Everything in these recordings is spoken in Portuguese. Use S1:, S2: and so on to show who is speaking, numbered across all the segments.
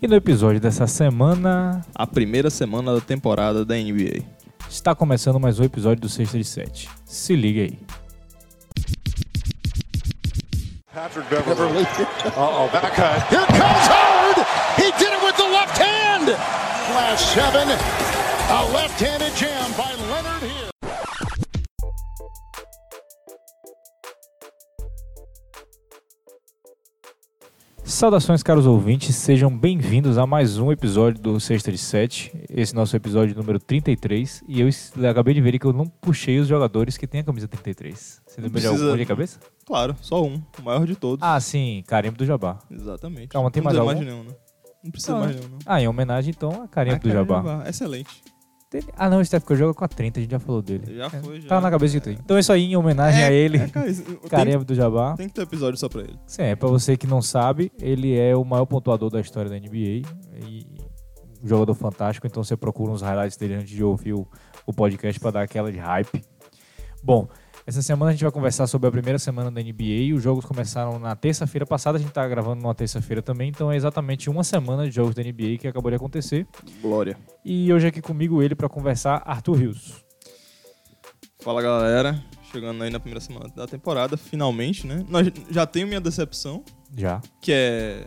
S1: E no episódio dessa semana,
S2: A primeira semana da temporada da NBA.
S1: está começando mais um episódio do Sexta de Sete. Se liga aí.
S3: Patrick Beverly. Uh-oh. Back cut. Here comes Howard. He did it with the left hand. Last seven. A left-handed jam by Leonard Hill.
S1: Saudações, caros ouvintes, sejam bem-vindos a mais um episódio do Sexta de Sete, esse nosso episódio número 33. E eu es- acabei de ver que eu não puxei os jogadores que têm a camisa 33. Você lembra de
S2: precisa-
S1: algum de cabeça?
S2: Claro, só um, o maior de todos.
S1: Ah, sim, Carimbo do Jabá.
S2: Exatamente.
S1: Calma, tem
S2: não
S1: mais
S2: precisa
S1: algum?
S2: nenhum, né? Não precisa
S1: Não,
S2: mais
S1: né?
S2: nenhum, não.
S1: Ah, em homenagem então a Carimbo
S2: Ah,
S1: do
S2: cara,
S1: Jabá.
S2: Excelente.
S1: Tem- Ah, não, o Steph Curry joga com a 30, a gente já falou dele.
S2: Já
S1: É,
S2: foi, já. Tá
S1: Tava na cabeça que tem. Então é isso aí, em homenagem a ele,
S2: É, cara, isso- tem,
S1: Carimbo do Jabá.
S2: tem que ter episódio só pra ele.
S1: Sim, é pra você que não sabe, ele é o maior pontuador da história da NBA e um jogador fantástico, então você procura uns highlights dele antes de ouvir o, o podcast pra dar aquela de hype. Bom, essa semana a gente vai conversar sobre a primeira semana da NBA. Os jogos começaram na terça-feira passada, a gente tá gravando numa terça-feira também, então é exatamente uma semana de jogos da NBA que acabou de acontecer.
S2: Glória.
S1: E hoje aqui comigo ele pra conversar, Arthur Rios.
S2: Fala galera, chegando aí na primeira semana da temporada, finalmente, né? Nós, já tenho minha decepção,
S1: Já.
S2: que é.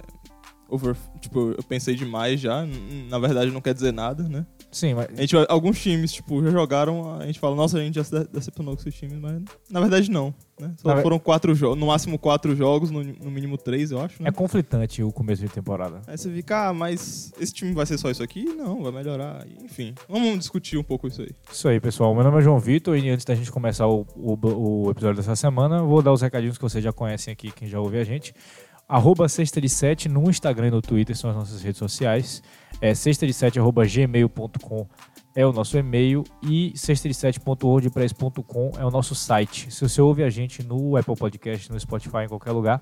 S2: Over, tipo, eu pensei demais já, n- na verdade não quer dizer nada, né?
S1: Sim, mas
S2: A gente, alguns times, tipo, já jogaram, a gente fala, nossa, a gente já se de- decepcionou com esses times, mas na verdade não, né? Só
S1: Na ve-
S2: foram quatro jogos, no máximo quatro jogos, no, no mínimo três, eu acho, né?
S1: é conflitante o começo de temporada.
S2: Aí você fica, ah, mas esse time vai ser só isso aqui? Não, vai melhorar. Enfim, vamos discutir um pouco isso aí.
S1: Isso aí, pessoal. Meu nome é João Vitor e antes da gente começar o, o- o episódio dessa semana, vou dar os recadinhos que vocês já conhecem aqui, quem já ouve a gente. Arroba Sexta de Sete no Instagram e no Twitter são as nossas redes sociais. É sexta de sete arroba gmail.com é o nosso e-mail e sexta de sete.wordpress.com é o nosso site. Se você ouve a gente no Apple Podcast, no Spotify, em qualquer lugar,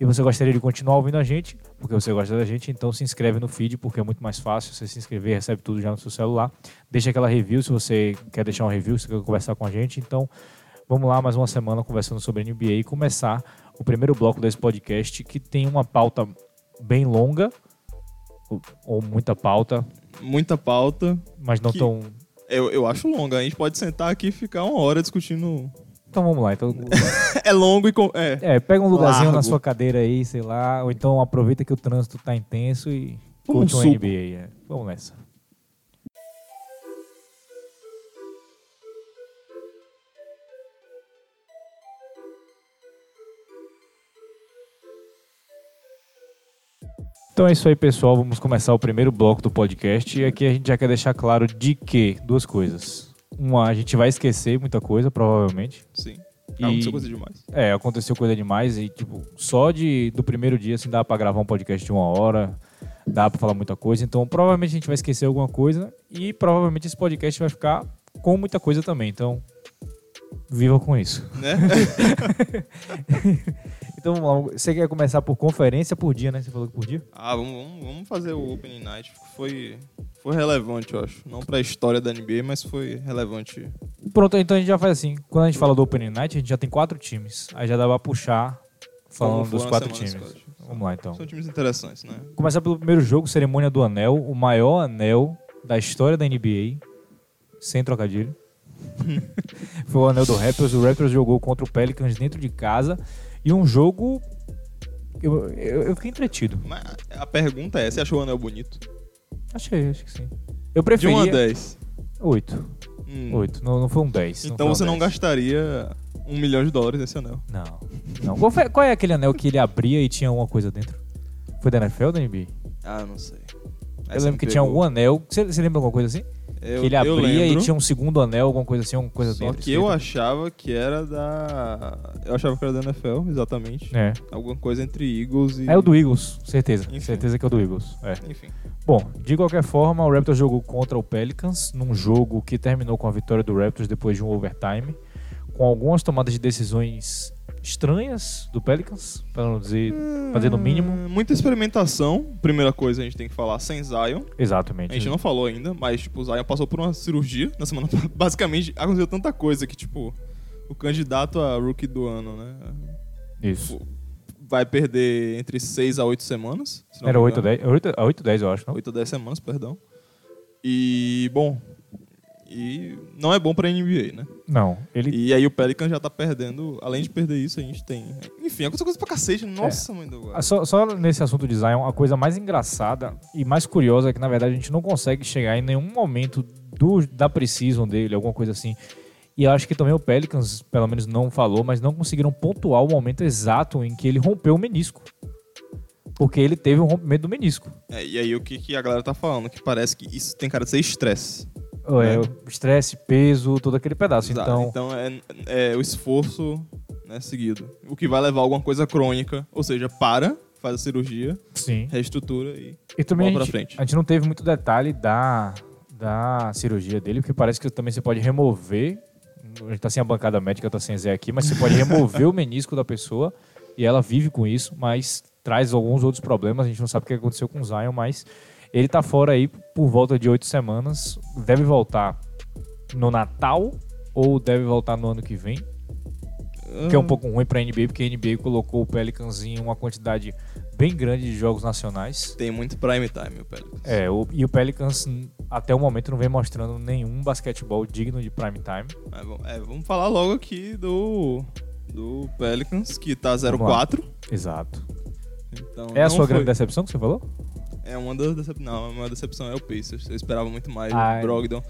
S1: e você gostaria de continuar ouvindo a gente, porque você gosta da gente, então se inscreve no feed, porque é muito mais fácil. Você se inscrever, recebe tudo já no seu celular. Deixa aquela review se você quer deixar um review, se você quer conversar com a gente. Então, vamos lá, mais uma semana conversando sobre NBA e começar o primeiro bloco desse podcast, que tem uma pauta bem longa, ou, ou muita pauta,
S2: Muita pauta.
S1: mas não
S2: Que-
S1: tão.
S2: Eu, eu acho longa, a gente pode sentar aqui e ficar uma hora discutindo.
S1: Então vamos lá. Então,
S2: É longo e. com- É.
S1: é, pega um lugarzinho na
S2: Largo.
S1: sua cadeira aí, sei lá, ou então aproveita que o trânsito tá intenso e
S2: Toma um
S1: curte um
S2: suco.
S1: NBA. é. Vamos nessa. Então é isso aí, pessoal. Vamos começar o primeiro bloco do podcast. E aqui a gente já quer deixar claro de que duas coisas. Uma, a gente vai esquecer muita coisa, provavelmente.
S2: Sim.
S1: E-
S2: Ah, Aconteceu coisa demais.
S1: É, aconteceu coisa demais e, tipo, só de, do primeiro dia, assim, dá pra gravar um podcast de uma hora, dá pra falar muita coisa. Então, provavelmente a gente vai esquecer alguma coisa e provavelmente esse podcast vai ficar com muita coisa também. Então, viva com isso.
S2: Né?
S1: Então, vamos lá. você quer começar por conferência por dia, né? Você falou que por dia?
S2: ah, vamos, vamos, vamos fazer o Opening Night. porque Foi, foi relevante, eu acho. Não pra história da NBA, mas foi relevante.
S1: Pronto, então a gente já faz assim. Quando a gente fala do Open Night, a gente já tem quatro times. Aí já dá pra puxar
S2: Como
S1: falando
S2: foram
S1: dos
S2: as
S1: quatro
S2: semanas,
S1: times.
S2: quatro.
S1: Vamos lá, então.
S2: São times interessantes, né?
S1: Começar pelo primeiro jogo, Cerimônia do Anel, o maior anel da história da NBA, sem trocadilho. Foi o anel do Raptors, o Raptors jogou contra o Pelicans dentro de casa e um jogo eu, eu, eu fiquei entretido.
S2: Mas a pergunta é: você achou o anel bonito?
S1: Achei, acho que sim. Eu
S2: De 1 a
S1: preferia
S2: 10.
S1: 8.
S2: Hum.
S1: 8, não, não foi um 10.
S2: Então você não
S1: gastou.
S2: gastaria um milhão de dólares nesse anel.
S1: Não. não. Qual, foi- qual é aquele anel que ele abria e tinha uma coisa dentro? Foi da NFL ou da NBA?
S2: Ah, não sei. é
S1: eu lembro que tinha um anel. Você, você lembra alguma coisa assim? que ele abria e tinha um segundo anel, alguma coisa assim, alguma coisa
S2: Só
S1: dentro.
S2: que eu
S1: escrito.
S2: achava que era da. Eu achava que era da NFL, exatamente.
S1: É.
S2: Alguma coisa entre Eagles e.
S1: É o do Eagles, certeza.
S2: Enfim.
S1: Certeza que é o do Eagles. É.
S2: Enfim.
S1: Bom, de qualquer forma, o Raptors jogou contra o Pelicans num jogo que terminou com a vitória do Raptors depois de um overtime, com algumas tomadas de decisões estranhas do Pelicans, para não dizer, fazer no mínimo.
S2: Hum, Muita experimentação, primeira coisa a gente tem que falar, sem Zion.
S1: Exatamente.
S2: A gente não falou ainda, mas, tipo, o Zion passou por uma cirurgia na semana. Basicamente, aconteceu tanta coisa que, tipo, o candidato a rookie do ano, né?
S1: Isso.
S2: Pô, vai perder entre 6 a 8 semanas. se não
S1: Era
S2: me
S1: 8 a
S2: engano.
S1: 10, 8, a 8 10, eu acho, não?
S2: 8 a 10 semanas, perdão. E, bom, e não é bom pra NBA, né?
S1: Não. Ele
S2: E aí o Pelican já tá perdendo, além de perder isso, a gente tem... Enfim, aconteceu coisa pra cacete, nossa mãe do...
S1: Ah, Só, só nesse assunto de Zion, a coisa mais engraçada e mais curiosa é que, na verdade, a gente não consegue chegar em nenhum momento do, da precisão dele, alguma coisa assim. E eu acho que também o Pelicans, pelo menos não falou, mas não conseguiram pontuar o momento exato em que ele rompeu o menisco. Porque ele teve um rompimento do menisco.
S2: É, e aí o que, que a galera tá falando? Que parece que isso tem cara de ser estresse.
S1: É, o Estresse, peso, todo aquele pedaço.
S2: Exato.
S1: Então,
S2: então é, é o esforço né, seguido. O que vai levar a alguma coisa crônica. Ou seja, para, faz a cirurgia,
S1: sim.
S2: reestrutura e.
S1: E também a
S2: Bola pra
S1: gente,
S2: frente.
S1: a gente não teve muito detalhe da, da cirurgia dele, porque parece que também você pode remover. A gente tá sem a bancada médica, tá sem Zé aqui, mas você pode remover o menisco da pessoa e ela vive com isso, mas traz alguns outros problemas. A gente não sabe o que aconteceu com o Zion, mas ele tá fora aí por volta de oito semanas. Deve voltar no Natal ou deve voltar no ano que vem? que é
S2: Hum.
S1: um pouco ruim pra NBA, porque a NBA colocou o Pelicans em uma quantidade bem grande de jogos nacionais.
S2: Tem muito prime time, o Pelicans.
S1: É, o- e o Pelicans n- até o momento não vem mostrando nenhum basquetebol digno de prime time.
S2: Mas bom, é, vamos falar logo aqui do. Do Pelicans, que tá
S1: lá.
S2: 0-4.
S1: Exato.
S2: Então,
S1: É a
S2: não
S1: sua grande
S2: foi-
S1: decepção que você falou?
S2: É uma das decepções. Não, a maior decepção é o Pacers. Eu esperava muito mais.
S1: Ai.
S2: O Brogdon.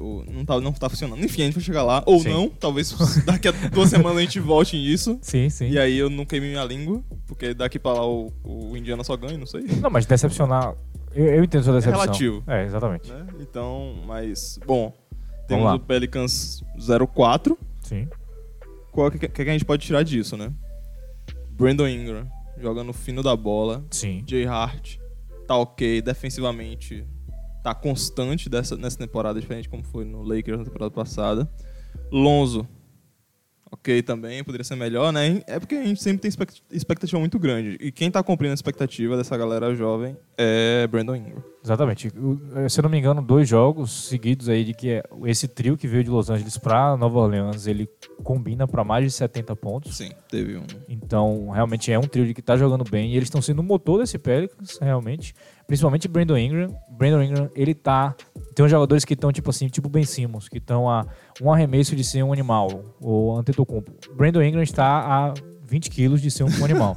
S2: o- o- não, tá, não tá funcionando. Enfim, a gente vai chegar lá. Ou
S1: Sim.
S2: não. Talvez daqui a duas semanas a gente volte nisso.
S1: Sim, sim.
S2: E aí eu não queimei minha língua, porque daqui pra lá o, o Indiana só ganha, não sei. né?
S1: Não, mas decepcionar. Eu, eu entendo sua decepção.
S2: relativo.
S1: É, exatamente.
S2: Né? Então, mas, bom, temos
S1: lá.
S2: o Pelicans 04.
S1: Sim.
S2: Qual que, que a gente pode tirar disso, né? Brandon Ingram joga no fino da bola.
S1: Sim.
S2: Jay Hart tá ok defensivamente. Tá constante dessa, nessa temporada, diferente como foi no Lakers na temporada passada. Lonzo, ok também, poderia ser melhor, né? É porque a gente sempre tem expect- expectativa muito grande. E quem tá cumprindo a expectativa dessa galera jovem é Brandon Ingram.
S1: Exatamente. O- eh, Se eu não me engano, dois jogos seguidos aí de que é- esse trio que veio de Los Angeles pra Nova Orleans, ele combina pra mais de 70 pontos.
S2: Sim, teve um.
S1: Então, realmente é um trio de que tá jogando bem e eles estão sendo o motor desse Pelicans, realmente. Principalmente Brandon Ingram. Brandon Ingram, ele tá. Tem uns jogadores que estão, tipo assim, tipo Ben Simmons, que estão a um arremesso de ser um animal, ou Antetokounmpo. Brandon Ingram está a 20 quilos de ser um animal.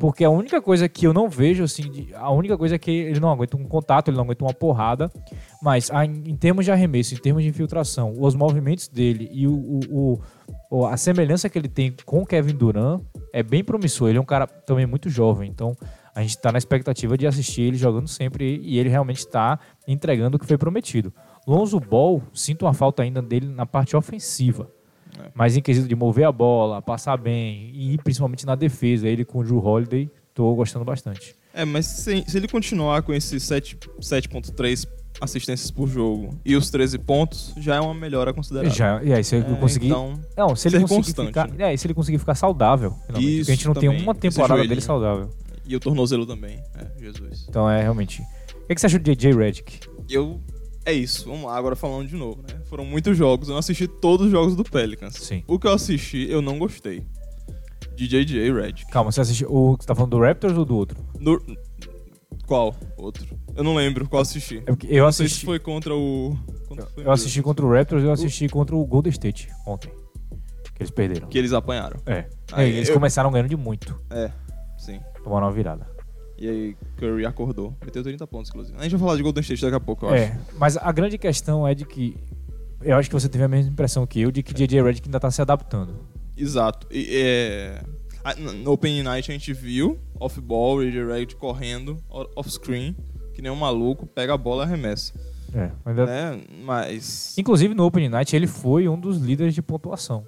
S1: Porque a única coisa que eu não vejo, assim, de- a única coisa é que ele não aguenta um contato, ele não aguenta uma porrada. Mas a- em termos de arremesso, em termos de infiltração, os movimentos dele e o- o- o- a semelhança que ele tem com o Kevin Durant é bem promissor. Ele é um cara também muito jovem, então a gente está na expectativa de assistir ele jogando sempre e ele realmente está entregando o que foi prometido. Lonzo Ball, sinto uma falta ainda dele na parte ofensiva. Mas em quesito de mover a bola, passar bem e principalmente na defesa, ele com o Drew Holiday, tô gostando bastante.
S2: É, mas se, se ele continuar com esses sete- 7.3 assistências por jogo e os 13 pontos, já é uma melhora considerável.
S1: Já, e aí, se eu
S2: É,
S1: conseguir.
S2: Então,
S1: não, se ele
S2: ser
S1: conseguir
S2: constante,
S1: ficar. É, e se ele conseguir ficar saudável, finalmente, porque a gente
S2: Isso
S1: não tem
S2: também,
S1: uma
S2: esse
S1: temporada
S2: joelhinho.
S1: dele saudável.
S2: e o tornozelo também. É, Jesus.
S1: Então é realmente. O que, é que você achou de JJ Redick?
S2: Eu. É isso, vamos lá, agora falando de novo, né? Foram muitos jogos, eu não assisti todos os jogos do Pelicans.
S1: Sim.
S2: O que eu assisti, eu não gostei. De JJ Red.
S1: Calma, você assistiu. O, você tá falando do Raptors ou do outro?
S2: No... Qual? Outro. Eu não lembro qual eu assisti.
S1: É porque eu
S2: Não sei se
S1: assisti.
S2: foi contra o. Contra foi
S1: Eu
S2: mesmo.
S1: assisti contra o Raptors eu assisti contra o Golden State ontem. Que eles perderam.
S2: Que eles apanharam.
S1: É.
S2: Aí,
S1: eles
S2: eu-
S1: começaram ganhando de muito.
S2: É, sim.
S1: Tomaram uma virada.
S2: E aí, Curry acordou. Meteu 30 pontos, inclusive. A gente vai falar de Golden State daqui a pouco, eu acho.
S1: É, mas a grande questão é de que. Eu acho que você teve a mesma impressão que eu de
S2: É.
S1: que JJ Redick ainda tá se adaptando.
S2: Exato. E, é, a- n- No Open Night a gente viu off-ball, redirect correndo, o- off-screen, que nem um maluco, pega a bola e arremessa.
S1: É, ainda
S2: Né? Mas.
S1: Inclusive no Open Night ele foi um dos líderes de pontuação.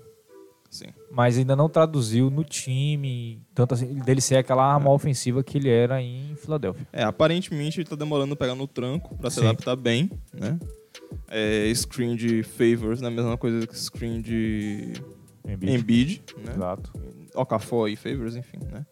S2: Sim.
S1: Mas ainda não traduziu no time, tanto assim, dele ser aquela arma ofensiva que ele era em Filadélfia.
S2: É, aparentemente ele tá demorando pra pegar no tranco pra se
S1: Sim.
S2: adaptar bem, né? É, screen de favors, né? Mesma coisa que screen de
S1: Embiid.
S2: Embiid, né?
S1: Exato.
S2: Okafor e Favors, enfim, né?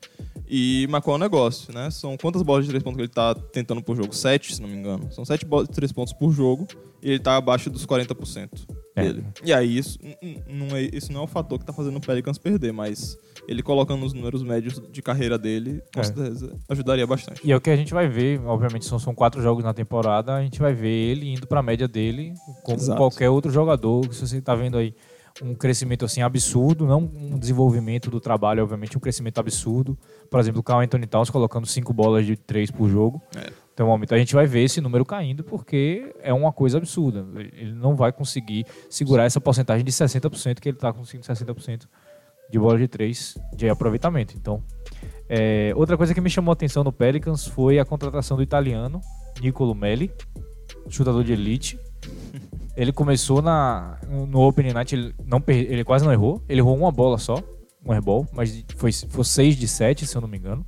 S2: E, mas qual é o negócio, né? São quantas bolas de três pontos que ele tá tentando por jogo? Sete, se não me engano. São sete bolas de três pontos por jogo e ele tá abaixo dos 40%. dele. E aí, isso n- n- não é, isso não é o fator que tá fazendo o Pelicans perder, mas ele colocando os números médios de carreira dele, com
S1: É.
S2: certeza, ajudaria bastante.
S1: E é o que a gente vai ver, obviamente são, são quatro jogos na temporada, a gente vai ver ele indo pra média dele, como
S2: Exato.
S1: qualquer outro jogador. Se você tá vendo aí um crescimento assim absurdo, não um desenvolvimento do trabalho, obviamente, um crescimento absurdo. Por exemplo, o Carl Anthony Towns colocando cinco bolas de três por jogo.
S2: É.
S1: Então, momento, a gente vai ver esse número caindo porque é uma coisa absurda. Ele não vai conseguir segurar essa porcentagem de 60% que ele tá conseguindo 60% de bola de três de aproveitamento. Então, é, outra coisa que me chamou a atenção no Pelicans foi a contratação do italiano Nicolo Melli, chutador de elite. Ele começou na, no Open Night, ele, não, per- ele quase não errou. Ele errou uma bola só, um airball, mas foi, foi 6 de 7, se eu não me engano.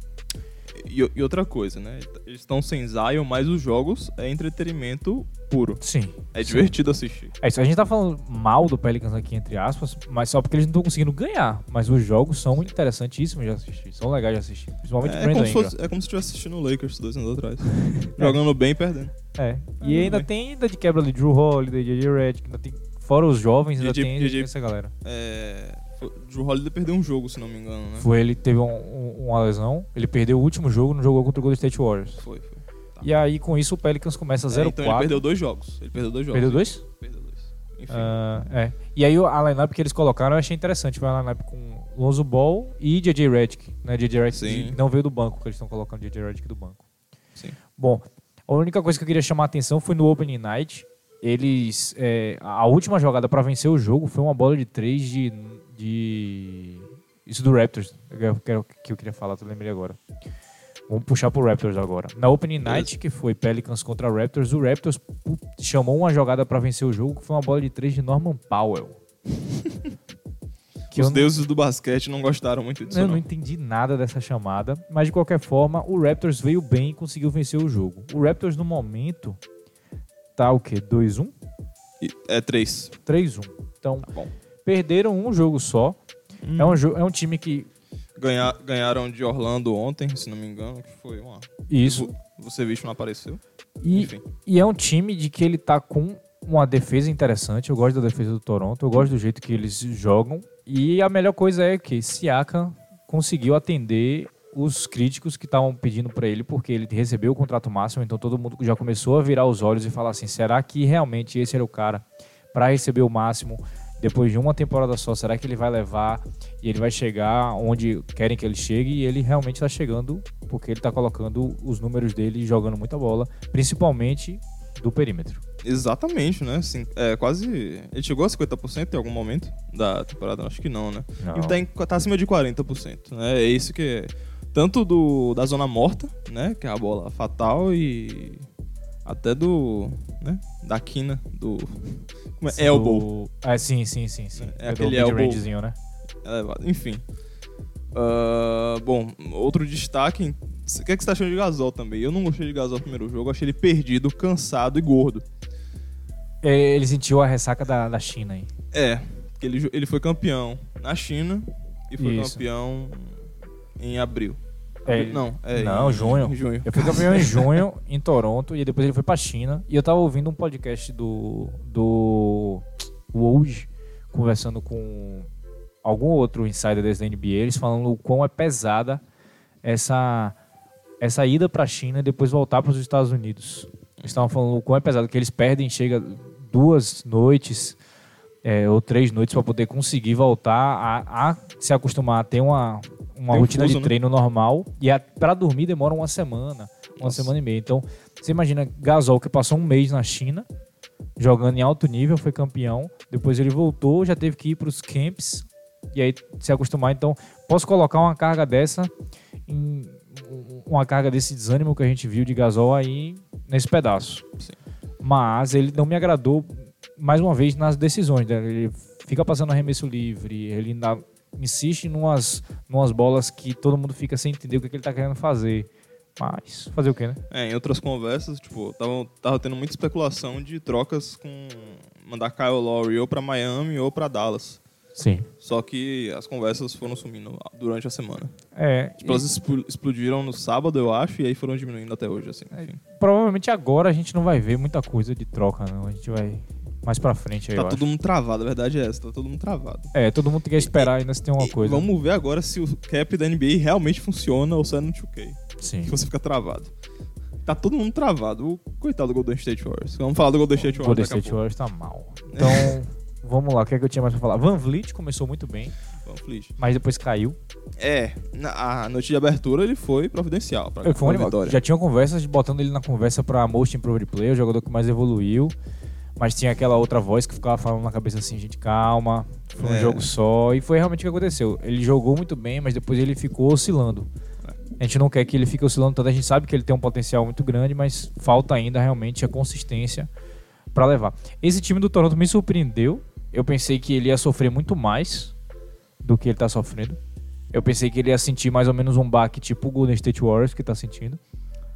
S2: E, e outra coisa, né? Eles estão sem Zion, mas os jogos é entretenimento puro.
S1: Sim.
S2: É divertido assistir.
S1: É isso, a gente tá falando mal do Pelicans aqui, entre aspas, mas só porque eles não estão conseguindo ganhar. Mas os jogos são interessantíssimos de assistir, são legais de assistir. Principalmente o
S2: É,
S1: Brandon
S2: como se
S1: Ingram.
S2: fosse- é como se estivesse assistindo o Lakers dois anos atrás. Jogando bem e perdendo.
S1: É.
S2: Ah,
S1: E ainda
S2: bem.
S1: tem ainda de quebra ali Drew Holiday, JJ Redick, ainda tem fora os jovens, ainda
S2: JJ
S1: tem
S2: JJ
S1: essa galera.
S2: É, foi- Drew Holiday perdeu um jogo, se não me engano, né?
S1: Foi ele teve um- um- uma lesão, ele perdeu o último jogo, não jogou contra o Golden State Warriors.
S2: Foi, foi. Tá.
S1: E aí com isso o Pelicans começa
S2: É,
S1: 0-4.
S2: então ele perdeu dois jogos. Ele perdeu dois jogos.
S1: Perdeu dois?
S2: Perdeu dois. Enfim.
S1: Ah, é. E aí a lineup que eles colocaram eu achei interessante. Foi uma lineup com Lonzo Ball e JJ Redick, né? JJ
S2: Sim.
S1: Redick não veio do banco, que eles estão colocando JJ Redick do banco.
S2: Sim.
S1: Bom, a única coisa que eu queria chamar a atenção foi no Opening Night. Eles. é, a última jogada para vencer o jogo foi uma bola de três de. de- isso do Raptors, que eu, quero- que eu queria falar, tu lembrei agora. Vamos puxar pro Raptors agora. Na Opening Night, que foi Pelicans contra Raptors, o Raptors pu- chamou uma jogada para vencer o jogo, que foi uma bola de três de Norman Powell. Que eu
S2: Os
S1: não-
S2: deuses do basquete não gostaram muito disso,
S1: eu
S2: não.
S1: não entendi nada dessa chamada, mas de qualquer forma, o Raptors veio bem e conseguiu vencer o jogo. O Raptors, no momento, tá o quê? 2-1?
S2: E- é três.
S1: 3-1. Então,
S2: Tá bom. Hum.
S1: perderam um jogo só. É, um jo- é um time que.
S2: Ganha- ganharam de Orlando ontem, se não me engano, que foi uma...
S1: Isso.
S2: Você visto não apareceu.
S1: E,
S2: Enfim.
S1: e é um time de que ele tá com uma defesa interessante. Eu gosto da defesa do Toronto, eu gosto do jeito que eles jogam. E a melhor coisa é que Siaka conseguiu atender os críticos que estavam pedindo pra ele, porque ele recebeu o contrato máximo, então todo mundo já começou a virar os olhos e falar assim: será que realmente esse era o cara pra receber o máximo? Depois de uma temporada só, será que ele vai levar e ele vai chegar onde querem que ele chegue? E ele realmente está chegando, porque ele tá colocando os números dele e jogando muita bola, principalmente do perímetro.
S2: Exatamente, né? Assim, é, quase. Ele chegou a 50% em algum momento da temporada? Acho que não, né?
S1: Não.
S2: Ele tá, em- tá acima de 40%. Né? É isso que. Tanto do, da zona morta, né? Que é a bola fatal, e. Até do. né? Da quina, do. Como é? Elbow.
S1: Do- Ah, sim, sim, sim, sim.
S2: É
S1: do
S2: aquele
S1: mid-rangezinho, né?
S2: elevado. Enfim. Ah, bom, outro destaque. O que, é que você tá achando de Gasol também? Eu não gostei de Gasol no primeiro jogo, achei ele perdido, cansado e gordo.
S1: É, Ele sentiu a ressaca da, da China aí.
S2: É, porque ele, jo- ele foi campeão na China e foi
S1: Isso.
S2: campeão em abril.
S1: É,
S2: Abril- não, é
S1: não,
S2: em,
S1: junho.
S2: Em junho.
S1: Eu fui campeão em junho em Toronto e depois ele foi pra China. E eu tava ouvindo um podcast do. do. Woj, conversando com algum outro insider desse da NBA, eles falando o quão é pesada essa, essa ida pra China e depois voltar pros Estados Unidos. Eles estavam falando o quão é pesado, que eles perdem, chega duas noites é, ou três noites pra poder conseguir voltar a, a se acostumar a ter uma, uma
S2: Tem um
S1: rotina
S2: fuso,
S1: de
S2: né?
S1: treino normal e a- pra dormir demora uma semana, uma
S2: Nossa.
S1: semana e meia. Então, você imagina Gasol que passou um mês na China jogando em alto nível, foi campeão, depois ele voltou, já teve que ir pros camps e aí se acostumar. Então, posso colocar uma carga dessa em um, uma carga desse desânimo que a gente viu de Gasol aí nesse pedaço.
S2: Sim.
S1: Mas ele não me agradou mais uma vez nas decisões. né? Ele fica passando arremesso livre, ele na- insiste em umas, umas bolas que todo mundo fica sem entender o que, que ele tá querendo fazer. Mas fazer o quê, né?
S2: É, em outras conversas, tipo, tava, tava tendo muita especulação de trocas com mandar Kyle Lowry ou pra Miami ou pra Dallas.
S1: Sim.
S2: Só que as conversas foram sumindo durante a semana.
S1: É,
S2: Tipo, elas expl- explodiram no sábado, eu acho, e aí foram diminuindo até hoje, assim. enfim.
S1: provavelmente agora a gente não vai ver muita coisa de troca, não. A gente vai mais pra frente aí,
S2: Tá
S1: eu
S2: todo mundo travado, a verdade é essa, tá todo mundo travado.
S1: acho. É, todo mundo quer esperar ainda se tem uma
S2: E
S1: coisa.
S2: Vamos ver agora se o cap da NBA realmente funciona ou se é no 2K.
S1: Sim.
S2: Que você fica travado. Tá todo mundo travado. O coitado do Golden State Warriors. Vamos falar do Golden State
S1: O Golden
S2: Warriors. daqui a
S1: State
S2: pouco.
S1: Warriors tá mal. Então, vamos lá, o que é que eu tinha mais pra falar? Van Vliet começou muito bem,
S2: Vamos, please.
S1: mas depois caiu.
S2: É, na, a noite de abertura ele foi providencial pra,
S1: Ele foi um
S2: pra
S1: animal.
S2: vitória.
S1: Já tinham conversas de- botando ele na conversa pra Most Improved Player, o jogador que mais evoluiu. Mas tinha aquela outra voz que ficava falando na cabeça assim, gente, calma, foi um
S2: É.
S1: jogo só. E foi realmente o que aconteceu. Ele jogou muito bem, mas depois ele ficou oscilando. A gente não quer que ele fique oscilando tanto, a gente sabe que ele tem um potencial muito grande, mas falta ainda realmente a consistência pra levar. Esse time do Toronto me surpreendeu. Eu pensei que ele ia sofrer muito mais do que ele tá sofrendo. Eu pensei que ele ia sentir mais ou menos um baque tipo o Golden State Warriors que tá sentindo.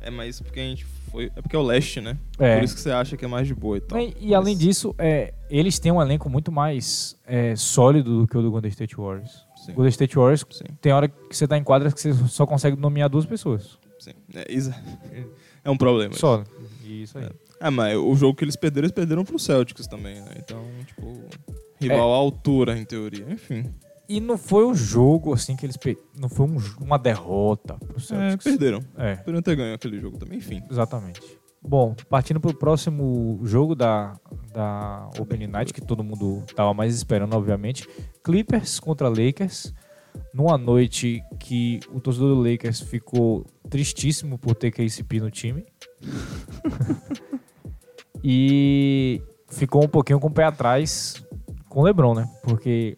S2: É, mas porque a gente foi. É porque é o leste, né?
S1: É.
S2: Por isso que você acha que é mais de boa e tal.
S1: E, e além disso, é, eles têm um elenco muito mais é, sólido do que o do Golden State Warriors.
S2: Sim.
S1: O Golden State Warriors
S2: Sim.
S1: tem hora que você tá em quadras que você só consegue nomear duas pessoas.
S2: Sim. É, isso- é um problema.
S1: Só. Isso aí.
S2: É, mas o jogo que eles perderam, eles perderam pro Celtics também, né? Então, tipo,
S1: É.
S2: rival à altura, em teoria. Enfim.
S1: E não foi um jogo assim que eles. pe- Não foi um j- uma derrota pro
S2: É,
S1: Celtics.
S2: perderam.
S1: É,
S2: Poderiam ter ganho aquele jogo também, enfim.
S1: exatamente. Bom, partindo pro próximo jogo da, da Open Night, que todo mundo tava mais esperando, obviamente. Clippers contra Lakers. Numa noite que o torcedor do Lakers ficou tristíssimo por ter KCP no time. e ficou um pouquinho com o pé atrás com o LeBron, né? Porque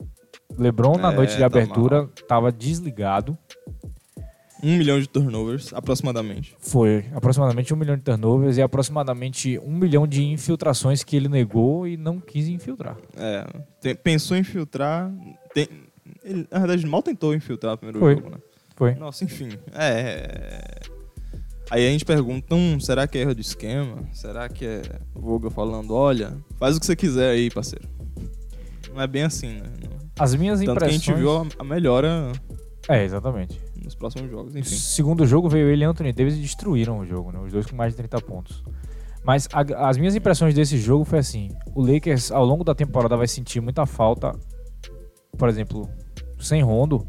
S1: LeBron na
S2: É,
S1: noite de
S2: tá
S1: abertura tava desligado.
S2: Um milhão de turnovers, aproximadamente.
S1: Foi aproximadamente um milhão de turnovers e aproximadamente um milhão de infiltrações que ele negou e não quis infiltrar.
S2: É, te- pensou em infiltrar. tem- ele, na verdade, mal tentou infiltrar o primeiro
S1: Foi.
S2: jogo, né?
S1: Foi.
S2: Nossa, enfim. É. Aí a gente pergunta: hum, será que é erro de esquema? Será que é o Vogel falando: olha, faz o que você quiser aí, parceiro? Não é bem assim, né? Não-
S1: As minhas
S2: Tanto que a
S1: impressões.
S2: gente viu a, a melhora
S1: É, exatamente.
S2: nos próximos jogos,
S1: No
S2: enfim.
S1: segundo jogo veio ele e Anthony Davis e destruíram o jogo, né? Os dois com mais de 30 pontos. Mas a- as minhas impressões desse jogo foi assim: o Lakers ao longo da temporada vai sentir muita falta, por exemplo, sem Rondo,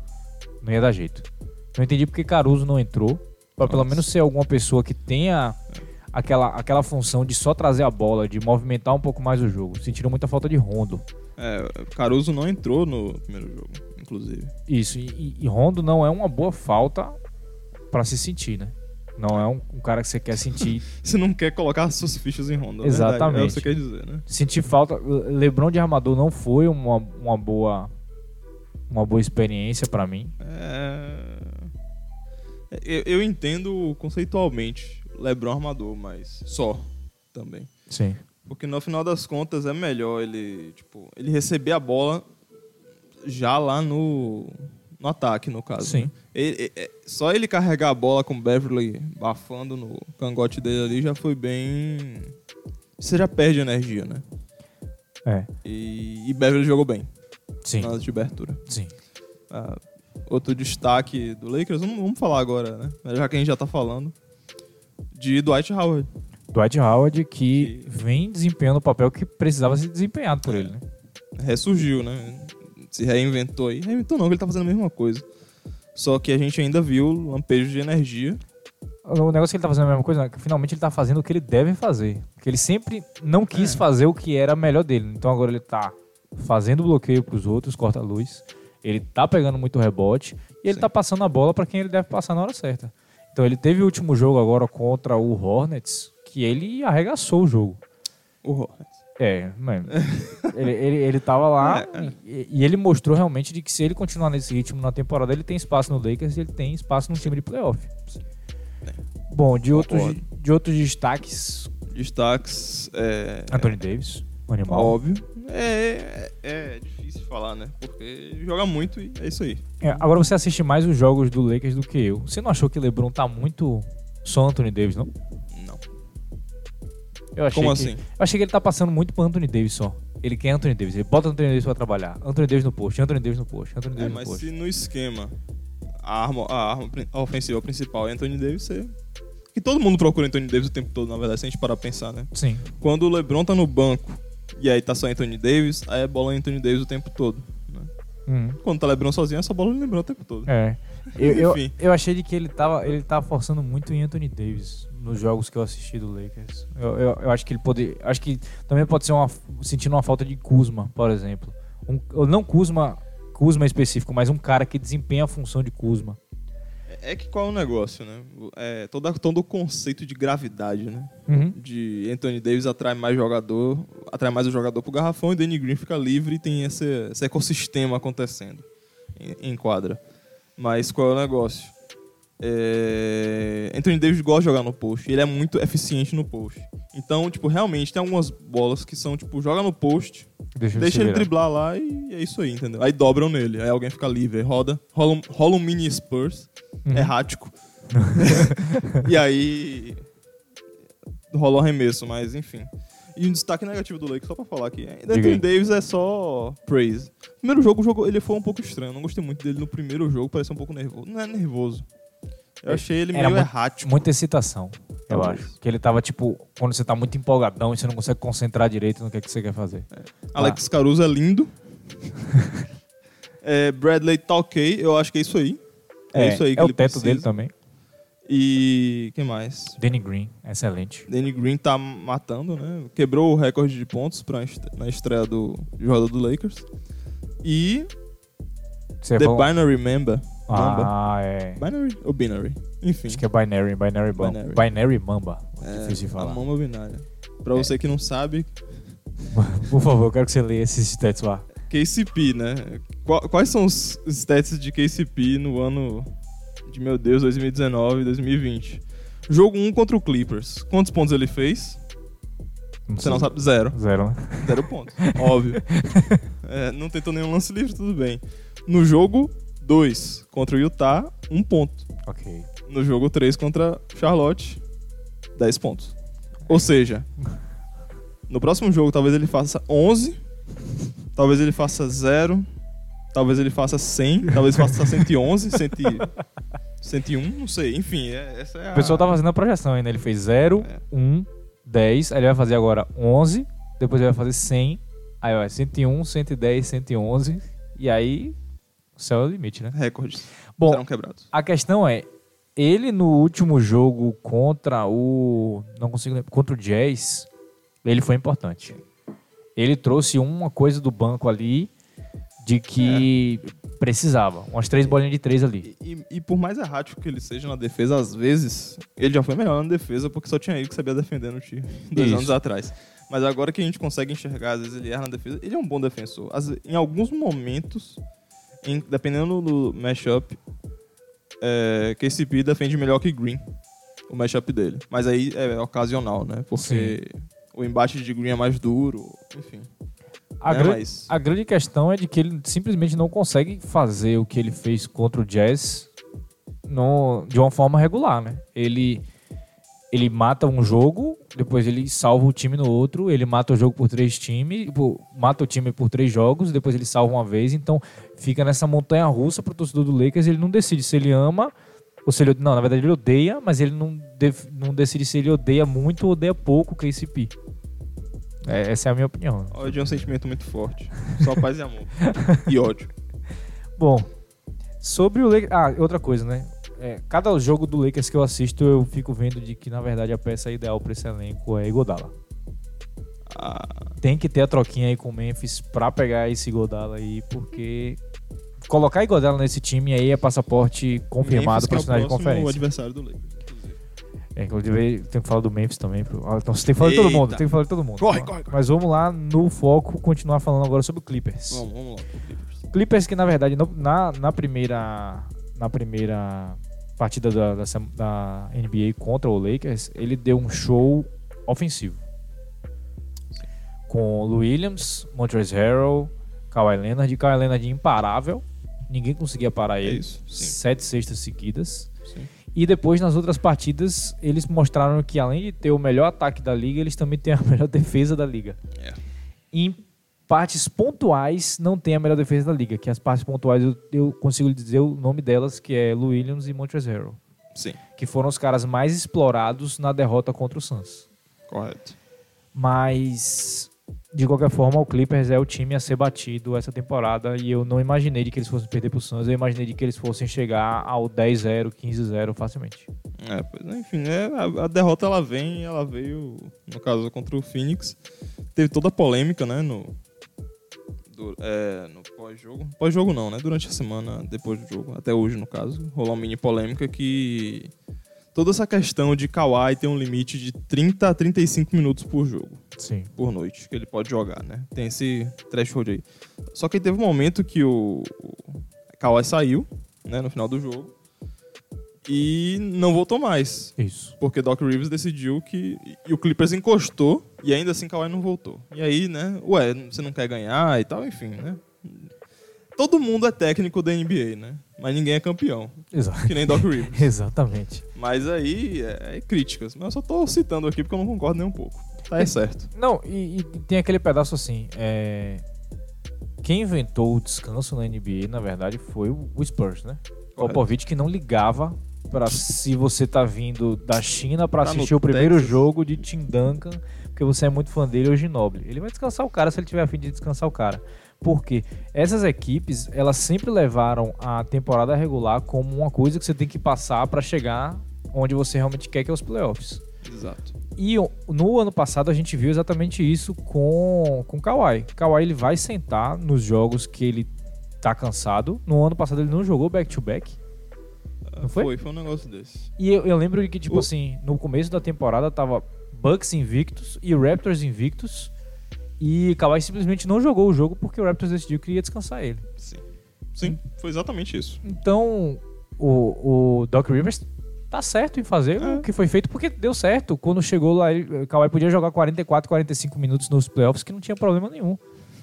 S1: não ia dar jeito. Não entendi porque Caruso não entrou, pra pelo
S2: Nossa.
S1: menos ser alguma pessoa que tenha aquela, aquela função de só trazer a bola, de movimentar um pouco mais o jogo. Sentiram muita falta de Rondo.
S2: É, Caruso não entrou no primeiro jogo, inclusive.
S1: Isso, e- e, e Rondo não é uma boa falta pra se sentir, né? Não é um- um cara que você quer sentir
S2: Você não quer colocar suas fichas em ronda.
S1: Exatamente.
S2: É o que você quer dizer, né?
S1: senti falta. LeBron de armador não foi uma, uma boa uma boa experiência pra mim.
S2: É... Eu, eu entendo conceitualmente LeBron armador, mas só também.
S1: Sim.
S2: Porque no final das contas é melhor ele, tipo, ele receber a bola já lá no, no ataque, no caso.
S1: Sim.
S2: né? Ele- é- é- só ele carregar a bola com o Beverly bafando no cangote dele ali já foi bem. Você já perde energia, né?
S1: É.
S2: E, e Beverly jogou bem
S1: Sim.
S2: na de abertura.
S1: Sim.
S2: Ah, outro destaque do Lakers, vamos, vamos falar agora, né? Já que a gente já tá falando. De Dwight Howard.
S1: Dwight Howard que
S2: Que-
S1: vem desempenhando o papel que precisava ser desempenhado por ele, né?
S2: Ressurgiu, né? Se reinventou aí. Reinventou não, que ele tá fazendo a mesma coisa. Só que a gente ainda viu lampejos de energia.
S1: O negócio que ele tá fazendo é a mesma coisa, né? que finalmente ele tá fazendo o que ele deve fazer. Porque ele sempre não quis fazer o que era melhor dele. Então agora ele tá fazendo bloqueio pros outros, corta a luz. Ele tá pegando muito rebote e ele
S2: Sim.
S1: tá passando a bola pra quem ele deve passar na hora certa. Então ele teve o último jogo agora contra o Hornets, que ele arregaçou o jogo.
S2: O Hornets.
S1: É, mano. ele, ele, ele tava lá
S2: É.
S1: e, e ele mostrou realmente de que se ele continuar nesse ritmo na temporada, ele tem espaço no Lakers e ele tem espaço no time de playoff. Bom, de outros,
S2: É. Concordo.
S1: de outros destaques,
S2: Destaques. É,
S1: Anthony Davis, um animal.
S2: óbvio. É, é, é difícil falar, né? Porque joga muito e é isso aí.
S1: É, agora você assiste mais os jogos do Lakers do que eu. Você não achou que LeBron tá muito só Anthony Davis, não?
S2: Não.
S1: Eu achei
S2: Como
S1: que,
S2: assim?
S1: Eu achei que ele tá passando muito pro Anthony Davis só. Ele quer Anthony Davis, ele bota Anthony Davis pra trabalhar. Anthony Davis no post, Anthony Davis no post, Anthony
S2: É,
S1: Davis no
S2: mas
S1: post.
S2: se no esquema a arma, a arma prin- a ofensiva principal é Anthony Davis, você... que todo mundo procura Anthony Davis o tempo todo, na verdade, se a gente parar pra pensar, né?
S1: Sim,
S2: Quando o LeBron tá no banco E aí tá só Anthony Davis, aí é bola Anthony Davis o tempo todo. né?
S1: Hum.
S2: Quando tá LeBron sozinho, é só bola LeBron o tempo todo.
S1: É. Eu, eu,
S2: Enfim.
S1: eu achei de que ele tava, ele tava forçando muito em Anthony Davis nos jogos que eu assisti do Lakers. Eu, eu, eu acho que ele pode. Acho que também pode ser uma, sentindo uma falta de Kuzma, por exemplo. Um, ou não Kuzma, Kuzma específico, mas um cara que desempenha a função de Kuzma.
S2: É que qual é o negócio, né? É, toda, todo o conceito de gravidade, né?
S1: Uhum.
S2: De Anthony Davis atrai mais jogador, atrai mais o jogador pro garrafão e Danny Green fica livre e tem esse, esse ecossistema acontecendo em, em quadra. Mas qual é o negócio? É, Anthony Davis gosta de jogar no post, ele é muito eficiente no post. Então, tipo, realmente tem algumas bolas que são, tipo, joga no post,
S1: Deixa,
S2: Deixa ele
S1: virar.
S2: driblar lá e é isso aí, entendeu? Aí dobram nele, aí alguém fica livre, aí roda, rola um, rola um mini Spurs,
S1: Uhum.
S2: errático. e aí rola um arremesso, mas enfim. E um destaque negativo do Lakers, só pra falar aqui. Ainda
S1: Diga aí.
S2: tem Davis é só praise. Primeiro jogo, o jogo ele foi um pouco estranho. eu Não gostei muito dele no primeiro jogo, parecia um pouco nervoso. Não é nervoso. Eu achei ele
S1: É, Era
S2: meio
S1: muito-
S2: errático.
S1: Muita excitação, eu
S2: Talvez.
S1: acho. Que ele tava, tipo, quando você tá muito empolgadão e você não consegue concentrar direito no que, é que você quer fazer.
S2: Alex Caruso é lindo. É, Bradley tá ok, eu acho que é isso aí. É, isso aí que
S1: é o
S2: ele
S1: teto
S2: precisa.
S1: dele também.
S2: E quem mais?
S1: Danny Green, excelente.
S2: Danny Green tá matando, né? Quebrou o recorde de pontos pra est- na estreia do de jogador do Lakers. E
S1: Você
S2: The
S1: falou-
S2: Binary Member. Mamba.
S1: É Ah, é.
S2: Binary ou Binary? Enfim.
S1: Acho que é Binary, Binary Mamba.
S2: Binary.
S1: Binary Mamba.
S2: É,
S1: difícil de
S2: A
S1: falar. É.
S2: mama binária. Pra você que não sabe,
S1: Por favor, eu quero que você leia esses stats lá.
S2: KCP, né? Qua- Quais são os stats de KCP no ano de, meu Deus, 2019 2020? Jogo 1 contra o Clippers. Quantos pontos ele fez? Você
S1: sei.
S2: não sabe? Zero.
S1: Zero, né?
S2: Zero pontos. Óbvio. É, não tentou nenhum lance livre, tudo bem. No jogo 2 contra o Utah, um ponto.
S1: Ok.
S2: No jogo 3 contra Charlotte, 10 pontos.
S1: É.
S2: Ou seja, no próximo jogo talvez ele faça 11, talvez ele faça 0, talvez ele faça 100, talvez faça 111, 100, 101, não sei. Enfim, é- essa é a...
S1: O pessoal tá fazendo a projeção ainda. Ele fez 0,
S2: É.
S1: 1, 10. Aí ele vai fazer agora 11. Depois ele vai fazer 100. Aí é vai 101, 110, 111. E aí. O céu é o limite, né?
S2: Recordes
S1: Bom,
S2: serão quebrados.
S1: A questão é, ele no último jogo contra o. Não consigo lembrar. Contra o Jazz, ele foi importante. Ele trouxe uma coisa do banco ali de que precisava. Umas três bolinhas de três ali.
S2: E, e- e por mais errático que ele seja na defesa, às vezes, ele já foi melhor na defesa porque só tinha ele que sabia defender no time dois
S1: Isso.
S2: anos atrás. Mas agora que a gente consegue enxergar, às vezes ele erra na defesa, ele é um bom defensor. Às ve- em alguns momentos, em- dependendo do matchup, é, KCP defende melhor que Green, o matchup dele. Mas aí é ocasional, né? Porque o embate de Green é mais duro, enfim.
S1: A,
S2: né?
S1: gran-
S2: Mas-
S1: a grande questão é de que ele simplesmente não consegue fazer o que ele fez contra o Jazz no- de uma forma regular, né? Ele, ele mata um jogo, depois ele salva o time no outro, ele mata o jogo por três times, por- mata o time por três jogos, depois ele salva uma vez, então fica nessa montanha russa pro torcedor do Lakers, ele não decide se ele ama ou se ele, não, na verdade ele odeia, mas ele não, def- não decide se ele odeia muito ou odeia pouco o KCP. É, essa é a minha opinião.
S2: Ódio é um sentimento muito forte. Só paz e amor. e ódio.
S1: Bom, sobre o Lakers. Ah, outra coisa, né? É, cada jogo do Lakers que eu assisto, eu fico vendo de que, na verdade, a peça ideal pra esse elenco é Igodala.
S2: Ah,
S1: Tem que ter a troquinha aí com o Memphis pra pegar esse Igodala aí, porque colocar Igodala nesse time aí é passaporte confirmado
S2: Memphis, que
S1: pra
S2: é o
S1: final de
S2: próximo
S1: conferência.
S2: adversário do Lakers, inclusive.
S1: É, inclusive, tem que falar do Memphis também. pro- Ah, Então, você tem que falar de todo
S2: Eita.
S1: mundo. Tem que falar de todo mundo.
S2: Corre,
S1: Mas-
S2: corre, corre.
S1: Mas vamos lá no foco, continuar falando agora sobre o Clippers.
S2: Vamos, vamos lá.
S1: Clippers que na verdade no- na, na primeira na primeira partida da, da sem- da NBA contra o Lakers ele deu um show ofensivo com Lou Williams, Montrezl Harrell, Kawhi Leonard, e Kawhi Leonard imparável, ninguém conseguia parar ele.
S2: É isso, sim.
S1: Sete sextas seguidas.
S2: Sim.
S1: E depois nas outras partidas eles mostraram que além de ter o melhor ataque da liga eles também têm a melhor defesa da liga
S2: É,
S1: em partes pontuais não tem a melhor defesa da liga, que as partes pontuais eu, eu consigo dizer o nome delas, que é Lou Williams e Montrezl,
S2: Sim,
S1: que foram os caras mais explorados na derrota contra o Suns.
S2: correto.
S1: Mas de qualquer forma, o Clippers é o time a ser batido essa temporada e eu não imaginei de que eles fossem perder pro Suns, eu imaginei de que eles fossem chegar ao 10-0, 15-0 facilmente.
S2: É, pois, enfim, é, a, a derrota ela vem, ela veio, no caso, contra o Phoenix. Teve toda a polêmica, né, no, du- é, no pós-jogo. Pós-jogo não, né, durante a semana, depois do jogo, até hoje, no caso. Rolou uma mini polêmica que toda essa questão de Kawhi tem um limite de 30 a 35 minutos por jogo
S1: Sim.
S2: por noite que ele pode jogar, né? Tem esse threshold aí. Só que teve um momento que o, o Kawhi saiu, né, no final do jogo, e não voltou mais.
S1: Isso.
S2: Porque Doc Rivers decidiu que. E o Clippers encostou, e ainda assim Kawhi não voltou. E aí, né? Ué, você não quer ganhar e tal, enfim, né? Todo mundo é técnico da NBA, né? Mas ninguém é campeão.
S1: Exato.
S2: Que nem Doc Rivers.
S1: Exatamente.
S2: Mas aí é, é críticas. Mas eu só tô citando aqui porque eu não concordo nem um pouco. Tá é certo.
S1: Não, e, e tem aquele pedaço assim. é, Quem inventou o descanso na NBA, na verdade, foi o o Spurs, né? O
S2: Correto.
S1: Popovich que não ligava pra se você tá vindo da China pra
S2: Tá no
S1: assistir o primeiro
S2: Texas.
S1: jogo de Tim Duncan, porque você é muito fã dele hoje nobre. Ele vai descansar o cara se ele tiver a fim de descansar o cara. Porque essas equipes, elas sempre levaram a temporada regular como uma coisa que você tem que passar pra chegar onde você realmente quer que é os playoffs.
S2: Exato.
S1: E o- no ano passado a gente viu exatamente isso com com o Kawhi. Kawhi ele vai sentar nos jogos que ele tá cansado. No ano passado ele não jogou back to back. Não foi?
S2: Foi, foi um negócio desse.
S1: E eu, eu lembro de que tipo
S2: O-
S1: assim, no começo da temporada tava Bucks invictos e Raptors invictos. E Kawhi simplesmente não jogou o jogo porque o Raptors decidiu que ia descansar ele.
S2: Sim. Sim,
S1: Hum.
S2: foi exatamente isso.
S1: Então, o, o Doc Rivers tá certo em fazer
S2: É.
S1: o que foi feito, porque deu certo. Quando chegou lá, ele- o Kawhi podia jogar 44, 45 minutos nos playoffs, que não tinha problema nenhum.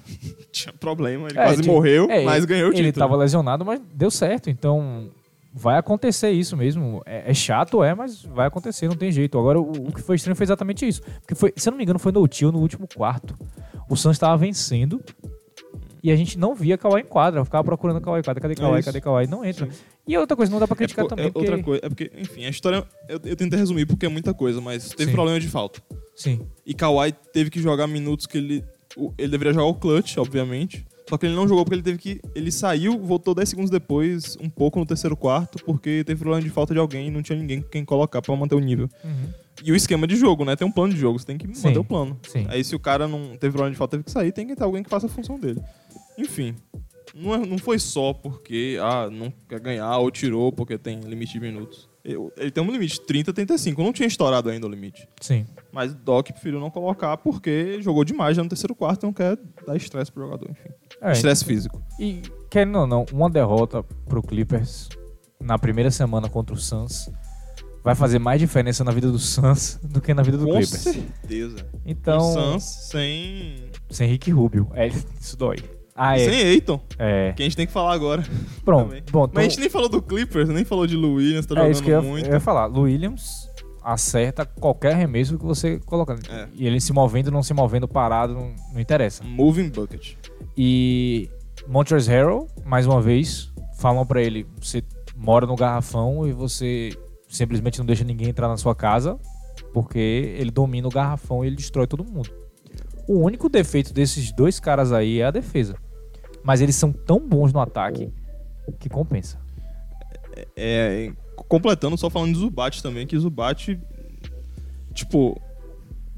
S2: Tinha problema, ele
S1: É,
S2: quase
S1: tinha-
S2: morreu,
S1: é,
S2: mas
S1: ele-
S2: ganhou o título.
S1: Ele tava lesionado, mas deu certo. Então, vai acontecer isso mesmo. É, é chato, é, mas vai acontecer, não tem jeito. Agora, o, o que foi estranho foi exatamente isso. Porque foi, se eu não me engano, foi no tio, no último quarto. O Suns tava vencendo. E a gente não via Kawhi em quadra, eu ficava procurando Kawhi em quadra. Cadê Kawhi?
S2: É isso.
S1: Cadê Kawhi? Não entra. E outra coisa, não dá pra
S2: É
S1: criticar
S2: por-
S1: também.
S2: é outra
S1: porque-
S2: coisa, é porque, enfim, a história eu, eu tentei resumir porque é muita coisa, mas teve
S1: Sim.
S2: problema de falta.
S1: Sim.
S2: E Kawhi teve que jogar minutos que ele o- ele deveria jogar o clutch, obviamente. Só que ele não jogou porque ele teve que ele saiu, voltou 10 segundos depois, um pouco no terceiro quarto, porque teve problema de falta de alguém e não tinha ninguém com quem colocar pra manter o nível.
S1: Uhum.
S2: E o esquema de jogo, né? Tem um plano de jogo, você tem que
S1: Sim,
S2: manter o plano.
S1: sim.
S2: Aí se o cara não teve problema de falta, teve que sair, tem que ter alguém que faça a função dele. Enfim, não, é- não foi só porque, ah, não quer ganhar ou tirou porque tem limite de minutos. Eu- ele tem um limite, 30, 35. Não tinha estourado ainda o limite.
S1: Sim.
S2: Mas o Doc preferiu não colocar porque jogou demais já no terceiro quarto e não quer dar estresse pro jogador, enfim.
S1: É,
S2: Estresse físico.
S1: e querendo ou não, uma derrota pro Clippers na primeira semana contra o Suns vai fazer mais diferença na vida do Suns do que na vida do
S2: Com
S1: Clippers.
S2: certeza.
S1: Então,
S2: O Suns sem.
S1: sem Rick Rubio. É, isso dói. Ah, é.
S2: Sem Eiton,
S1: é.
S2: que a gente tem que falar agora.
S1: Pronto.
S2: também.
S1: Bom, então,
S2: Mas a gente nem falou do Clippers, nem falou de Lou Williams, tá
S1: é
S2: jogando
S1: isso que eu, ia-
S2: muito.
S1: eu ia falar. Lou Williams acerta qualquer remesso que você colocar.
S2: É.
S1: E ele se movendo, não se movendo, parado, não, não interessa.
S2: Moving Bucket.
S1: E Montrezl Harrell, mais uma vez, falam pra ele: você mora no garrafão e você simplesmente não deixa ninguém entrar na sua casa, porque ele domina o garrafão e ele destrói todo mundo. O único defeito desses dois caras aí é a defesa. Mas eles são tão bons no ataque que compensa.
S2: É, e completando, só falando de Zubat também, que Zubat, tipo,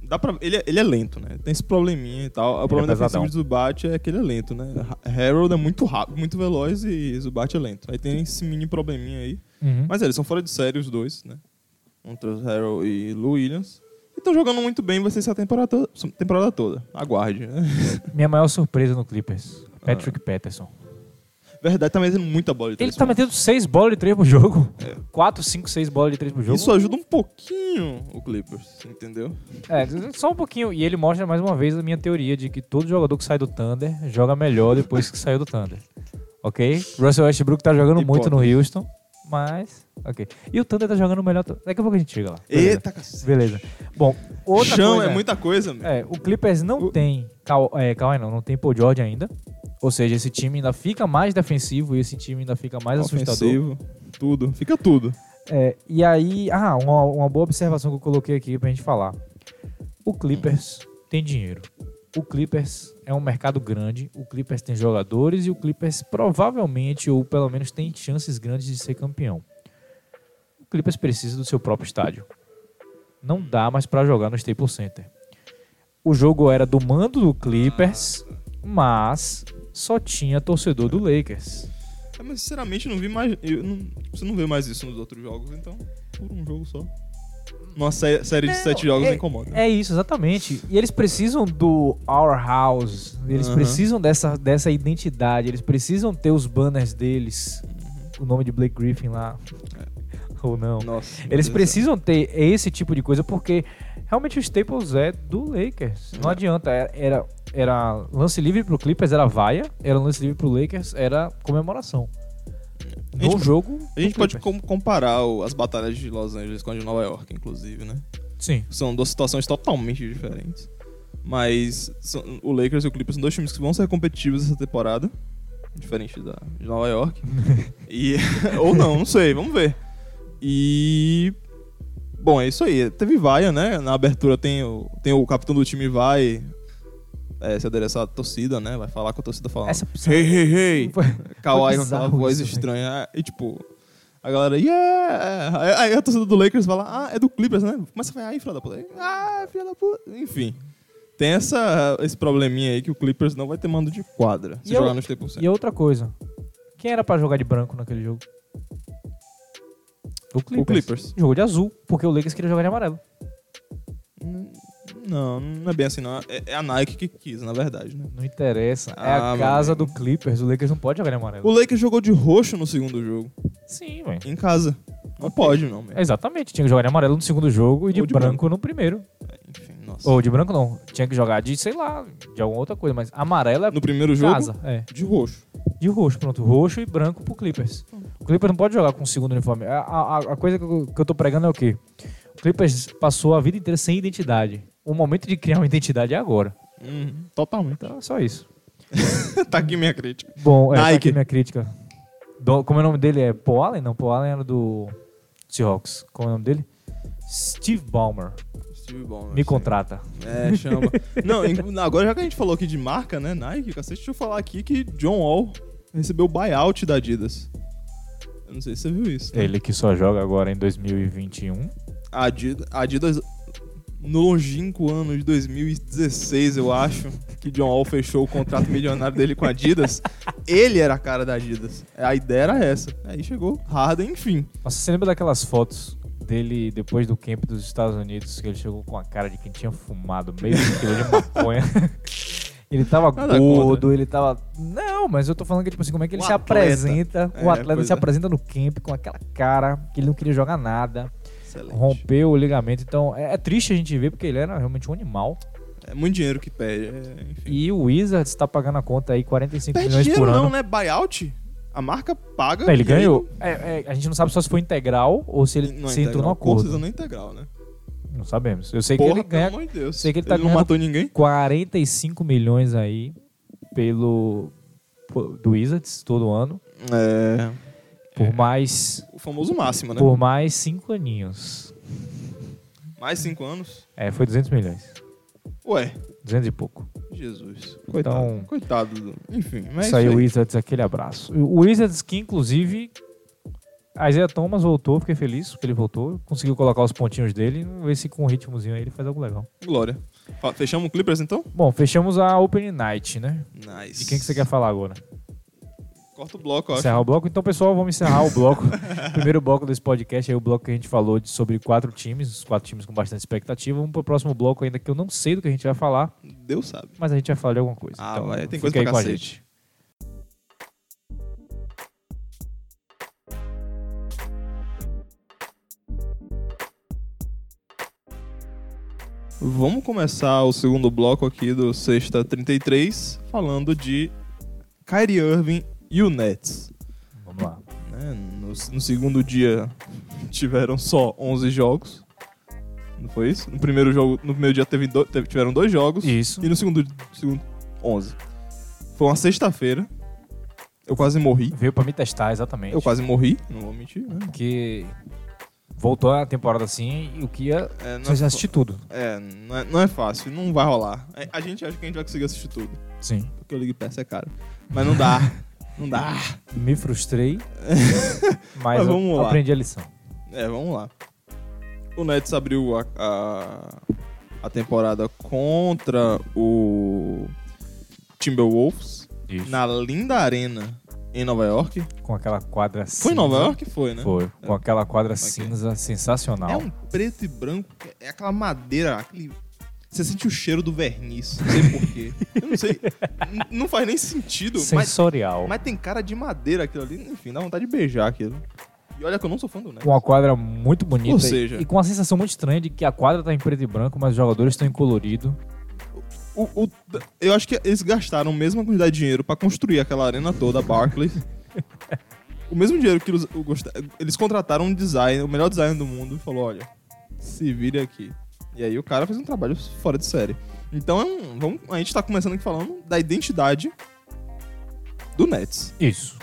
S2: dá pra, ele, é- ele é lento, né? Tem esse probleminha e tal. O problema
S1: é pesadão.
S2: defensivo de Zubat é que ele é lento, né? Ha- Harold é muito rápido, muito veloz e Zubat é lento. Aí tem esse mini probleminha aí.
S1: Uhum.
S2: Mas é, eles são fora de série os dois, né? Contra o Harold e Lou Williams. E estão jogando muito bem, vai ser essa temporada, to- temporada toda. Aguarde, né?
S1: Minha maior surpresa no Clippers: Patrick Patterson.
S2: Verdade, tá metendo muita bola de
S1: Ele
S2: três
S1: tá
S2: pontos.
S1: metendo 6 bolas de 3 pro jogo. 4, 5, 6 bolas de 3 pro jogo.
S2: Isso ajuda um pouquinho o Clippers, entendeu?
S1: É, só um pouquinho. E ele mostra mais uma vez a minha teoria de que todo jogador que sai do Thunder joga melhor depois que saiu do Thunder. Ok? Russell Westbrook tá jogando muito no Houston, mas. Ok. E o Thunder tá jogando melhor. to- Daqui a pouco a gente chega lá. Beleza.
S2: Eita, cacete.
S1: Beleza. Bom, outra
S2: Chão
S1: coisa.
S2: é muita É. coisa, meu.
S1: É, o Clippers não
S2: O-
S1: tem. Cal... É, Kawhi não, não tem Paul George ainda. Ou seja, esse time ainda fica mais defensivo e esse time ainda fica mais é assustador.
S2: Ofensivo, tudo. Fica tudo.
S1: É, e aí, ah, uma, uma boa observação que eu coloquei aqui pra gente falar. O Clippers tem dinheiro. O Clippers é um mercado grande, o Clippers tem jogadores e o Clippers provavelmente, ou pelo menos tem chances grandes de ser campeão. O Clippers precisa do seu próprio estádio. Não dá mais para jogar no Staples Center. O jogo era do mando do Clippers, mas só tinha torcedor do Lakers.
S2: É, mas sinceramente não vi mais. eu não- você não vê mais isso nos outros jogos, então. Por um jogo só. Numa sé- série de
S1: Não,
S2: sete jogos
S1: é-
S2: incomoda.
S1: É isso, exatamente. E eles precisam do Our House, eles
S2: Aham.
S1: precisam dessa, dessa identidade, eles precisam ter os banners deles, o nome de Blake Griffin lá, ou não.
S2: Nossa. meu
S1: é, Eles
S2: Deus do
S1: precisam ter esse tipo de coisa porque realmente o Staples é do Lakers.
S2: É.
S1: Não adianta, era, era, era lance livre pro Clippers, era vaia, era lance livre pro Lakers, era comemoração.
S2: A gente
S1: No
S2: pode-
S1: jogo.
S2: céu. A gente pode com- comparar o- as batalhas de Los Angeles com a de Nova York, inclusive, né?
S1: Sim.
S2: São duas situações totalmente diferentes. Mas são- o Lakers e o Clippers são dois times que vão ser competitivos essa temporada. Diferente da de Nova York. E- ou não, não sei, vamos ver. E. Bom, é isso aí. Teve vaia, né? Na abertura tem o, tem o capitão do time vai é, se adereçar à torcida, né? Vai falar com a torcida falando.
S1: Essa-
S2: Hey, hey, hey!
S1: Foi-
S2: Kawhi
S1: foi
S2: com aquela
S1: bizarro
S2: voz
S1: isso, velho.
S2: estranha. E tipo, a galera, yeah! Aí- Aí a torcida do Lakers fala, ah, é do Clippers, né? Começa a falar, ai, filha da puta. Ah, filha da puta. Enfim. Tem essa, esse probleminha aí que o Clippers não vai ter mando de quadra se
S1: E
S2: jogar
S1: eu-
S2: no Staples Center.
S1: E outra coisa, quem era pra jogar de branco naquele jogo? O Clippers.
S2: O Clippers.
S1: Jogou de azul, porque o Lakers queria jogar de amarelo.
S2: Hum, Não, não é bem assim, não. É, é a Nike que quis, na verdade, né?
S1: Não interessa. é
S2: Ah,
S1: a
S2: meu
S1: casa
S2: amigo.
S1: do Clippers. O Lakers não pode jogar de amarelo.
S2: O Lakers jogou de roxo no segundo jogo,
S1: Sim, velho.
S2: em casa. Não pode, não, mesmo.
S1: Exatamente. Tinha que jogar de amarelo no segundo jogo e de,
S2: Ou de
S1: branco,
S2: branco.
S1: no primeiro.
S2: Enfim, nossa.
S1: Ou de branco não. Tinha que jogar de, sei lá, de alguma outra coisa. Mas amarelo é
S2: No primeiro jogo,
S1: casa. É.
S2: de roxo.
S1: De roxo, pronto. Roxo e branco pro Clippers. O Clippers não pode jogar com o segundo uniforme. A, a- a coisa que eu, que eu tô pregando é o quê? O Clippers passou a vida inteira sem identidade. O momento de criar uma identidade é agora.
S2: Hum, totalmente.
S1: Então é só isso.
S2: tá aqui minha crítica.
S1: Bom, é, tá
S2: Nike.
S1: aqui minha crítica. Do- como é o nome dele? É Paul Allen? Não, Paul Allen era do Seahawks. Como é o nome dele? Steve Ballmer.
S2: Steve Ballmer,
S1: Me
S2: sim.
S1: contrata.
S2: É, chama. não, em- agora já que a gente falou aqui de marca, né, Nike, cacete, deixa eu falar aqui que John Wall recebeu o buyout da Adidas. Eu não sei se você viu isso. né?
S1: Ele que só joga agora em 2021.
S2: A Adidas, a Adidas, no longínquo ano de 2016, eu acho, que John Wall fechou o contrato milionário dele com a Adidas, ele era a cara da Adidas. A ideia era essa. Aí chegou Harden, enfim.
S1: Nossa, você lembra daquelas fotos dele depois do camp dos Estados Unidos, que ele chegou com a cara de quem tinha fumado meio quilo de maconha? ele tava
S2: Nada
S1: gordo,
S2: contra.
S1: ele tava. Não, mas eu tô falando que, tipo assim, como é que ele
S2: Um
S1: se
S2: atleta.
S1: apresenta? O
S2: É,
S1: atleta
S2: pois
S1: se
S2: é.
S1: apresenta no camp com aquela cara que ele não queria jogar nada,
S2: Excelente.
S1: rompeu o ligamento. Então é, é triste a gente ver, porque ele era realmente um animal.
S2: É muito dinheiro que perde, é, enfim.
S1: E o Wizards tá pagando a conta aí 45
S2: Perde
S1: milhões
S2: dinheiro
S1: por ano.
S2: não, né? Buyout, a marca paga.
S1: Não, ele
S2: e aí
S1: ganhou. É, é, a gente não sabe só se foi integral ou se ele
S2: Não é
S1: se entrou no
S2: integral. Com
S1: acordo.
S2: certeza não é integral, né?
S1: Não sabemos. Eu sei que
S2: Porra,
S1: ele ganha
S2: pelo amor de Deus.
S1: sei que ele tá
S2: não
S1: ganhando-
S2: matou ninguém?
S1: 45 milhões aí pelo pô- do Wizards todo ano
S2: É.
S1: por mais
S2: O famoso máximo, né?
S1: por mais cinco aninhos.
S2: Mais cinco anos?
S1: É, foi 200 milhões.
S2: Ué,
S1: 200 e pouco.
S2: Jesus. Coitado.
S1: Então-
S2: Coitado do. Enfim, mas. é
S1: Saiu o
S2: isso. aí.
S1: Wizards, aquele abraço. O Wizards que inclusive a Isaiah Thomas voltou, fiquei feliz que ele voltou, conseguiu colocar os pontinhos dele, vamos ver se com um ritmozinho aí ele faz algo legal.
S2: Glória. Fa- Fechamos o Clippers então?
S1: Bom, fechamos a Open Night, né?
S2: Nice.
S1: De quem que você quer falar agora?
S2: Corta o bloco, eu acho.
S1: Encerrar o bloco. Então, pessoal, vamos encerrar o bloco. Primeiro bloco desse podcast, aí o bloco que a gente falou de, sobre quatro times, os quatro times com bastante expectativa. Vamos pro próximo bloco ainda que eu não sei do que a gente vai falar,
S2: Deus sabe.
S1: mas a gente vai falar de alguma coisa.
S2: Ah,
S1: então,
S2: vai. Tem
S1: fica
S2: coisa pra
S1: aí com a
S2: cacete.
S1: gente.
S2: Vamos começar o segundo bloco aqui do Sexta 33, falando de Kyrie Irving e o Nets.
S1: Vamos lá.
S2: né? No, no segundo dia tiveram só 11 jogos. Não foi isso? No primeiro jogo, no primeiro dia teve do- teve- tiveram dois jogos
S1: Isso.
S2: e no segundo, segundo 11. Foi uma sexta-feira. Eu quase morri.
S1: Veio pra me testar, exatamente.
S2: Eu quase morri, não vou mentir, né?
S1: Porque voltou a temporada assim e o que ia.
S2: É, não
S1: Vocês
S2: é-
S1: assistir tudo.
S2: É, não é, não é fácil, não vai rolar. É, A- A gente acha que a gente vai conseguir assistir tudo,
S1: Sim.
S2: porque o League Pass é caro. Mas não dá, não dá.
S1: Me frustrei, mas,
S2: Mas
S1: eu
S2: vamos lá.
S1: aprendi a lição.
S2: É, vamos lá. O Nets abriu a, a, a temporada contra o Timberwolves
S1: Isso.
S2: na linda arena em Nova York.
S1: Com aquela quadra cinza.
S2: Foi em Nova York? Foi, né? é
S1: Foi. Com aquela quadra
S2: Ok.
S1: cinza sensacional.
S2: É um preto e branco, é aquela madeira, aquele. Você sente o cheiro do verniz, não sei porquê. Eu não sei. n- Não faz nem sentido, mas
S1: Sensorial.
S2: Mas tem cara de madeira aquilo ali, enfim, dá vontade de beijar aquilo. E olha que eu não sou fã do Nets.
S1: Com uma quadra muito bonita.
S2: Ou seja-
S1: E, e com uma sensação muito estranha de que a quadra tá em preto e branco, mas os jogadores estão em colorido.
S2: O- o- eu acho que eles gastaram a mesma quantidade de dinheiro pra construir aquela arena toda, a Barclays. o mesmo dinheiro que eles, o gosta- eles contrataram um designer, o melhor designer do mundo, e falou: olha, se vire aqui. E aí o cara fez um trabalho fora de série. Então é um- vamos- a gente tá começando aqui falando da identidade do Nets.
S1: Isso.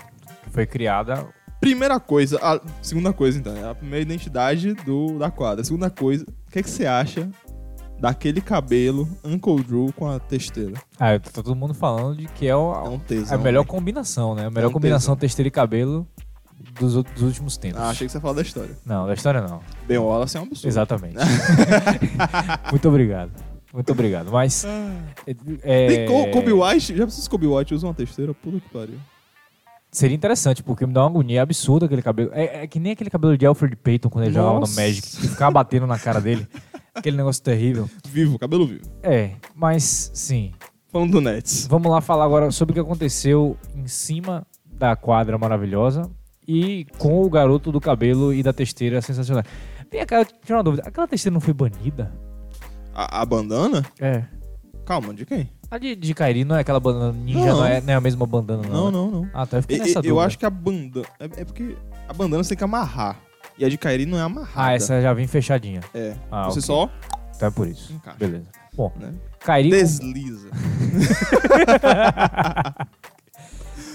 S1: Foi criada.
S2: Primeira coisa, a segunda coisa então, é a primeira identidade do, da quadra. A segunda coisa, o que, é que você acha daquele cabelo Uncle Drew com a testeira?
S1: Ah, tá todo mundo falando de que é, o,
S2: É um tesão.
S1: a melhor
S2: né?
S1: combinação, né? A melhor
S2: um
S1: combinação testeira e cabelo dos, ú- dos últimos tempos.
S2: Ah, achei que você ia falar da história.
S1: Não, da história não.
S2: Ben Wallace é um absurdo.
S1: Exatamente. Muito obrigado. Muito obrigado. Mas. é-
S2: Tem Ah. Co- Kobe White, já precisa Kobe White usa uma testeira, puta que pariu.
S1: Seria interessante, porque me dá uma agonia absurda aquele cabelo. É, é que nem aquele cabelo de Alfred Payton quando ele jogava no
S2: Nossa.
S1: Magic, que ficava batendo na cara dele. Aquele negócio terrível.
S2: Vivo, cabelo vivo.
S1: É, mas sim.
S2: Falando do Nets.
S1: Vamos lá falar agora sobre o que aconteceu em cima da quadra maravilhosa e com o garoto do cabelo e da testeira sensacional. Tem aquela, tinha uma dúvida, aquela testeira não foi banida?
S2: A, a bandana?
S1: É.
S2: Calma, de quem?
S1: A de, de Kairi não é aquela bandana ninja,
S2: Não.
S1: não, é, não é a mesma bandana, não.
S2: Não,
S1: né?
S2: não, não.
S1: Ah, tá. Eu fiquei
S2: E- e-
S1: nessa
S2: eu
S1: dúvida.
S2: acho que a bandana. É, é porque a bandana você tem que amarrar. E a de Kairi não é amarrada.
S1: Ah, essa já vem fechadinha.
S2: É.
S1: Ah,
S2: você
S1: ok.
S2: só
S1: Então é por isso.
S2: Encaixa.
S1: Beleza. Bom,
S2: né,
S1: Kairi
S2: desliza.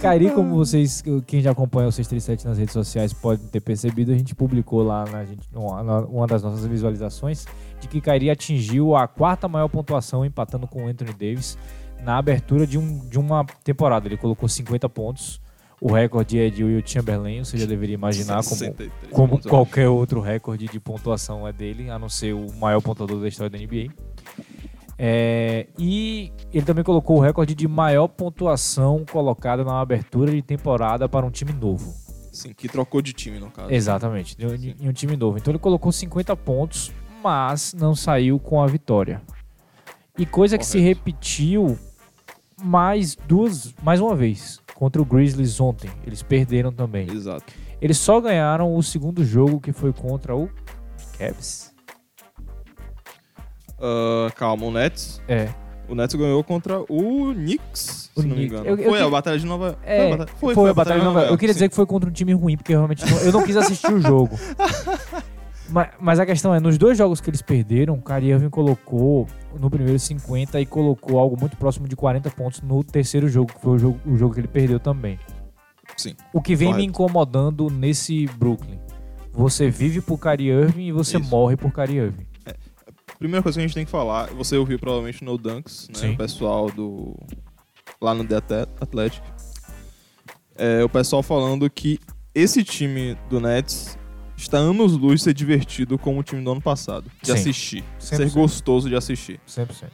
S1: Kairi, como vocês, quem já acompanha o 637 nas redes sociais pode ter percebido, a gente publicou lá na gente, uma, na- uma das nossas visualizações de que Kairi atingiu a quarta maior pontuação empatando com o Anthony Davis na abertura de, um, de uma temporada. Ele colocou 50 pontos. O recorde é de Will Chamberlain, você já deveria imaginar como
S2: 63
S1: como
S2: pontos, eu acho.
S1: qualquer outro recorde de pontuação é dele, a não ser o maior pontuador da história da NBA. É, e ele também colocou o recorde de maior pontuação colocada na abertura de temporada para um time novo.
S2: Sim, que trocou de time, no caso.
S1: Exatamente, de- de- em um time novo. Então ele colocou 50 pontos, mas não saiu com a vitória. E coisa que se
S2: Correto.
S1: repetiu mais duas, mais uma vez contra o Grizzlies ontem. Eles perderam também.
S2: Exato.
S1: Eles só ganharam o segundo jogo que foi contra o Cavs.
S2: Ah, calma, o Nets.
S1: É.
S2: O Nets ganhou contra o Knicks,
S1: O
S2: se não me
S1: Knicks.
S2: engano.
S1: Eu- eu
S2: foi a
S1: que-
S2: Batalha de Nova York.
S1: É, foi, a batalha de Nova York. Eu queria dizer que foi contra um time ruim, porque eu realmente não, eu não quis assistir o jogo. Mas, mas a questão é, nos dois jogos que eles perderam, o Kyrie Irving colocou no primeiro 50 e colocou algo muito próximo de 40 pontos no terceiro jogo, que foi o jogo, o jogo que ele perdeu também.
S2: Sim.
S1: O que vem me
S2: Correto.
S1: incomodando nesse Brooklyn. Você vive por Kyrie Irving e você
S2: Isso.
S1: morre por Kyrie Irving.
S2: Primeira coisa que a gente tem que falar, você ouviu provavelmente no Dunks, né?
S1: Sim.
S2: O pessoal do. lá no The Athe- Athletic. É, o pessoal falando que esse time do Nets está anos-luz ser divertido como o time do ano passado. De
S1: Sim.
S2: assistir. Ser
S1: 100%.
S2: gostoso de assistir.
S1: 100%.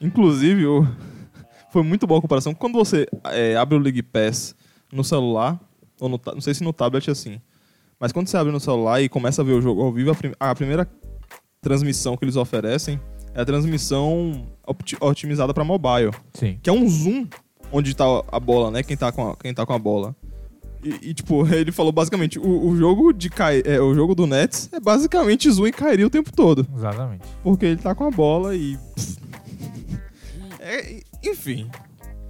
S2: Inclusive, o- foi muito boa a comparação. Quando você é, abre o League Pass no celular, ou no ta- não sei se no tablet é assim, mas quando você abre no celular e começa a ver o jogo ao vivo, a, prim- a primeira transmissão que eles oferecem é a transmissão opti- otimizada para mobile,
S1: Sim.
S2: que é um zoom onde tá a bola, né? Quem tá com a, quem tá com a bola. E, e, tipo, ele falou basicamente, o, o jogo de Kai- é, o jogo do Nets é basicamente zoom e Kairi o tempo todo
S1: Exatamente.
S2: porque ele tá com a bola e. É, enfim,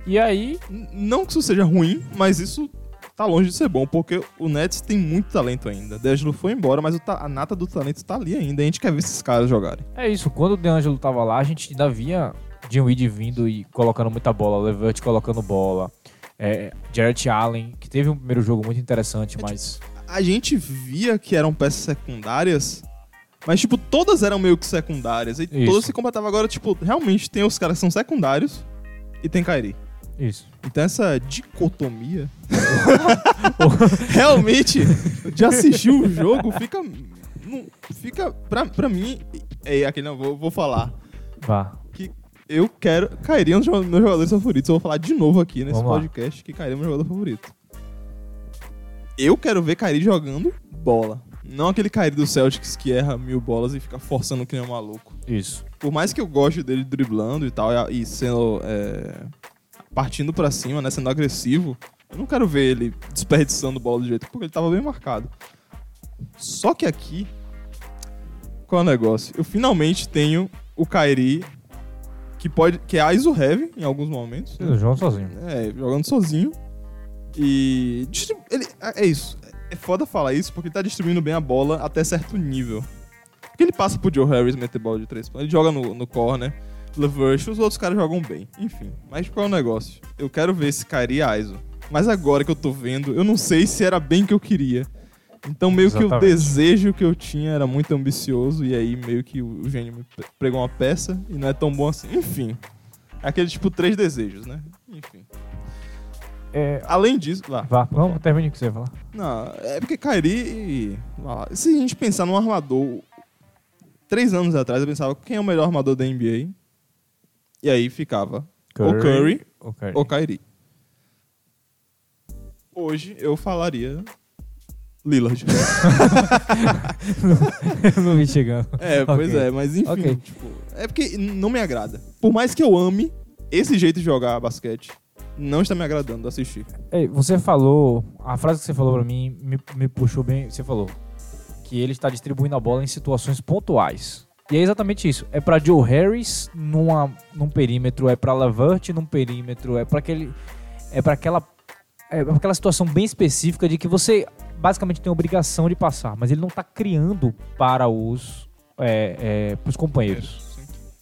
S1: E aí,
S2: n- não que isso seja ruim, mas isso tá longe de ser bom, porque o Nets tem muito talento ainda. D'Angelo foi embora, mas o ta- a nata do talento tá ali ainda. e A gente quer ver esses caras jogarem.
S1: é isso. Quando o DeAngelo tava lá, a gente ainda via Dinwiddie vindo e colocando muita bola, Levert colocando bola, é, Jarrett Allen, que teve um primeiro jogo muito interessante, mas
S2: a gente via que eram peças secundárias, mas, tipo, todas eram meio que secundárias. E
S1: Isso.
S2: todas se completavam agora, tipo, realmente tem os caras que são secundários e tem Kairi.
S1: Isso.
S2: Então essa dicotomia realmente de assistir o jogo fica. não- fica. Pra, pra mim. É aquele não, vou, vou falar.
S1: Vá.
S2: Que eu quero. Cairia um dos meus jogadores favoritos. Eu vou falar de novo aqui nesse
S1: Vamos lá.
S2: podcast que cairia é meu jogador favorito. Eu quero ver Kairi jogando bola. Não aquele Kairi do Celtics que erra mil bolas e fica forçando que nem um maluco
S1: Isso.
S2: por mais que eu goste dele driblando e tal, e a- e sendo. é, partindo pra cima, né? Sendo agressivo, eu não quero ver ele desperdiçando bola do jeito, porque ele tava bem marcado. Só que aqui. Qual é o negócio? Eu finalmente tenho o Kairi, que pode. que é ISO Heavy em alguns momentos. né?
S1: O João sozinho.
S2: É, jogando sozinho. E. distribu- Ele, é é isso. É foda falar isso porque ele tá distribuindo bem a bola até certo nível. Porque ele passa pro Joe Harris meter bola de três pontos. Ele joga no, no corner. Leversh, os outros caras jogam bem. Enfim. Mas qual é o negócio? Eu quero ver esse cara e ISO. Mas agora que eu tô vendo, eu não sei se era bem que eu queria. Então meio que o
S1: Exatamente.
S2: desejo que eu tinha era muito ambicioso. E aí meio que o o gênio me pe- pregou uma peça e não é tão bom assim. Enfim. É Aquele tipo três desejos, né? Enfim.
S1: É,
S2: Além disso, lá.
S1: vá, vamos, termine o que você ia falar.
S2: Não, é porque Kairi. vá lá. Se a gente pensar num armador. Três anos atrás eu pensava quem é o melhor armador da NBA. E aí ficava ou Curry
S1: O Curry.
S2: ou Kairi. Hoje eu falaria Lillard.
S1: Eu não vi chegando.
S2: É, pois
S1: Ok.
S2: é, mas enfim,
S1: Ok.
S2: tipo, é porque não me agrada. Por mais que eu ame esse jeito de jogar basquete, não está me agradando assistir.
S1: Ei, você falou, a frase que você falou pra mim me, me puxou bem. Você falou que ele está distribuindo a bola em situações pontuais. E é exatamente isso. É pra Joe Harris numa, num perímetro, é pra Lavert num perímetro, é pra aquele é pra aquela é pra aquela situação bem específica de que você basicamente tem a obrigação de passar, mas ele não tá criando para os é, é, pros companheiros.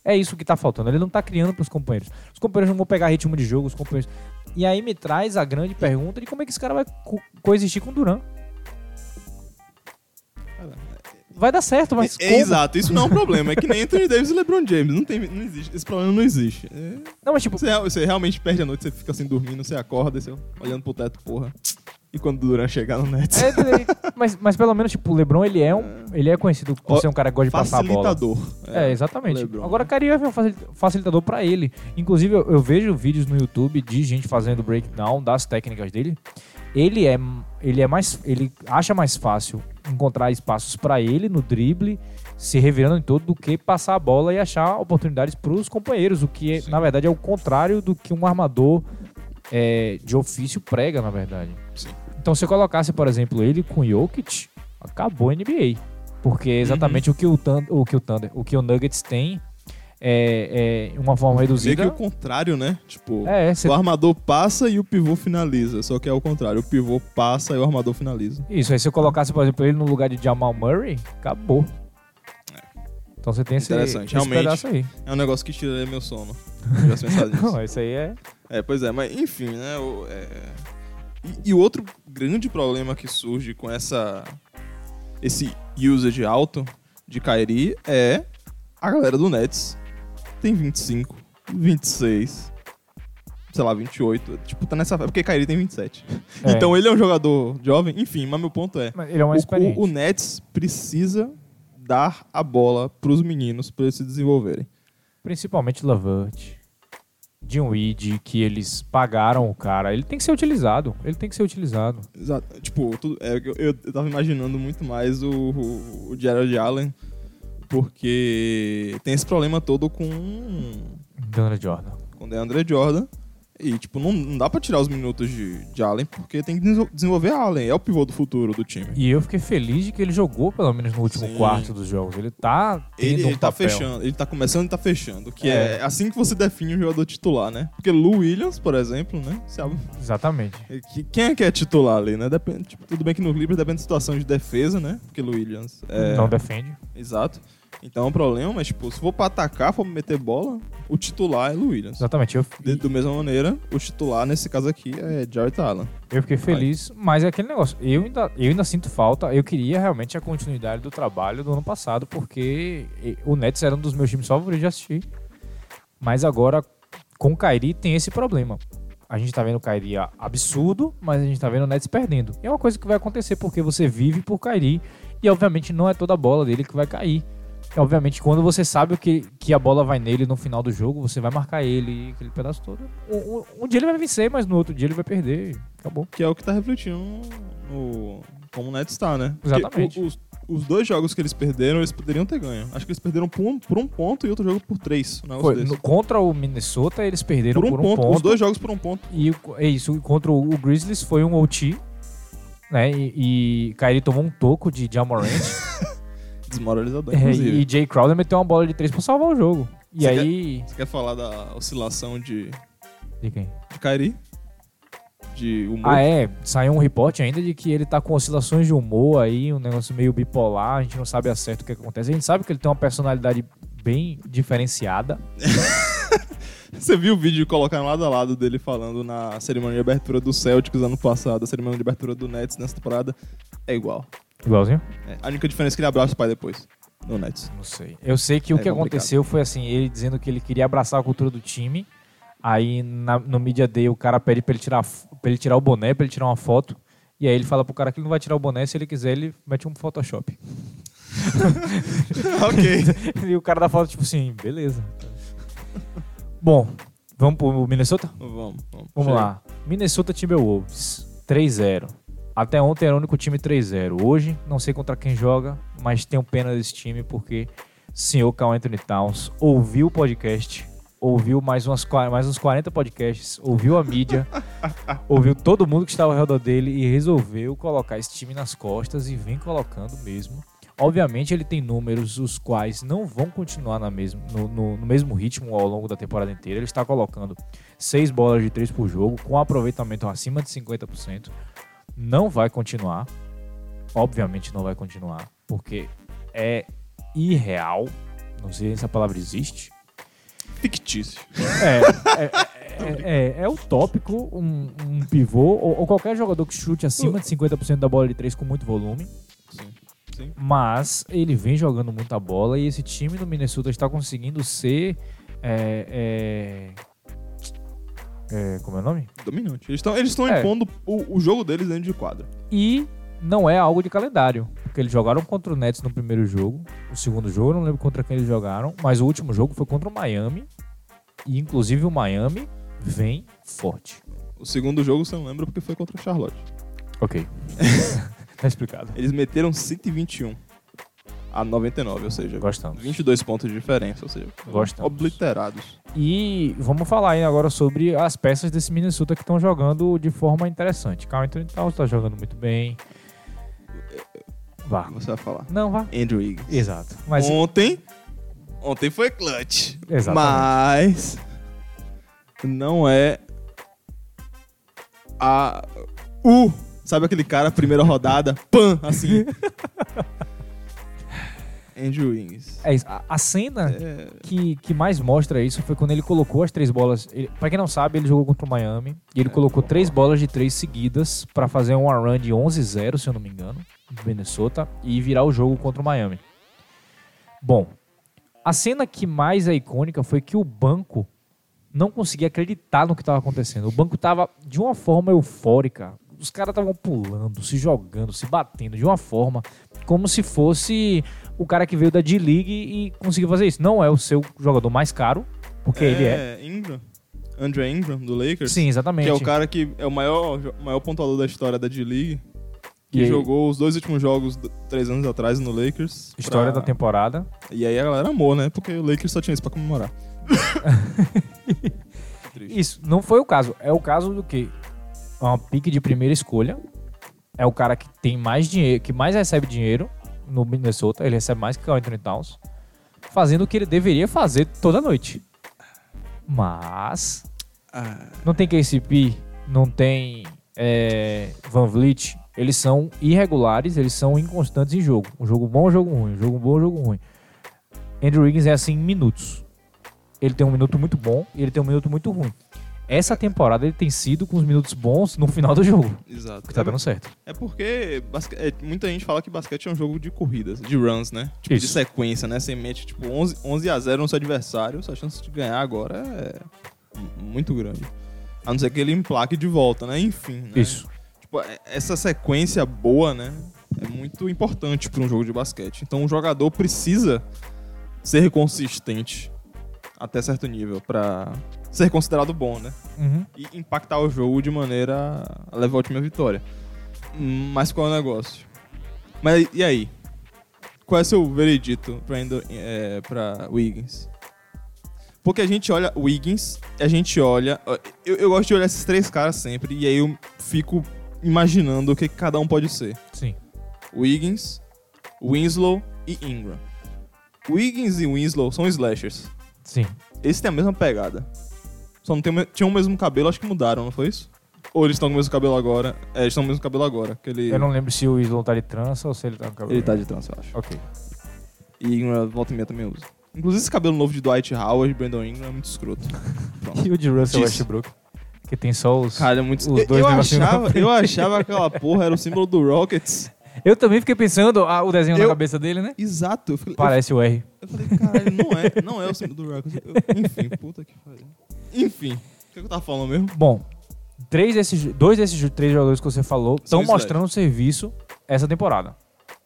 S1: É isso que tá faltando. Ele não tá criando pros companheiros. Os companheiros não vão pegar ritmo de jogo, os companheiros. E aí me traz a grande pergunta de como é que esse cara vai co- coexistir com o Duran. Vai dar certo, mas
S2: É-
S1: como?
S2: é, exato, isso não é um problema. É que nem Anthony Davis e LeBron James. Não tem, não existe. Esse problema não existe. É,
S1: Não, mas tipo,
S2: você, real- você realmente perde a noite, você fica assim dormindo, você acorda, você olhando pro teto, porra. E quando o Duran chegar no Nets.
S1: é, é, mas, mas pelo menos tipo, o LeBron ele é um, ele é conhecido por
S2: Ó,
S1: ser um cara que gosta de passar a bola.
S2: Facilitador.
S1: É, exatamente.
S2: LeBron,
S1: Agora
S2: né?
S1: Kyrie Irving é um facil- facilitador pra ele. Inclusive, eu, eu vejo vídeos no YouTube de gente fazendo breakdown das técnicas dele. Ele é, ele é mais, ele acha mais fácil encontrar espaços pra ele no drible, se revirando em todo, do que passar a bola e achar oportunidades pros companheiros, o que é, na verdade é o contrário do que um armador é, de ofício prega, na verdade.
S2: Sim.
S1: Então, se eu colocasse, por exemplo, ele com Jokic, acabou a NBA. Porque é
S2: Uhum.
S1: exatamente o, que o, Thun- o que o Thunder, o que o Nuggets tem é, é uma forma
S2: Dizer que
S1: reduzida.
S2: o contrário, né? Tipo,
S1: É, cê-
S2: o armador passa e o pivô finaliza. Só que é o contrário. O pivô passa e o armador finaliza.
S1: Isso, aí se eu colocasse, por exemplo, ele no lugar de Jamal Murray, acabou. Então você tem esse,
S2: É. Interessante,
S1: esse
S2: realmente.
S1: pedaço aí.
S2: É um negócio que tira meu sono. Já se pensado nisso.
S1: Não, isso aí é.
S2: É, pois é, mas enfim, né? o- é- E, e o outro grande problema que surge com essa esse usage alto de Kairi é a galera do Nets tem 25, 26, sei lá, 28. Tipo, tá nessa. é Porque Kairi tem 27.
S1: É.
S2: Então ele é um jogador jovem, enfim, mas meu ponto é.
S1: Mas Ele é um experiente.
S2: O, o Nets precisa dar a bola pros meninos pra eles se desenvolverem.
S1: Principalmente Lavert. De um id que eles pagaram o cara. Ele tem que ser utilizado. Ele tem que ser utilizado.
S2: Exato. Tipo, tudo- é, eu, eu eu tava imaginando muito mais o, o, o Gerald Allen, porque tem esse problema todo com
S1: Dana Jordan.
S2: com o DeAndre Jordan. E, tipo, não, não dá pra tirar os minutos de, de Allen, porque tem que desenvol- desenvolver Allen. É o pivô do futuro do time.
S1: E eu fiquei feliz de que ele jogou, pelo menos no último
S2: Sim.
S1: quarto dos jogos. Ele tá tendo
S2: Ele,
S1: um
S2: ele tá
S1: papel.
S2: fechando, ele tá começando e tá fechando, que
S1: É.
S2: é. assim que você define um jogador titular, né? Porque Lou Williams, por exemplo, né? Sabe?
S1: Exatamente.
S2: É que- Quem é que é titular ali, né? Depende, tipo, tudo bem que no Clippers depende da situação de defesa, né? Porque Lou Williams é,
S1: Não defende.
S2: Exato. Então é um problema, mas tipo, se for pra atacar, for meter bola, o titular é Lou Williams.
S1: Exatamente. Eu,
S2: De, da mesma maneira, o titular nesse caso aqui é Jared Allen.
S1: eu fiquei feliz, mas é aquele negócio. Eu ainda, eu ainda sinto falta. Eu queria realmente a continuidade do trabalho do ano passado, porque e- o Nets era um dos meus times favoritos de assistir. Mas agora, com o Kairi, tem esse problema. A gente tá vendo o Kairi absurdo, mas a gente tá vendo o Nets perdendo. E é uma coisa que vai acontecer porque você vive por Kairi e obviamente não é toda a bola dele que vai cair. E, É, obviamente, quando você sabe o que, que a bola vai nele no final do jogo, você vai marcar ele, aquele pedaço todo. Um, um- um dia ele vai vencer, mas no outro dia ele vai perder. Acabou.
S2: Que é o que tá refletindo no. como o Nets está, né? Porque
S1: Exatamente.
S2: o- os, os dois jogos que eles perderam, eles poderiam ter ganho. Acho que eles perderam por um, por um ponto e outro jogo por três. Um negócio
S1: Foi,
S2: desse.
S1: no- contra o Minnesota, eles perderam
S2: por um, ponto, os dois jogos por um ponto.
S1: E o- é isso, contra o, o Grizzlies foi um OT, né? E, e Kyrie tomou um toco de Jamorant.
S2: Desmoralizador,
S1: É,
S2: inclusive.
S1: e Jay Crowder meteu uma bola de três pra salvar o jogo. E
S2: Você
S1: aí.
S2: Você quer falar da oscilação de,
S1: De quem?
S2: de Kairi? De humor?
S1: Ah, é. Saiu um reporte ainda de que ele tá com oscilações de humor aí, um negócio meio bipolar, a gente não sabe a certo o que acontece. A gente sabe que ele tem uma personalidade bem diferenciada.
S2: Você viu o vídeo colocando lado a lado dele falando na cerimônia de abertura do Celtics ano passado, a cerimônia de abertura do Nets nessa temporada? É igual.
S1: Igualzinho?
S2: É, a única diferença é que ele abraça o pai depois, no Nets.
S1: Não sei. Eu sei que o
S2: É
S1: que
S2: complicado.
S1: aconteceu foi assim, ele dizendo que ele queria abraçar a cultura do time. Aí na- no Media Day o cara pede pra ele, tirar, f- pra ele tirar o boné, pra ele tirar uma foto. E aí ele fala pro cara que ele não vai tirar o boné, se ele quiser ele mete um Photoshop.
S2: ok.
S1: e o cara da foto tipo assim, beleza. Bom, vamos pro Minnesota?
S2: Vamos, vamos.
S1: Vamos
S2: Chega.
S1: lá. Minnesota Timberwolves, 3-0. Até ontem era o único time 3-0. Hoje, não sei contra quem joga, mas tenho pena desse time porque o senhor Carl Anthony Towns ouviu o podcast, ouviu mais, umas, qua- mais uns 40 podcasts, ouviu a mídia, ouviu todo mundo que estava ao redor dele e resolveu colocar esse time nas costas e vem colocando mesmo. Obviamente ele tem números os quais não vão continuar na mesmo, no, no- no mesmo ritmo ao longo da temporada inteira. Ele está colocando seis bolas de três por jogo, com aproveitamento acima de 50%. Não vai continuar. Obviamente não vai continuar, porque é irreal. Não sei nem se a palavra existe.
S2: Fictício.
S1: É, é, é, é, é utópico um, um pivô ou, ou qualquer jogador que chute acima de 50% da bola de três com muito volume.
S2: Sim. Sim.
S1: Mas ele vem jogando muita bola e esse time do Minnesota está conseguindo ser. é, é, é, como é o nome?
S2: Dominante. Eles estão eles tão
S1: É.
S2: impondo o, o jogo deles dentro de quadra.
S1: E não é algo de calendário. Porque eles jogaram contra o Nets no primeiro jogo. O segundo jogo, eu não lembro contra quem eles jogaram. Mas o último jogo foi contra o Miami. E inclusive o Miami vem forte.
S2: O segundo jogo você não lembra porque foi contra o Charlotte.
S1: Ok. tá explicado.
S2: Eles meteram 121 a 99, ou seja,
S1: Gostamos.
S2: 22 pontos de diferença, ou seja,
S1: Gostamos.
S2: obliterados.
S1: E vamos falar aí agora sobre as peças desse Minnesota que estão jogando de forma interessante. Carl Anthony Towns tá jogando muito bem. Vá.
S2: Você vai falar.
S1: Não, vá.
S2: Andrew Wiggins.
S1: Exato. Mas
S2: Ontem. Ontem foi clutch.
S1: Exatamente.
S2: Mas. Não é. A. O. Sabe aquele cara, primeira rodada, pam, assim. Andrew Wings.
S1: é isso. A- a cena
S2: É,
S1: que, que mais mostra isso foi quando ele colocou as três bolas. Ele, pra quem não sabe, ele jogou contra o Miami. E ele colocou três bolas de três seguidas pra fazer um run de 11-0, se eu não me engano, do Minnesota, e virar o jogo contra o Miami. Bom, a cena que mais é icônica foi que o banco não conseguia acreditar no que estava acontecendo. O banco tava de uma forma eufórica. Os caras estavam pulando, se jogando, se batendo de uma forma como se fosse o cara que veio da D-League e conseguiu fazer isso. Não é o seu jogador mais caro, porque ele é.
S2: Ingram. Andrew Ingram, do Lakers.
S1: Sim, exatamente.
S2: Que é o cara que é o maior, o maior pontuador da história da D-League. Que
S1: E aí-
S2: jogou os dois últimos jogos d- três anos atrás no Lakers.
S1: História
S2: pra-
S1: da temporada.
S2: E aí a galera amou, né? Porque o Lakers só tinha isso pra comemorar. Triste.
S1: Isso, não foi o caso. É o caso do quê? É uma pique de primeira escolha. É o cara que tem mais dinheiro, que mais recebe dinheiro no Minnesota. Ele recebe mais que o Anthony Towns. Fazendo o que ele deveria fazer toda noite. Mas
S2: Ah,
S1: não tem KCP, não tem é, Van Vliet, eles são irregulares, eles são inconstantes em jogo. Um jogo bom, um jogo ruim, um jogo bom, um jogo ruim. Andrew Wiggins é assim em minutos. Ele tem um minuto muito bom e ele tem um minuto muito ruim. Essa temporada ele tem sido com os minutos bons no final do jogo,
S2: Exato.
S1: que tá
S2: é,
S1: dando certo.
S2: é porque basque- é, muita gente fala que basquete é um jogo de corridas, de runs, né? Tipo, de
S1: Isso.
S2: sequência, né? Você mete tipo 11, 11 a 0 no seu adversário, sua chance de ganhar agora é m- muito grande. A não ser que ele emplaque de volta, né? Enfim, né?
S1: Isso.
S2: Tipo, é- essa sequência boa, né? É muito importante para um jogo de basquete. Então o jogador precisa ser consistente até certo nível para ser considerado bom, né?
S1: Uhum.
S2: e impactar o jogo de maneira a levar o time à vitória. Hum, Mas qual é o negócio? Mas e aí? Qual é seu veredito pra, Endo, é, pra Wiggins? Porque a gente olha Wiggins, a gente olha. ó, Eu, eu gosto de olhar esses três caras sempre, e aí eu fico imaginando o que cada um pode ser.
S1: Sim.
S2: Wiggins, Winslow e Ingram. Wiggins e Winslow são slashers.
S1: Sim.
S2: Eles têm a mesma pegada. Só não tem, o me- tinham o mesmo cabelo, acho que mudaram, não foi isso? Ou eles estão com o mesmo cabelo agora? É, eles estão com o mesmo cabelo agora. Que ele,
S1: Eu não lembro se o Islo tá de trança ou se ele tá com cabelo.
S2: ele tá de trança, eu acho.
S1: Ok.
S2: E Ingram, volta e meia também usa. Inclusive esse cabelo novo de Dwight Howard, Brandon Ingram, é muito escroto. Pronto.
S1: E o de Russell
S2: Diz.
S1: Westbrook? Que tem só os.
S2: Cara, é muito
S1: Os
S2: eu-
S1: dois
S2: eu,
S1: negocinho na
S2: achava,
S1: frente.
S2: eu achava que aquela porra era o símbolo do Rockets.
S1: Eu também fiquei pensando ah, o desenho na
S2: Eu-
S1: cabeça dele, né?
S2: Exato. Eu, falei-
S1: Parece o R.
S2: eu falei, caralho, não é, não é o símbolo do Rockets. Eu- enfim, puta que pariu. Enfim, o que, que eu tava falando mesmo?
S1: Bom, três desses, dois desses três jogadores que você falou
S2: São
S1: estão
S2: slashers.
S1: mostrando serviço essa temporada.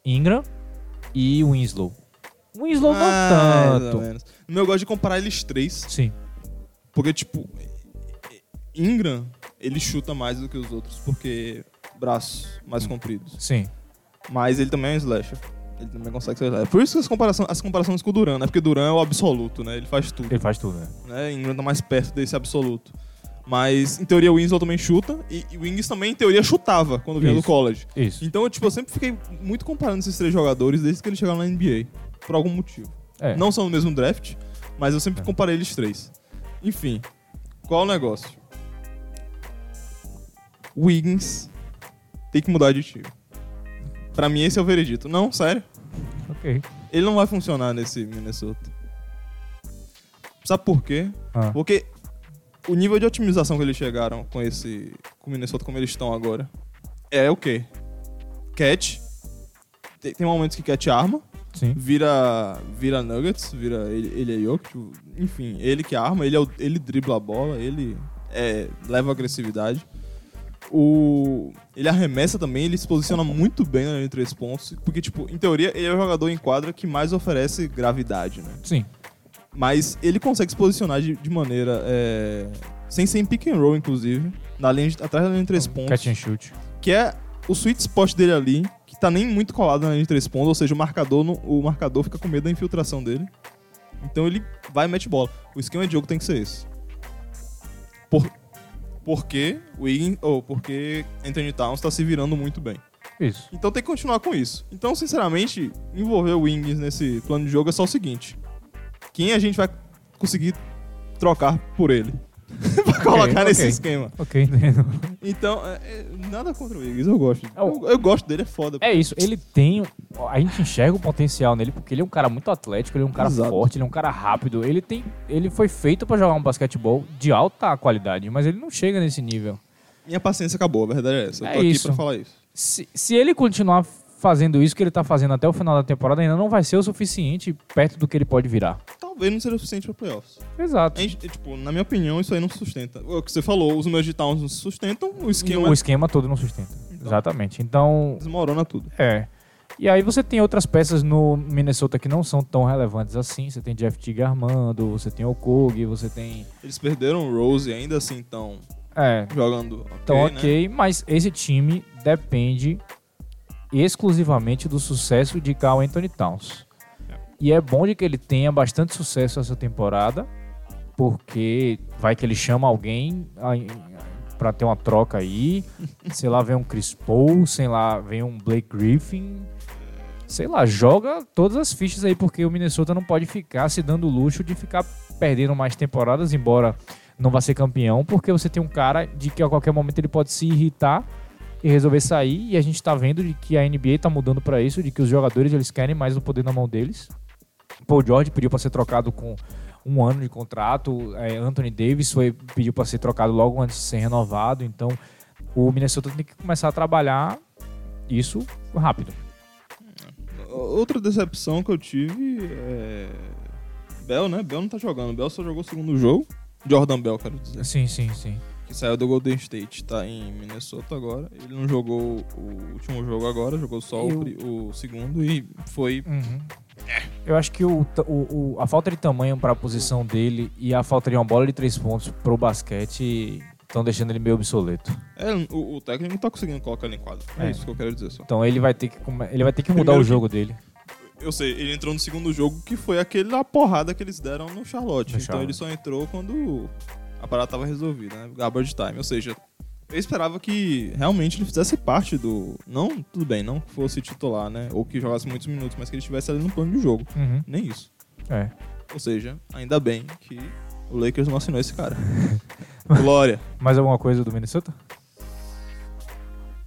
S1: Ingram e Winslow. Winslow
S2: Mais
S1: não
S2: ou
S1: tanto.
S2: menos. No meu, eu gosto de comparar eles três.
S1: Sim,
S2: Porque, tipo, Ingram, ele chuta mais do que os outros, porque braços mais compridos.
S1: sim.
S2: Mas ele também é um slasher. Ele também consegue ser um slasher. Por isso que as, comparação, as comparações com o Duran, né? Porque Duran é o absoluto, né? Ele faz tudo.
S1: Ele faz tudo, né?
S2: Né? Ingram tá mais perto desse absoluto. Mas, em teoria, o Winslow também chuta. E, e o Wings também, em teoria, chutava quando vinha do
S1: Isso.
S2: college.
S1: Isso.
S2: Então, eu, tipo, eu sempre fiquei muito comparando esses três jogadores desde que eles chegaram na NBA. Por algum motivo.
S1: É.
S2: Não são no mesmo draft, mas eu sempre comparei eles três. Enfim, qual o negócio? Wiggins tem que mudar de time. Pra mim, esse é o veredito. Não, sério.
S1: É, Ok.
S2: Ele não vai funcionar nesse Minnesota. Sabe por quê?
S1: Ah,
S2: Porque o nível de otimização que eles chegaram com esse. com o Minnesota como eles estão agora. É o quê? Cat. Tem, tem momentos que Cat arma
S1: sim.
S2: vira vira Nuggets, vira ele, ele é Jokic, enfim, ele que arma, ele, é o- ele dribla a bola, ele é, leva agressividade. O, ele arremessa também, ele se posiciona muito bem na linha de três pontos, porque, tipo, em teoria, ele é o jogador em quadra que mais oferece gravidade, né?
S1: Sim.
S2: Mas ele consegue se posicionar de, de maneira. é, sem ser em pick and roll, inclusive, na linha de- atrás da linha de três pontos
S1: Então, Catch and shoot.
S2: que é o sweet spot dele ali, que tá nem muito colado na linha de três pontos, ou seja, o marcador, não- o marcador fica com medo da infiltração dele. Então ele vai e mete bola. O esquema de jogo tem que ser esse. Por, porque o Wiggins, ou porque Anthony Towns tá se virando muito bem.
S1: Isso.
S2: Então tem que continuar com isso. Então, sinceramente, envolver o Wiggins nesse plano de jogo é só o seguinte: quem a gente vai conseguir trocar por ele? pra colocar nesse
S1: ok.
S2: esquema.
S1: Ok, entendo.
S2: Então, é- é- nada contra o Wiggins, eu gosto.
S1: É o-
S2: Eu, eu gosto dele, é foda.
S1: É isso, ele tem. um, A gente enxerga o potencial nele, porque ele é um cara muito atlético, ele é um cara
S2: Exato.
S1: forte, ele é um cara rápido. Ele tem. Ele foi feito pra jogar um basquetebol de alta qualidade, mas ele não chega nesse nível.
S2: Minha paciência acabou, a verdade é essa. Eu
S1: É
S2: tô aqui
S1: isso.
S2: pra falar isso.
S1: Se, se ele continuar fazendo isso que ele tá fazendo até o final da temporada, ainda não vai ser o suficiente perto do que ele pode virar.
S2: Talvez não seja o suficiente pra playoffs.
S1: Exato.
S2: É, é, tipo, na minha opinião, isso aí não se sustenta. É O que você falou, os meus de Towns não se sustentam, o esquema
S1: O esquema todo não sustenta. Exatamente. Então,
S2: desmorona tudo.
S1: É. E aí você tem outras peças no Minnesota que não são tão relevantes assim. Você tem Jeff Tigre armando, você tem Okog, você tem.
S2: Eles perderam o Rose e ainda assim estão
S1: É,
S2: jogando ok,
S1: então ok,
S2: né?
S1: mas esse time depende exclusivamente do sucesso de Carl Anthony Towns. E é bom de que ele tenha bastante sucesso essa temporada, porque vai que ele chama alguém aí, pra ter uma troca aí. sei lá, vem um Chris Paul, sei lá, vem um Blake Griffin. Sei lá, joga todas as fichas aí, porque o Minnesota não pode ficar se dando o luxo de ficar perdendo mais temporadas, embora não vai ser campeão, porque você tem um cara de que a qualquer momento ele pode se irritar e resolver sair. E a gente tá vendo de que a NBA tá mudando pra isso, de que os jogadores eles querem mais o poder na mão deles. Paul George pediu para ser trocado com um ano de contrato. É, Anthony Davis foi, pediu para ser trocado logo antes de ser renovado. Então, o Minnesota tem que começar a trabalhar isso rápido.
S2: né? Outra decepção que eu tive é. Bell, né? Bell não tá jogando. Bell só jogou o segundo jogo. Jordan Bell, quero dizer.
S1: Sim, sim, sim.
S2: Que saiu do Golden State, tá em Minnesota agora. Ele não jogou o último jogo agora, jogou só o
S1: Eu-
S2: pri- o segundo e foi
S1: Uhum. Eu acho que o, ta- o- o- a falta de tamanho para a posição dele e a falta de uma bola de três pontos pro basquete estão deixando ele meio obsoleto.
S2: É, o, o técnico não tá conseguindo colocar ele em quadro. É,
S1: É.
S2: isso que eu quero dizer só.
S1: Então ele vai ter que come- ele vai ter que mudar
S2: Primeiro
S1: o
S2: que-
S1: jogo dele.
S2: Eu sei, ele entrou no segundo jogo que foi aquele lá porrada que eles deram no Charlotte.
S1: No
S2: então ele
S1: Charlotte.
S2: só entrou quando a parada tava resolvida, né? Garbage time. Ou seja, eu esperava que realmente ele fizesse parte do. Não, tudo bem, não que fosse titular, né? Ou que jogasse muitos minutos, mas que ele estivesse ali no plano de jogo.
S1: Uhum.
S2: Nem isso.
S1: É.
S2: Ou seja, ainda bem que o Lakers não assinou esse cara. Glória.
S1: Mais alguma coisa do Minnesota?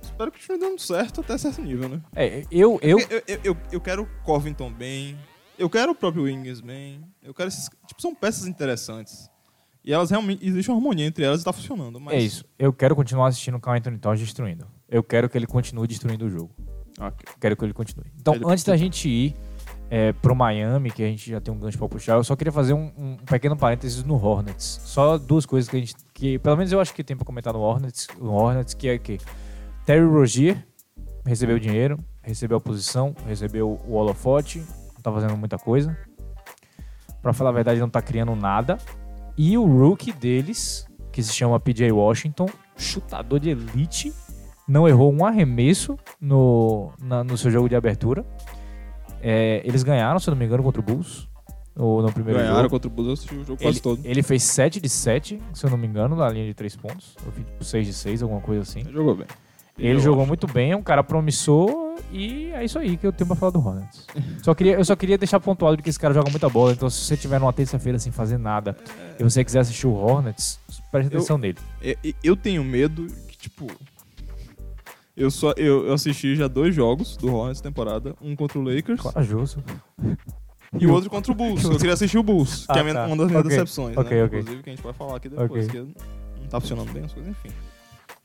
S2: Espero que esteja dando certo até certo nível, né?
S1: É, eu, eu,
S2: Eu, eu, eu, eu quero Covington bem. Eu quero o próprio Wings bem. Eu quero esses. Tipo, são peças interessantes. E elas realmente. Existe uma harmonia entre elas e tá funcionando. Mas...
S1: É isso. Eu quero continuar assistindo o Carl Anthony Towns destruindo. Eu quero que ele continue destruindo o jogo.
S2: Ok.
S1: Quero que ele continue. Então,
S2: Ele-
S1: antes da gente ir é, pro Miami, que a gente já tem um gancho pra puxar, eu só queria fazer um, um pequeno parênteses no Hornets. Só duas coisas que a gente. Que, pelo menos eu acho que tem pra comentar no Hornets, no Hornets que é que Terry Rogier recebeu dinheiro, recebeu a posição, recebeu o holofote, não tá fazendo muita coisa. Pra falar a verdade, não tá criando nada. E o rookie deles, que se chama PJ Washington, chutador de elite, não errou um arremesso no, na- no seu jogo de abertura. É, eles ganharam, se eu não me engano, contra o Bulls. Ou no primeiro
S2: Ganharam
S1: jogo.
S2: contra o Bulls, eu assisti o jogo
S1: Ele,
S2: quase todo.
S1: ele fez 7 de 7, se eu não me engano, na linha de 3 pontos. Ou tipo 6 de 6, alguma coisa assim.
S2: Ele jogou bem.
S1: Ele jogou muito bem, é um cara promissor e é isso aí que eu tenho pra falar do Hornets. Só queria, eu só queria deixar pontuado que esse cara joga muita bola, então se você tiver numa terça-feira sem fazer nada e você quiser assistir o Hornets, preste
S2: Eu-
S1: atenção nele.
S2: Eu, eu tenho medo que, tipo. Eu só. Eu, eu assisti já dois jogos do Hornets temporada. Um contra o Lakers
S1: Corajoso.
S2: e o outro contra o Bulls. Eu queria assistir o Bulls, que é a
S1: Ah,
S2: minha-
S1: tá.
S2: uma das minhas
S1: Ok,
S2: decepções,
S1: ok,
S2: né?
S1: ok.
S2: Inclusive, que a gente vai falar aqui depois,
S1: Ok.
S2: que não tá funcionando bem as coisas, enfim.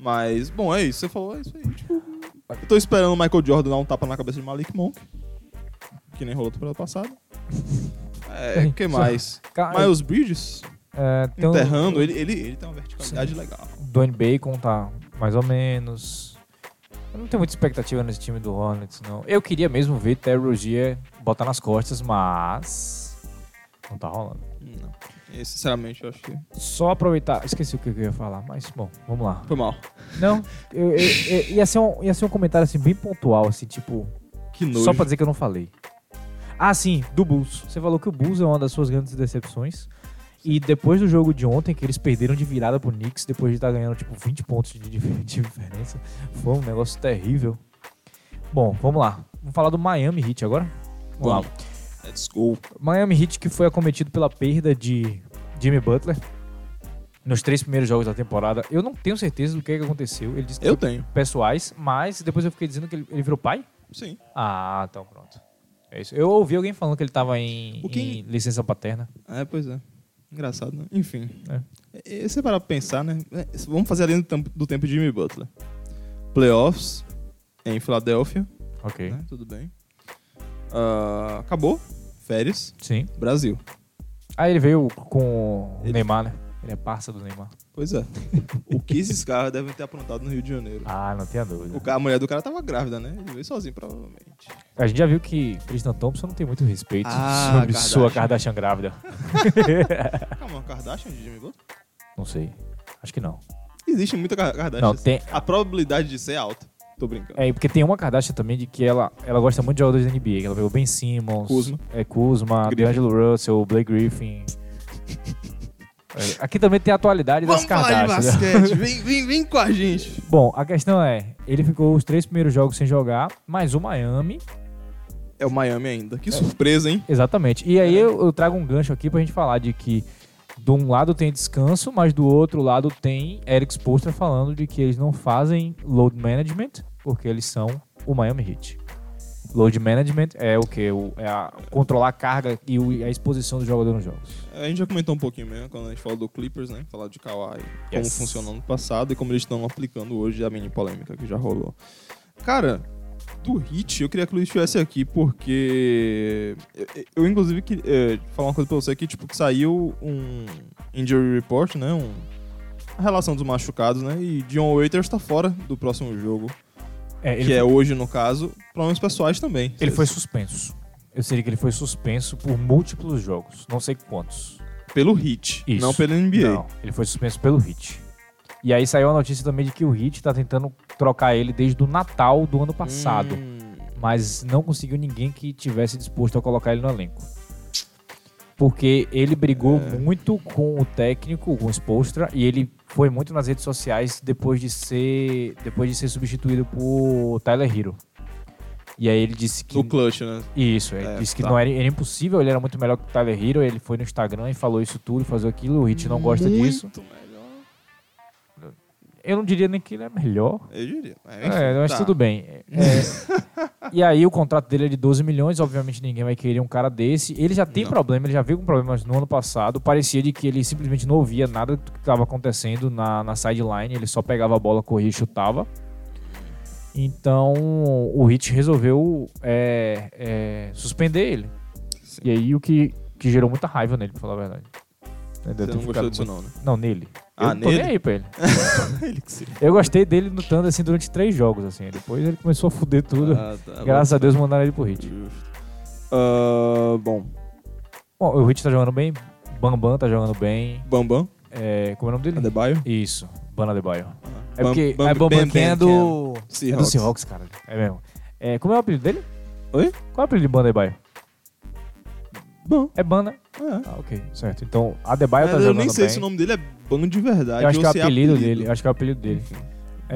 S2: Mas, bom, é isso. Você falou, é isso aí. Tipo, eu tô esperando o Michael Jordan dar um tapa na cabeça de Malik Monk, que nem rolou temporada passada. É,
S1: Peraí,
S2: que
S1: só-
S2: mais?
S1: Cara,
S2: Miles Bridges,
S1: é, tem um-
S2: enterrando, ele, ele, ele tem uma verticalidade legal.
S1: Dwayne Bacon tá mais ou menos. Eu não tenho muita expectativa nesse time do Hornets, não. Eu queria mesmo ver Terry Rogier botar nas costas, mas. Não tá rolando.
S2: Não. E, sinceramente, eu acho que
S1: Só aproveitar. Esqueci o que eu ia falar, mas bom, vamos lá.
S2: foi mal.
S1: Não, eu, eu- eu- ia, ser um, ia ser um comentário assim, bem pontual, assim, tipo.
S2: Que nojo.
S1: Só pra dizer que eu não falei. Ah, sim, do Bulls. Você falou que o Bulls é uma das suas grandes decepções. E depois do jogo de ontem, que eles perderam de virada pro Knicks, depois de estar ganhando tipo 20 pontos de, dif- de diferença, foi um negócio terrível. Bom, vamos lá. Vamos falar do Miami Heat agora?
S2: Vamos. Let's go.
S1: Miami Heat que foi acometido pela perda de Jimmy Butler nos três primeiros jogos da temporada. Eu não tenho certeza do que, que aconteceu. Ele disse que
S2: Eu tenho.
S1: pessoais, mas depois eu fiquei dizendo que ele, ele virou pai.
S2: Sim.
S1: Ah, então pronto. É isso. Eu ouvi alguém falando que ele tava em,
S2: O que-
S1: em licença paterna.
S2: É, pois é. Engraçado, né? Enfim.
S1: É.
S2: E- e Você parar pra pensar, né? É, Vamos fazer além do tempo, do tempo de Jimmy Butler. Playoffs em Filadélfia,
S1: Ok.
S2: né? Tudo bem. Ah, acabou. Férias,
S1: Sim.
S2: Brasil.
S1: Aí ele veio com o
S2: Ele-
S1: Neymar, né? Ele é parça do Neymar.
S2: Pois é. o que esses caras devem ter aprontado no Rio de Janeiro?
S1: Ah, não tenha dúvida.
S2: O cara- a mulher do cara tava grávida, né? Ele veio sozinho, provavelmente.
S1: A gente já viu que Christian Thompson não tem muito respeito
S2: Ah,
S1: sobre sua
S2: Kardashian.
S1: Kardashian grávida.
S2: Calma, Kardashian de Jimmy Butler?
S1: Não sei. Acho que não.
S2: Existe muita Ka- Kardashian. assim.
S1: Não, tem-
S2: A probabilidade de ser é alta. Tô brincando.
S1: É, porque tem uma Kardashian também de que ela, ela gosta muito de jogadores da NBA. que Ela pegou Ben Simmons,
S2: Kuzma.
S1: é, Kuzma
S2: Griffin.
S1: D'Angelo Russell, Blake Griffin. É, Aqui também tem a atualidade
S2: Vamos
S1: das
S2: falar de
S1: Kardashian. né?
S2: basquete. vem, vem, vem com a gente.
S1: Bom, a questão é, ele ficou os três primeiros jogos sem jogar, mas o Miami,
S2: É o Miami ainda. Que surpresa, hein?
S1: exatamente. E aí eu, eu trago um gancho aqui pra gente falar de que de um lado tem descanso, mas do outro lado tem Eric Spoelstra falando de que eles não fazem load management, porque eles são o Miami Heat. Load management é o quê? O- é a- controlar a carga e o- a exposição do jogador nos jogos.
S2: A gente já comentou um pouquinho mesmo quando a gente falou do Clippers, né? Falar de Kawhi, como
S1: Yes.
S2: funcionou no passado e como eles estão aplicando hoje a mini polêmica que já rolou. Cara, do Hit, eu queria que o Luiz estivesse aqui porque eu, eu, inclusive queria eh, falar uma coisa pra você aqui, tipo, que saiu um injury report, né? Um, a relação dos machucados, né? E John Waiters tá fora do próximo jogo,
S1: É, ele
S2: que é hoje no caso, problemas pessoais também.
S1: Ele foi suspenso. Eu sei que ele foi suspenso por múltiplos jogos, não sei quantos.
S2: pelo Hit,
S1: Isso.
S2: não pelo NBA.
S1: Não, ele foi suspenso pelo Hit. E aí saiu a notícia também de que o Hit tá tentando trocar ele desde o Natal do ano passado,
S2: Hum,
S1: mas não conseguiu ninguém que tivesse disposto a colocar ele no elenco. Porque ele brigou
S2: É.
S1: muito com o técnico, com o Spolstra, e ele foi muito nas redes sociais depois de ser depois de ser substituído por Tyler Hero. E aí ele disse que
S2: no clutch, né?
S1: isso, ele
S2: É,
S1: disse que
S2: tá.
S1: não era, era impossível, ele era muito melhor que o Tyler Hero, ele foi no Instagram e falou isso tudo, fazer aquilo, o Hit não gosta
S2: Muito
S1: disso.
S2: melhor.
S1: Eu não diria nem que ele é melhor.
S2: Eu diria. Mas, enfim,
S1: É, mas
S2: tá.
S1: tudo bem. É, e aí o contrato dele é de 12 milhões, obviamente ninguém vai querer um cara desse. Ele já tem
S2: Não.
S1: problema, ele já veio com problemas no ano passado. Parecia de que ele simplesmente não ouvia nada do que estava acontecendo na, na sideline, ele só pegava a bola, corria e chutava. Então o Hit resolveu é, é, suspender ele.
S2: Sim.
S1: E aí o que, que gerou muita raiva nele, pra falar a verdade. Eu
S2: Você
S1: tenho
S2: não
S1: ficado
S2: gostou disso
S1: muito-
S2: não, né?
S1: Não, nele.
S2: Ah,
S1: eu não tô nem
S2: nele?
S1: aí pra ele.
S2: Ele que se...
S1: Eu gostei dele no Thunder, assim, durante três jogos, assim. Depois ele começou a fuder tudo.
S2: Ah,
S1: Graças a Deus mandaram ele pro Hit.
S2: Ah, bom,
S1: Bom, o Hit tá jogando bem, Bambam tá jogando bem.
S2: Bambam,
S1: É, como é o nome dele?
S2: Adebayo.
S1: Isso, Bana Adebayo. É
S2: Bam-
S1: porque
S2: Bam-
S1: é Bambam
S2: Bam-
S1: quem é
S2: Bam-
S1: do...
S2: Cam.
S1: É do
S2: Seahawks.
S1: Seahawks, cara. É mesmo. É, como é o apelido dele?
S2: Oi?
S1: Qual é o apelido de Bana Adebayo?
S2: Bom,
S1: É Bana.
S2: é.
S1: Ah, ok, certo. Então, Adebayo tá
S2: Mas
S1: jogando
S2: eu
S1: bem.
S2: nem sei se o nome dele é Bam de verdade.
S1: Eu acho que é o
S2: ou se
S1: apelido dele. eu acho que é o apelido dele.
S2: Bom,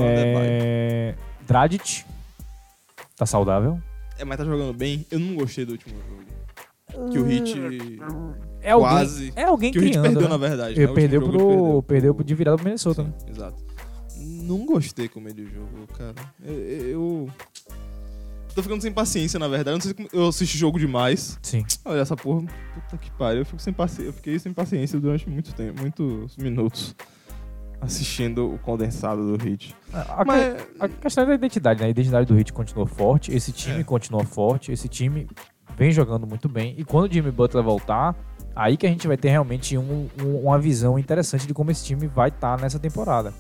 S1: É... Dradit. Tá saudável.
S2: É, mas tá jogando bem. Eu não gostei do último jogo. Que o Hit...
S1: É alguém,
S2: Quase.
S1: É alguém
S2: Que o Hit
S1: criando,
S2: perdeu,
S1: né?
S2: na verdade.
S1: Ele
S2: né? O último
S1: perdeu,
S2: jogo
S1: pro,
S2: ele
S1: perdeu.
S2: pro-
S1: de virada pro Minnesota. né?
S2: Sim, exato. Não gostei como ele jogou, cara. Eu, eu- Tô ficando sem paciência, na verdade. Eu Não sei como... Eu assisto jogo demais.
S1: Sim.
S2: Olha essa porra. Puta que pariu. Eu, fico sem paci... eu fiquei sem paciência durante muito tempo, muitos minutos. Assistindo o condensado do hit.
S1: A, a-
S2: Mas-
S1: a questão é da identidade, né? A identidade do Hit continua forte, esse time
S2: É.
S1: continua forte, esse time vem jogando muito bem. E quando o Jimmy Butler voltar, aí que a gente vai ter realmente um- um- uma visão interessante de como esse time vai estar nessa temporada.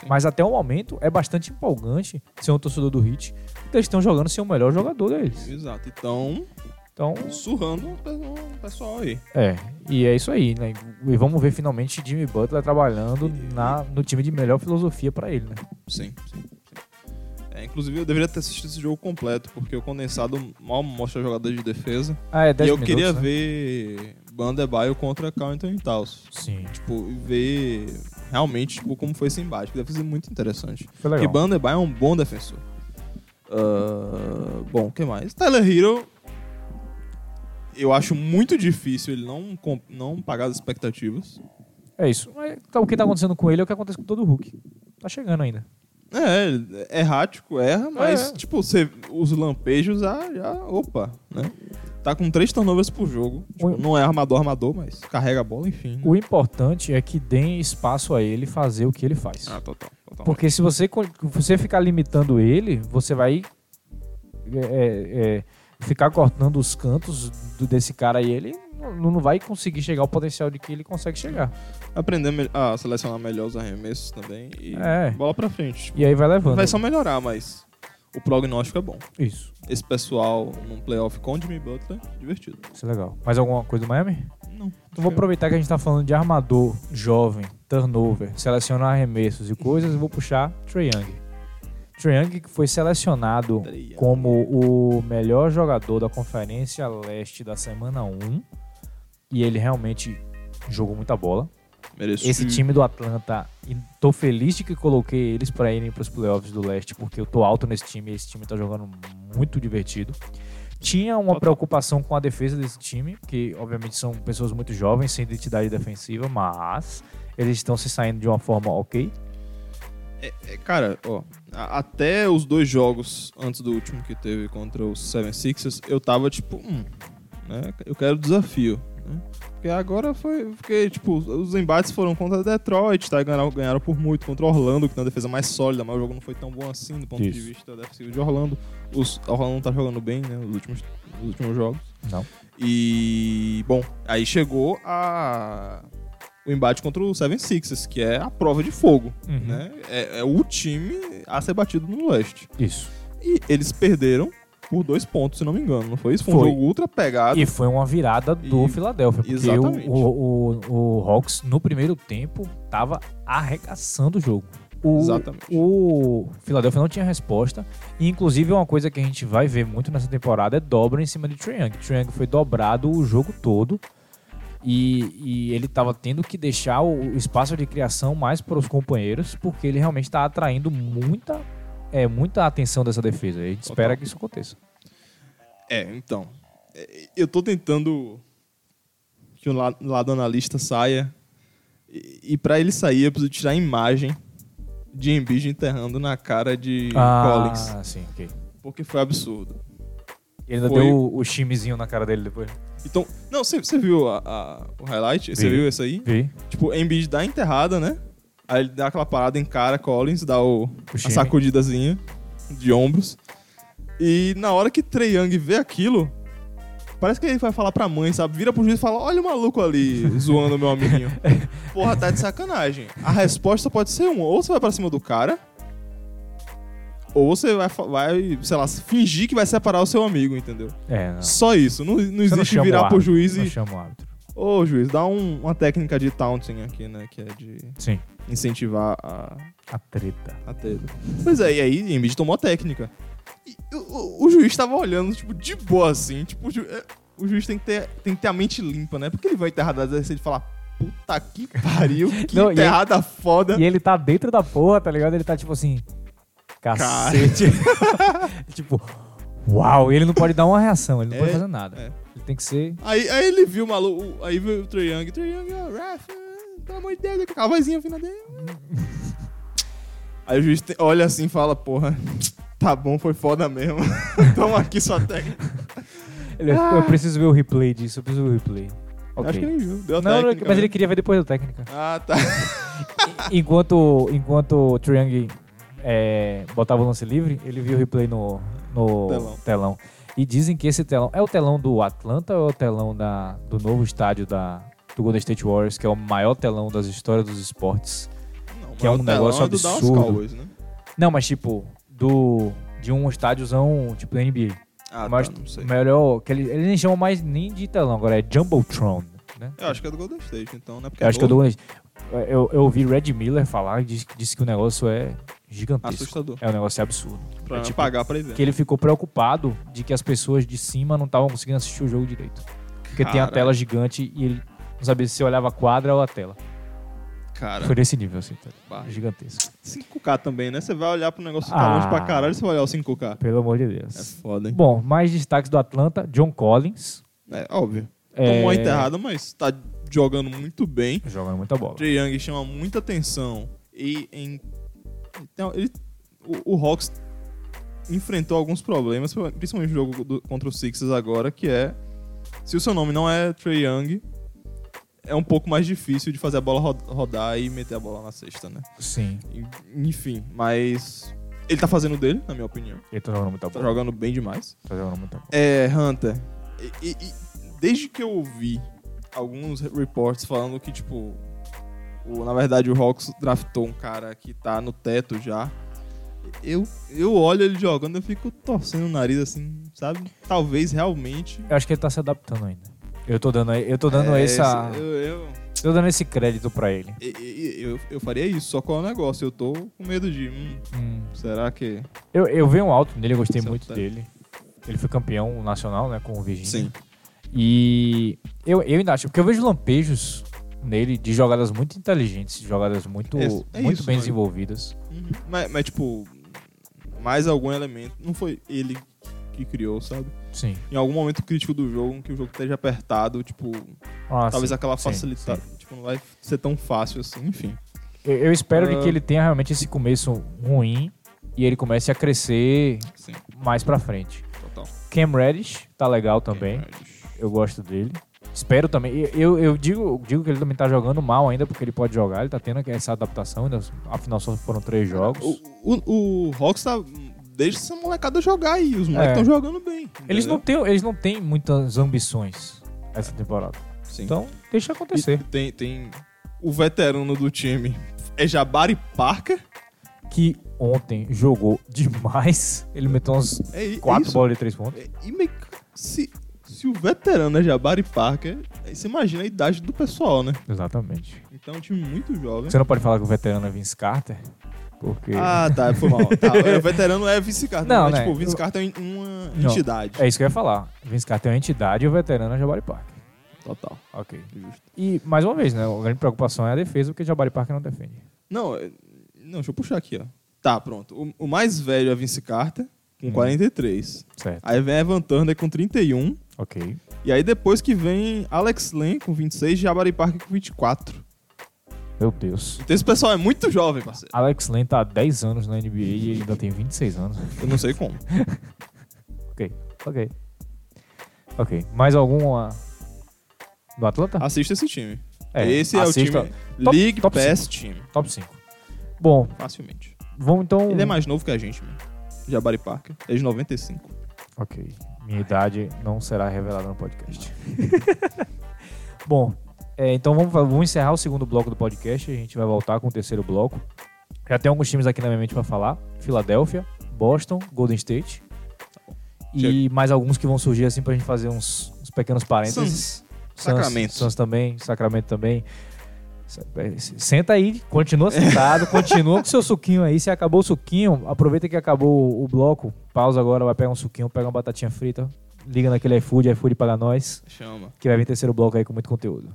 S2: Sim.
S1: Mas até o momento é bastante empolgante ser um torcedor do Hit, porque eles estão jogando sem o melhor jogador deles.
S2: Exato. Então,
S1: Então,
S2: surrando o pe- o pessoal aí.
S1: É, e é isso aí, né? E vamos ver finalmente Jimmy Butler trabalhando na, no time de melhor filosofia pra ele, né?
S2: Sim, sim, sim. É, inclusive, eu deveria ter assistido esse jogo completo, porque o condensado mal mostra jogador de defesa.
S1: Ah, é
S2: E
S1: 10
S2: eu
S1: minutos,
S2: queria
S1: né?
S2: ver Bandebaio contra Carlton Taos.
S1: Sim,
S2: Tipo, e ver realmente tipo, como foi esse embate, que deve ser muito interessante.
S1: foi
S2: Porque
S1: legal.
S2: Bandebaio é um bom defensor. Ah, bom, o que mais? Tyler Hero. Eu acho muito difícil ele não, com- não pagar as expectativas.
S1: É isso. Mas tá- o que tá acontecendo com ele é o que acontece com todo Hulk. Tá chegando ainda.
S2: É, é errático, erra, mas,
S1: É.
S2: tipo, você, os lampejos já, já. Opa, né? Tá com três turnovers por jogo. Tipo,
S1: Ui.
S2: não é armador, armador, mas carrega a bola, enfim. né?
S1: O importante é que deem espaço a ele fazer o que ele faz.
S2: Ah, total. total.
S1: Porque se você, con- você ficar limitando ele, você vai é, é, é, ficar cortando os cantos do- desse cara e ele não não vai conseguir chegar ao potencial de que ele consegue chegar.
S2: Aprender me- a selecionar melhor os arremessos também e
S1: É.
S2: bola pra frente. Tipo,
S1: E aí vai levando.
S2: vai só melhorar, mas o prognóstico é bom.
S1: Isso.
S2: Esse pessoal num playoff com o Jimmy Butler, divertido.
S1: Isso é legal. Mais alguma coisa do Miami?
S2: Não.
S1: Então vou aproveitar que a gente tá falando de armador, jovem, turnover, selecionar arremessos e coisas, e vou puxar Trae Young. Trae Young que foi selecionado
S2: Trae Young.
S1: como o melhor jogador da Conferência Leste da semana 1 e ele realmente jogou muita bola.
S2: Merecido.
S1: Esse time do Atlanta, e tô feliz de que coloquei eles pra irem pros playoffs do leste, porque eu tô alto nesse time e esse time tá jogando muito divertido. Tinha uma preocupação com a defesa desse time, que obviamente são pessoas muito jovens, sem identidade defensiva, mas eles estão se saindo de uma forma ok.
S2: É, é, cara, ó, a- até os dois jogos antes do último que teve contra os Seven Sixers, eu tava tipo, hum, né, eu quero desafio. né? Porque agora foi. Porque, tipo, os embates foram contra Detroit, tá? Ganharam, ganharam por muito contra Orlando, que tem uma defesa mais sólida, mas o jogo não foi tão bom assim do ponto de
S1: Isso.
S2: vista defensivo de Orlando. Os, Orlando não tá jogando bem, né? Os últimos, os últimos jogos.
S1: Não.
S2: E, bom, aí chegou a... o embate contra o Seven Sixers, que é a prova de fogo,
S1: Uhum.
S2: né? É, é o time a ser batido no leste.
S1: Isso.
S2: E eles perderam por dois pontos, se não me engano, não foi isso? Foi,
S1: Foi.
S2: um jogo ultra pegado.
S1: E foi uma virada do
S2: E-
S1: Philadelphia, porque
S2: Exatamente.
S1: o, o, o, o Hawks, no primeiro tempo, tava arregaçando o jogo. O,
S2: Exatamente.
S1: O Philadelphia não tinha resposta. E, inclusive, uma coisa que a gente vai ver muito nessa temporada é dobra em cima de Triangle. Triangle foi dobrado o jogo todo. E, e ele estava tendo que deixar o, o espaço de criação mais para os companheiros, porque ele realmente está atraindo muita, é, muita atenção dessa defesa. A gente espera que isso aconteça.
S2: É, então. é, Eu tô tentando que o la- um lado analista saia. E, e para ele sair, eu preciso tirar a imagem de Embiid enterrando na cara de
S1: Ah.
S2: Collins.
S1: sim, ok.
S2: Porque foi absurdo.
S1: E ainda
S2: Foi-
S1: deu o, o chimezinho na cara dele depois.
S2: Então, não, você você viu a- a- o highlight? Você
S1: Vi.
S2: viu isso aí?
S1: Vi.
S2: Tipo, Embiid dá a enterrada, né? Aí ele dá aquela parada em cara, Collins, dá o, a
S1: shimmy.
S2: sacudidazinha de ombros. E na hora que Trey Young vê aquilo, parece que ele vai falar pra mãe, sabe? Vira pro juiz e fala, olha o maluco ali zoando meu amiguinho. Porra, tá de sacanagem. A resposta pode ser uma, ou você vai pra cima do cara, ou você vai, fa- vai, sei lá, fingir que vai separar o seu amigo, entendeu?
S1: É, não.
S2: Só isso. Não, não
S1: Você não
S2: existe
S1: chama o
S2: virar pro
S1: árbitro,
S2: juiz
S1: Não
S2: e.
S1: chama o árbitro.
S2: Ô, juiz, dá um- uma técnica de taunting aqui, né? Que é de
S1: Sim.
S2: incentivar a,
S1: A treta.
S2: a tela. Pois é, e aí Embiid tomou a técnica. E o, o- o juiz tava olhando, tipo, de boa, assim. Tipo, o, ju- é, o juiz tem que, ter, tem que ter a mente limpa, né? Porque ele vai enterrar das vezes e falar, puta que pariu, que
S1: Não, e aí-
S2: enterrada foda.
S1: E ele tá dentro da porra, tá ligado? Ele tá tipo assim. Cacete. tipo, uau. E ele não pode dar uma reação, ele não
S2: É,
S1: pode fazer nada.
S2: é.
S1: Ele tem que ser.
S2: Aí, aí ele viu o maluco, aí viu o Trae Young, Trae Young, ó, ref, ah, pelo amor de Deus, com a vozinha fina dele. Aí o juiz te- olha assim e fala, porra, tá bom, foi foda mesmo. Toma aqui sua técnica.
S1: Ele,
S2: é-
S1: Eu preciso ver o replay disso, eu preciso ver o replay.
S2: Eu Acho que
S1: é
S2: ele viu, deu a
S1: Não,
S2: técnica.
S1: mas ele
S2: né?
S1: queria ver depois da técnica.
S2: Ah, tá.
S1: Enquanto, enquanto o Triang é, botava o lance livre, ele viu o replay no, no
S2: Telão.
S1: telão. E dizem que esse telão é o telão do Atlanta ou é o telão da, do novo estádio da, do Golden State Warriors, que é o maior telão das histórias dos esportes.
S2: Não,
S1: Que é um
S2: mas o telão
S1: negócio
S2: do Dallas
S1: absurdo.
S2: Cowboys, né?
S1: Não, mas tipo, do de um estádiozão tipo da NBA.
S2: Ah,
S1: mas
S2: tá, não sei.
S1: melhor, que ele, eles nem chamam mais nem de telão, agora é Jumbotron, né?
S2: Eu acho que é do Golden State, então, né? Porque
S1: Eu acho que é do
S2: novo,
S1: Golden State. Eu, eu ouvi Red Miller falar e disse, disse que o negócio é gigantesco.
S2: Assustador.
S1: É um negócio absurdo.
S2: Pra
S1: é tipo-
S2: pagar pra evento.
S1: que ele ficou preocupado de que as pessoas de cima não estavam conseguindo assistir o jogo direito. Porque tem a
S2: Caralho.
S1: tela gigante e ele não sabia se olhava a quadra ou a tela.
S2: Cara,
S1: Foi nesse nível, assim, tá?
S2: Bah.
S1: gigantesco.
S2: 5K também, né? Você vai olhar pro negócio que tá
S1: Ah.
S2: longe pra caralho, você vai olhar o 5K.
S1: Pelo amor de
S2: É
S1: Deus.
S2: foda, hein?
S1: Bom, mais destaques do Atlanta, John Collins.
S2: É, óbvio.
S1: É,
S2: Tomou a enterrada, mas tá jogando muito bem.
S1: Jogando muita bola.
S2: Trae Young chama muita atenção. E em. Então, ele, o, o Hawks enfrentou alguns problemas, principalmente no jogo do- contra o Sixers agora, que é. Se o seu nome não é Trae Young, é um pouco mais difícil de fazer a bola ro- rodar e meter a bola na cesta, né?
S1: Sim,
S2: En- Enfim, mas. Ele tá fazendo o dele, na minha opinião.
S1: ele tá jogando muita
S2: Tá
S1: bola.
S2: jogando bem demais.
S1: Tá jogando muita bola.
S2: É, Hunter, e- e- e desde que eu ouvi alguns reports falando que, tipo, o- na verdade o Hawks draftou um cara que tá no teto já, eu, eu olho ele jogando eu fico torcendo o nariz assim, sabe? Talvez realmente.
S1: Eu acho que ele tá se adaptando ainda. Eu tô dando, eu tô dando
S2: é,
S1: essa,
S2: esse- Eu, eu,
S1: tô dando esse crédito pra ele.
S2: e- e- eu, eu faria isso, só qual é o negócio? Eu tô com medo de. hum,
S1: Hum.
S2: será que.
S1: Eu, eu vi um alto nele, eu gostei
S2: Esse é o
S1: muito
S2: teto.
S1: dele. Ele foi campeão nacional, né, com o Virginia.
S2: Sim.
S1: E eu, eu ainda acho, porque eu vejo lampejos nele de jogadas muito inteligentes, de jogadas muito,
S2: É- é
S1: muito
S2: isso,
S1: bem
S2: mano.
S1: desenvolvidas.
S2: Uhum. Mas, mas, tipo, mais algum elemento. Não foi ele que criou, sabe?
S1: Sim.
S2: em algum momento crítico do jogo, em que o jogo esteja apertado, tipo,
S1: Ah,
S2: talvez
S1: sim,
S2: aquela
S1: sim,
S2: facilidade,
S1: sim.
S2: tipo, não vai ser tão fácil assim, enfim.
S1: Eu, eu espero de
S2: Ah.
S1: que ele tenha realmente esse começo ruim e ele comece a crescer
S2: Sim,
S1: mais pra frente.
S2: total.
S1: Cam Reddish tá legal também. Eu gosto dele. Espero também. e- Eu, eu digo, digo que ele também tá jogando mal ainda, porque ele pode jogar, ele tá tendo essa adaptação, ainda, afinal só foram três jogos.
S2: O, o, o Hawks tá. Deixa essa molecada jogar aí. Os moleques
S1: É.
S2: estão jogando bem.
S1: Eles não,
S2: entendeu?
S1: têm, eles não têm muitas ambições essa temporada.
S2: Sim.
S1: Então, deixa acontecer.
S2: E Tem, tem o veterano do time. É Jabari Parker.
S1: Que ontem jogou demais. Ele meteu uns
S2: É, i- é
S1: quatro
S2: isso.
S1: bolas de três pontos.
S2: É, E meio que se, se o veterano é Jabari Parker, aí você imagina a idade do pessoal, né?
S1: Exatamente.
S2: Então é um time muito jovem.
S1: Você não pode falar que o veterano é Vince Carter, porque...
S2: Ah, tá, foi mal. Tá, é, veterano é vice-carta.
S1: Não,
S2: é,
S1: né?
S2: Tipo, vice-carta é uma
S1: Não.
S2: entidade.
S1: É isso que eu ia falar. Vince Carter é uma entidade e o veterano é Jabari Parker.
S2: Total.
S1: Ok.
S2: Justo.
S1: E, mais uma vez, né? A grande preocupação é a defesa, porque Jabari Parker não defende.
S2: Não, é- não, deixa eu puxar aqui, ó. Tá, pronto. O, o mais velho é Vince Carter, com
S1: Hum.
S2: 43.
S1: Certo.
S2: Aí vem Evan Turner com 31.
S1: Ok.
S2: E aí depois que vem Alex Len com 26 e Jabari Parker com 24.
S1: Meu Deus.
S2: Então esse pessoal é muito jovem, parceiro.
S1: Alex Len tá há 10 anos na NBA e ele ainda tem 26 anos.
S2: Eu não sei como.
S1: Ok. Ok. Ok. Mais alguma... Do Atlanta?
S2: Assista esse time. Esse é o time.
S1: assista Top-
S2: League
S1: top
S2: Pass time.
S1: Top 5. Bom,
S2: Facilmente.
S1: vamos então...
S2: Ele é mais novo que a gente, mano. Jabari Parker. É de 95.
S1: Ok. Minha idade não será revelada no podcast. Bom, é, então vamos, fa- vamos encerrar o segundo bloco do podcast. A gente vai voltar com o terceiro bloco. Já tem alguns times aqui na minha mente para falar: Filadélfia, Boston, Golden State. E mais alguns que vão surgir assim pra gente fazer uns, uns pequenos parênteses. Suns-
S2: Sacramento.
S1: Suns também, Sacramento também. Senta aí, continua sentado, continua com seu suquinho aí. Se acabou o suquinho, aproveita que acabou o bloco, pausa agora, vai pegar um suquinho, pega uma batatinha frita, liga naquele iFood, iFood paga nós,
S2: Chama.
S1: que vai vir terceiro bloco aí com muito conteúdo.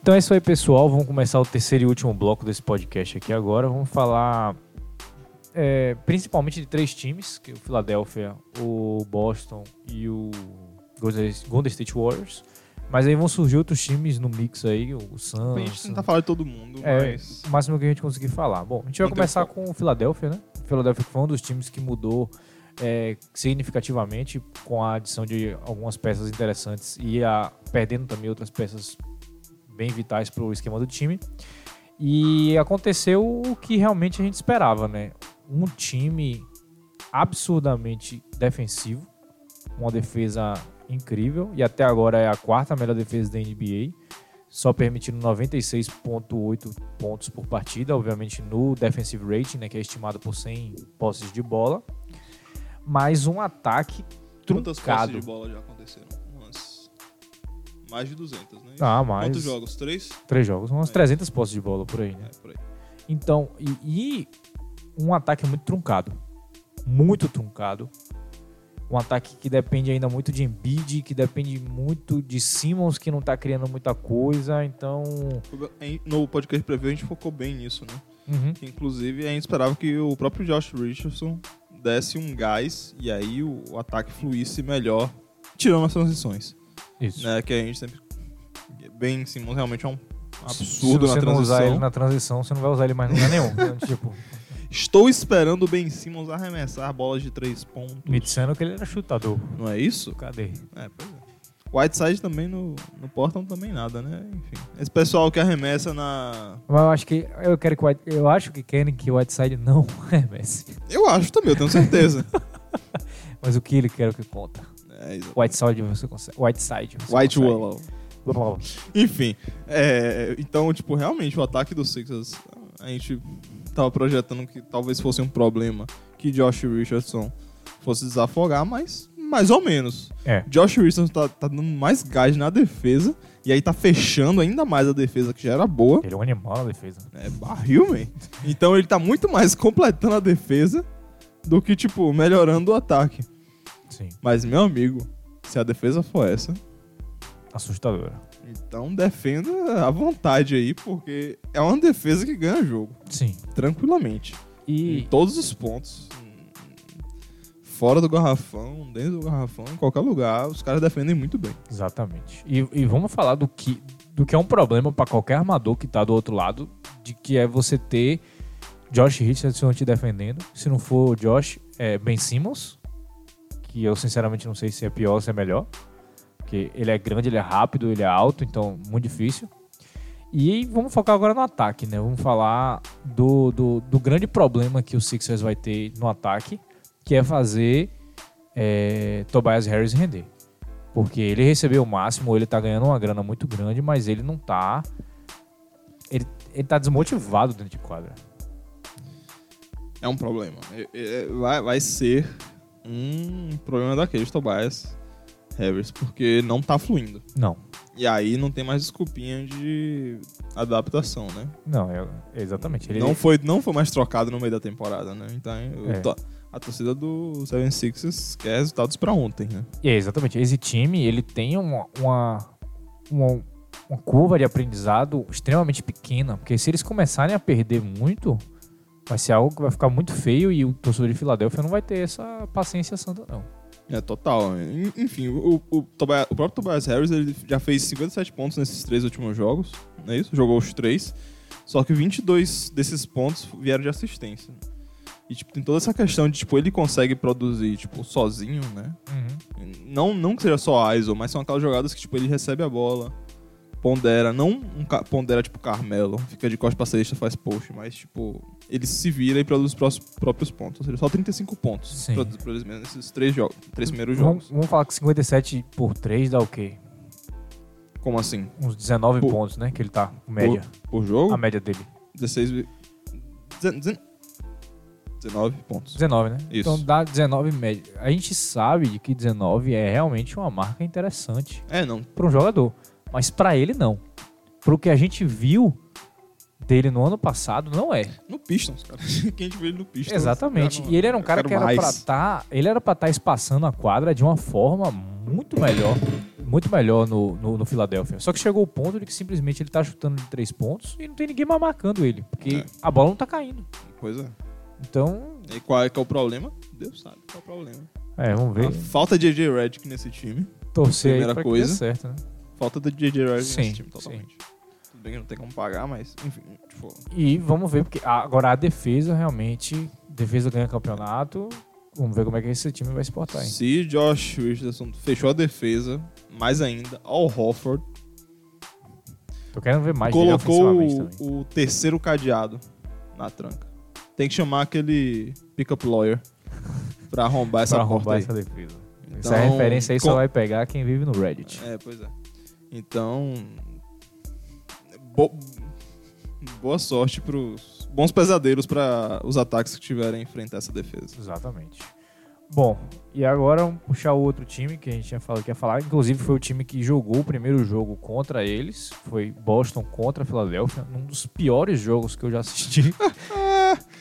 S1: Então é isso aí, pessoal. Vamos começar o terceiro e último bloco desse podcast aqui agora. Vamos falar é, principalmente de três times, que é o Philadelphia, o Boston e o Golden Golden State Warriors. Mas aí vão surgir outros times no mix aí, o
S2: A
S1: Suns.
S2: gente tentar falar de todo mundo,
S1: É,
S2: mas.
S1: o máximo que a gente conseguir falar. Bom, a gente vai
S2: Não tem
S1: começar
S2: foco.
S1: com o Philadelphia, né? O Philadelphia foi um dos times que mudou é, significativamente com a adição de algumas peças interessantes e a, perdendo também outras peças bem vitais para o esquema do time. E aconteceu o que realmente a gente esperava, né? Um time absurdamente defensivo, uma defesa incrível e até agora é a quarta melhor defesa da NBA, só permitindo 96.8 pontos por partida, obviamente no defensive rating, né, que é estimado por 100 posses de bola. Mas um ataque
S2: Quantas posses
S1: truncado.
S2: de bola já aconteceram? Umas. Mais de 200, né?
S1: Ah, mais
S2: Quantos jogos? Três?
S1: três jogos, umas
S2: É.
S1: 300 posses de bola por aí, né?
S2: É, por aí.
S1: Então, e, e um ataque muito truncado. Muito truncado. Um ataque que depende ainda muito de Embiid, que depende muito de Simmons, que não tá criando muita coisa. Então,
S2: Foi- em- No podcast preview a gente focou bem nisso, né?
S1: uhum,
S2: Que, inclusive a gente esperava que o próprio Josh Richardson desse um gás e aí o, o ataque fluísse melhor, tirando as transições.
S1: isso.
S2: né, Que a gente sempre. Ben Simmons realmente é um
S1: Se
S2: absurdo na
S1: você não usar ele
S2: transição.
S1: na transição, você não vai usar ele mais em lugar nenhum. Então, tipo,
S2: Estou esperando o Ben Simmons arremessar bolas de três pontos.
S1: me disseram que ele era chutador.
S2: Não é isso?
S1: Cadê?
S2: É, pois é. Whiteside também no, no Portland também nada, né? Enfim. Esse pessoal que arremessa na.
S1: Mas eu acho que eu quero que o White- eu acho que querem que o Whiteside não é arremesse.
S2: Eu acho também, eu tenho certeza.
S1: Mas o que ele quer é o que conta.
S2: é, exato.
S1: Whiteside você consegue. Whiteside. você
S2: White
S1: consegue.
S2: Willow.
S1: Blá, blá, blá.
S2: Enfim. é, então, tipo, realmente o ataque do Sixers, a gente tava projetando que talvez fosse um problema que Josh Richardson fosse desafogar, mas mais ou menos.
S1: É.
S2: Josh Richardson tá, tá dando mais gás na defesa e aí tá fechando ainda mais a defesa que já era boa.
S1: Ele é um animal na defesa.
S2: É barril, man. Então ele tá muito mais completando a defesa do que, tipo, melhorando o ataque.
S1: Sim.
S2: Mas, meu amigo, se a defesa for essa,
S1: Assustadora.
S2: então defenda à vontade aí, porque é uma defesa que ganha jogo,
S1: Sim.
S2: tranquilamente. Em
S1: E
S2: todos os pontos. fora do garrafão, dentro do garrafão, em qualquer lugar, os caras defendem muito bem.
S1: Exatamente. E, e vamos falar do que, do que é um problema para qualquer armador que tá do outro lado, de que é você ter Josh Richardson te defendendo. Se não for o Josh, é Ben Simmons, que eu sinceramente não sei se é pior ou se é melhor. Porque ele é grande, ele é rápido, ele é alto, então muito difícil. E vamos focar agora no ataque, né? Vamos falar do, do, do grande problema que o Sixers vai ter no ataque, que é fazer é, Tobias Harris render. Porque ele recebeu o máximo, ele tá ganhando uma grana muito grande, mas ele não tá. Ele, ele tá desmotivado dentro de quadra.
S2: É um problema. É- é- é- vai, vai ser um problema daqueles, Tobias Harris, porque não tá fluindo.
S1: Não,
S2: E aí não tem mais desculpinha de adaptação, né?
S1: não, é- é exatamente. Ele,
S2: Não, foi, não foi mais trocado no meio da temporada, né? Então eu
S1: É.
S2: tô- a torcida do 76ers quer resultados pra ontem, né?
S1: É, exatamente. Esse time, ele tem uma, uma, uma, uma curva de aprendizado extremamente pequena, porque se eles começarem a perder muito, vai ser algo que vai ficar muito feio e o torcedor de Filadélfia não vai ter essa paciência santa, não.
S2: É, total. En- Enfim, o, o, Tobias- o próprio Tobias Harris ele já fez 57 pontos nesses três últimos jogos, não é isso? Jogou os três. Só que 22 desses pontos vieram de assistência. E, tipo, tem toda essa questão de, tipo, ele consegue produzir, tipo, sozinho, né? Não, não que seja só ISO, mas são aquelas jogadas que, tipo, ele recebe a bola, pondera, não um ca- pondera, tipo, Carmelo, fica de costas pra cesta, faz post, mas, tipo, ele se vira e produz os prós- próprios pontos. Ou seja, só 35 pontos
S1: Sim.
S2: produz, produz mesmo nesses três, jogos, três primeiros jogos.
S1: Vamos, vamos falar que 57 por 3 dá o quê?
S2: Como assim?
S1: Uns 19
S2: Por-
S1: pontos, né? Que ele tá, média.
S2: Por, por jogo,
S1: A média dele.
S2: 16... vi- dezen- dezen- 19 pontos.
S1: 19, né?
S2: Isso.
S1: Então dá 19 média. A gente sabe de que 19 é realmente uma marca interessante.
S2: É, não.
S1: para um jogador. Mas para ele, não. Pro que a gente viu dele no ano passado, não é.
S2: No Pistons, cara. Quem a gente vê ele no Pistons.
S1: Exatamente.
S2: eu não-
S1: E ele era um
S2: eu
S1: cara
S2: quero
S1: que era
S2: mais.
S1: pra tá, ele era pra estar espaçando a quadra de uma forma muito melhor, muito melhor no, no, no Philadelphia. Só que chegou o ponto de que simplesmente ele tá chutando de três pontos e não tem ninguém mais marcando ele, porque
S2: É.
S1: a bola não tá caindo.
S2: Pois é.
S1: Então,
S2: E qual é que é o problema? Deus sabe qual é o problema.
S1: é, vamos ver.
S2: A falta de AJ Redick nesse time.
S1: Torcer aí
S2: primeira
S1: pra que dê
S2: coisa.
S1: certo, né?
S2: Falta de AJ Redick
S1: Sim,
S2: nesse time, totalmente. Tudo bem que não tem como pagar, mas, enfim, tipo,
S1: E vamos ver, porque a- agora a defesa realmente, defesa ganha campeonato. Vamos ver como é que esse time vai se portar, hein?
S2: se Josh Richardson fechou a defesa, mais ainda, Al Hofford
S1: Tô querendo ver mais dele
S2: colocou
S1: ofensivamente também.
S2: o, o terceiro cadeado na tranca. Tem que chamar aquele pick-up lawyer pra arrombar essa
S1: Pra
S2: porta
S1: arrombar
S2: aí.
S1: essa defesa. essa
S2: Então,
S1: referência aí
S2: com-
S1: só vai pegar quem vive no Reddit.
S2: É, pois é. Então. bo- Boa sorte pros. Bons pesadelos pra os ataques que tiverem enfrentar essa defesa.
S1: Exatamente. Bom, e agora vamos puxar o outro time que a gente tinha falado que ia falar. Inclusive foi o time que jogou o primeiro jogo contra eles. Foi Boston contra a Filadélfia. Um dos piores jogos que eu já assisti.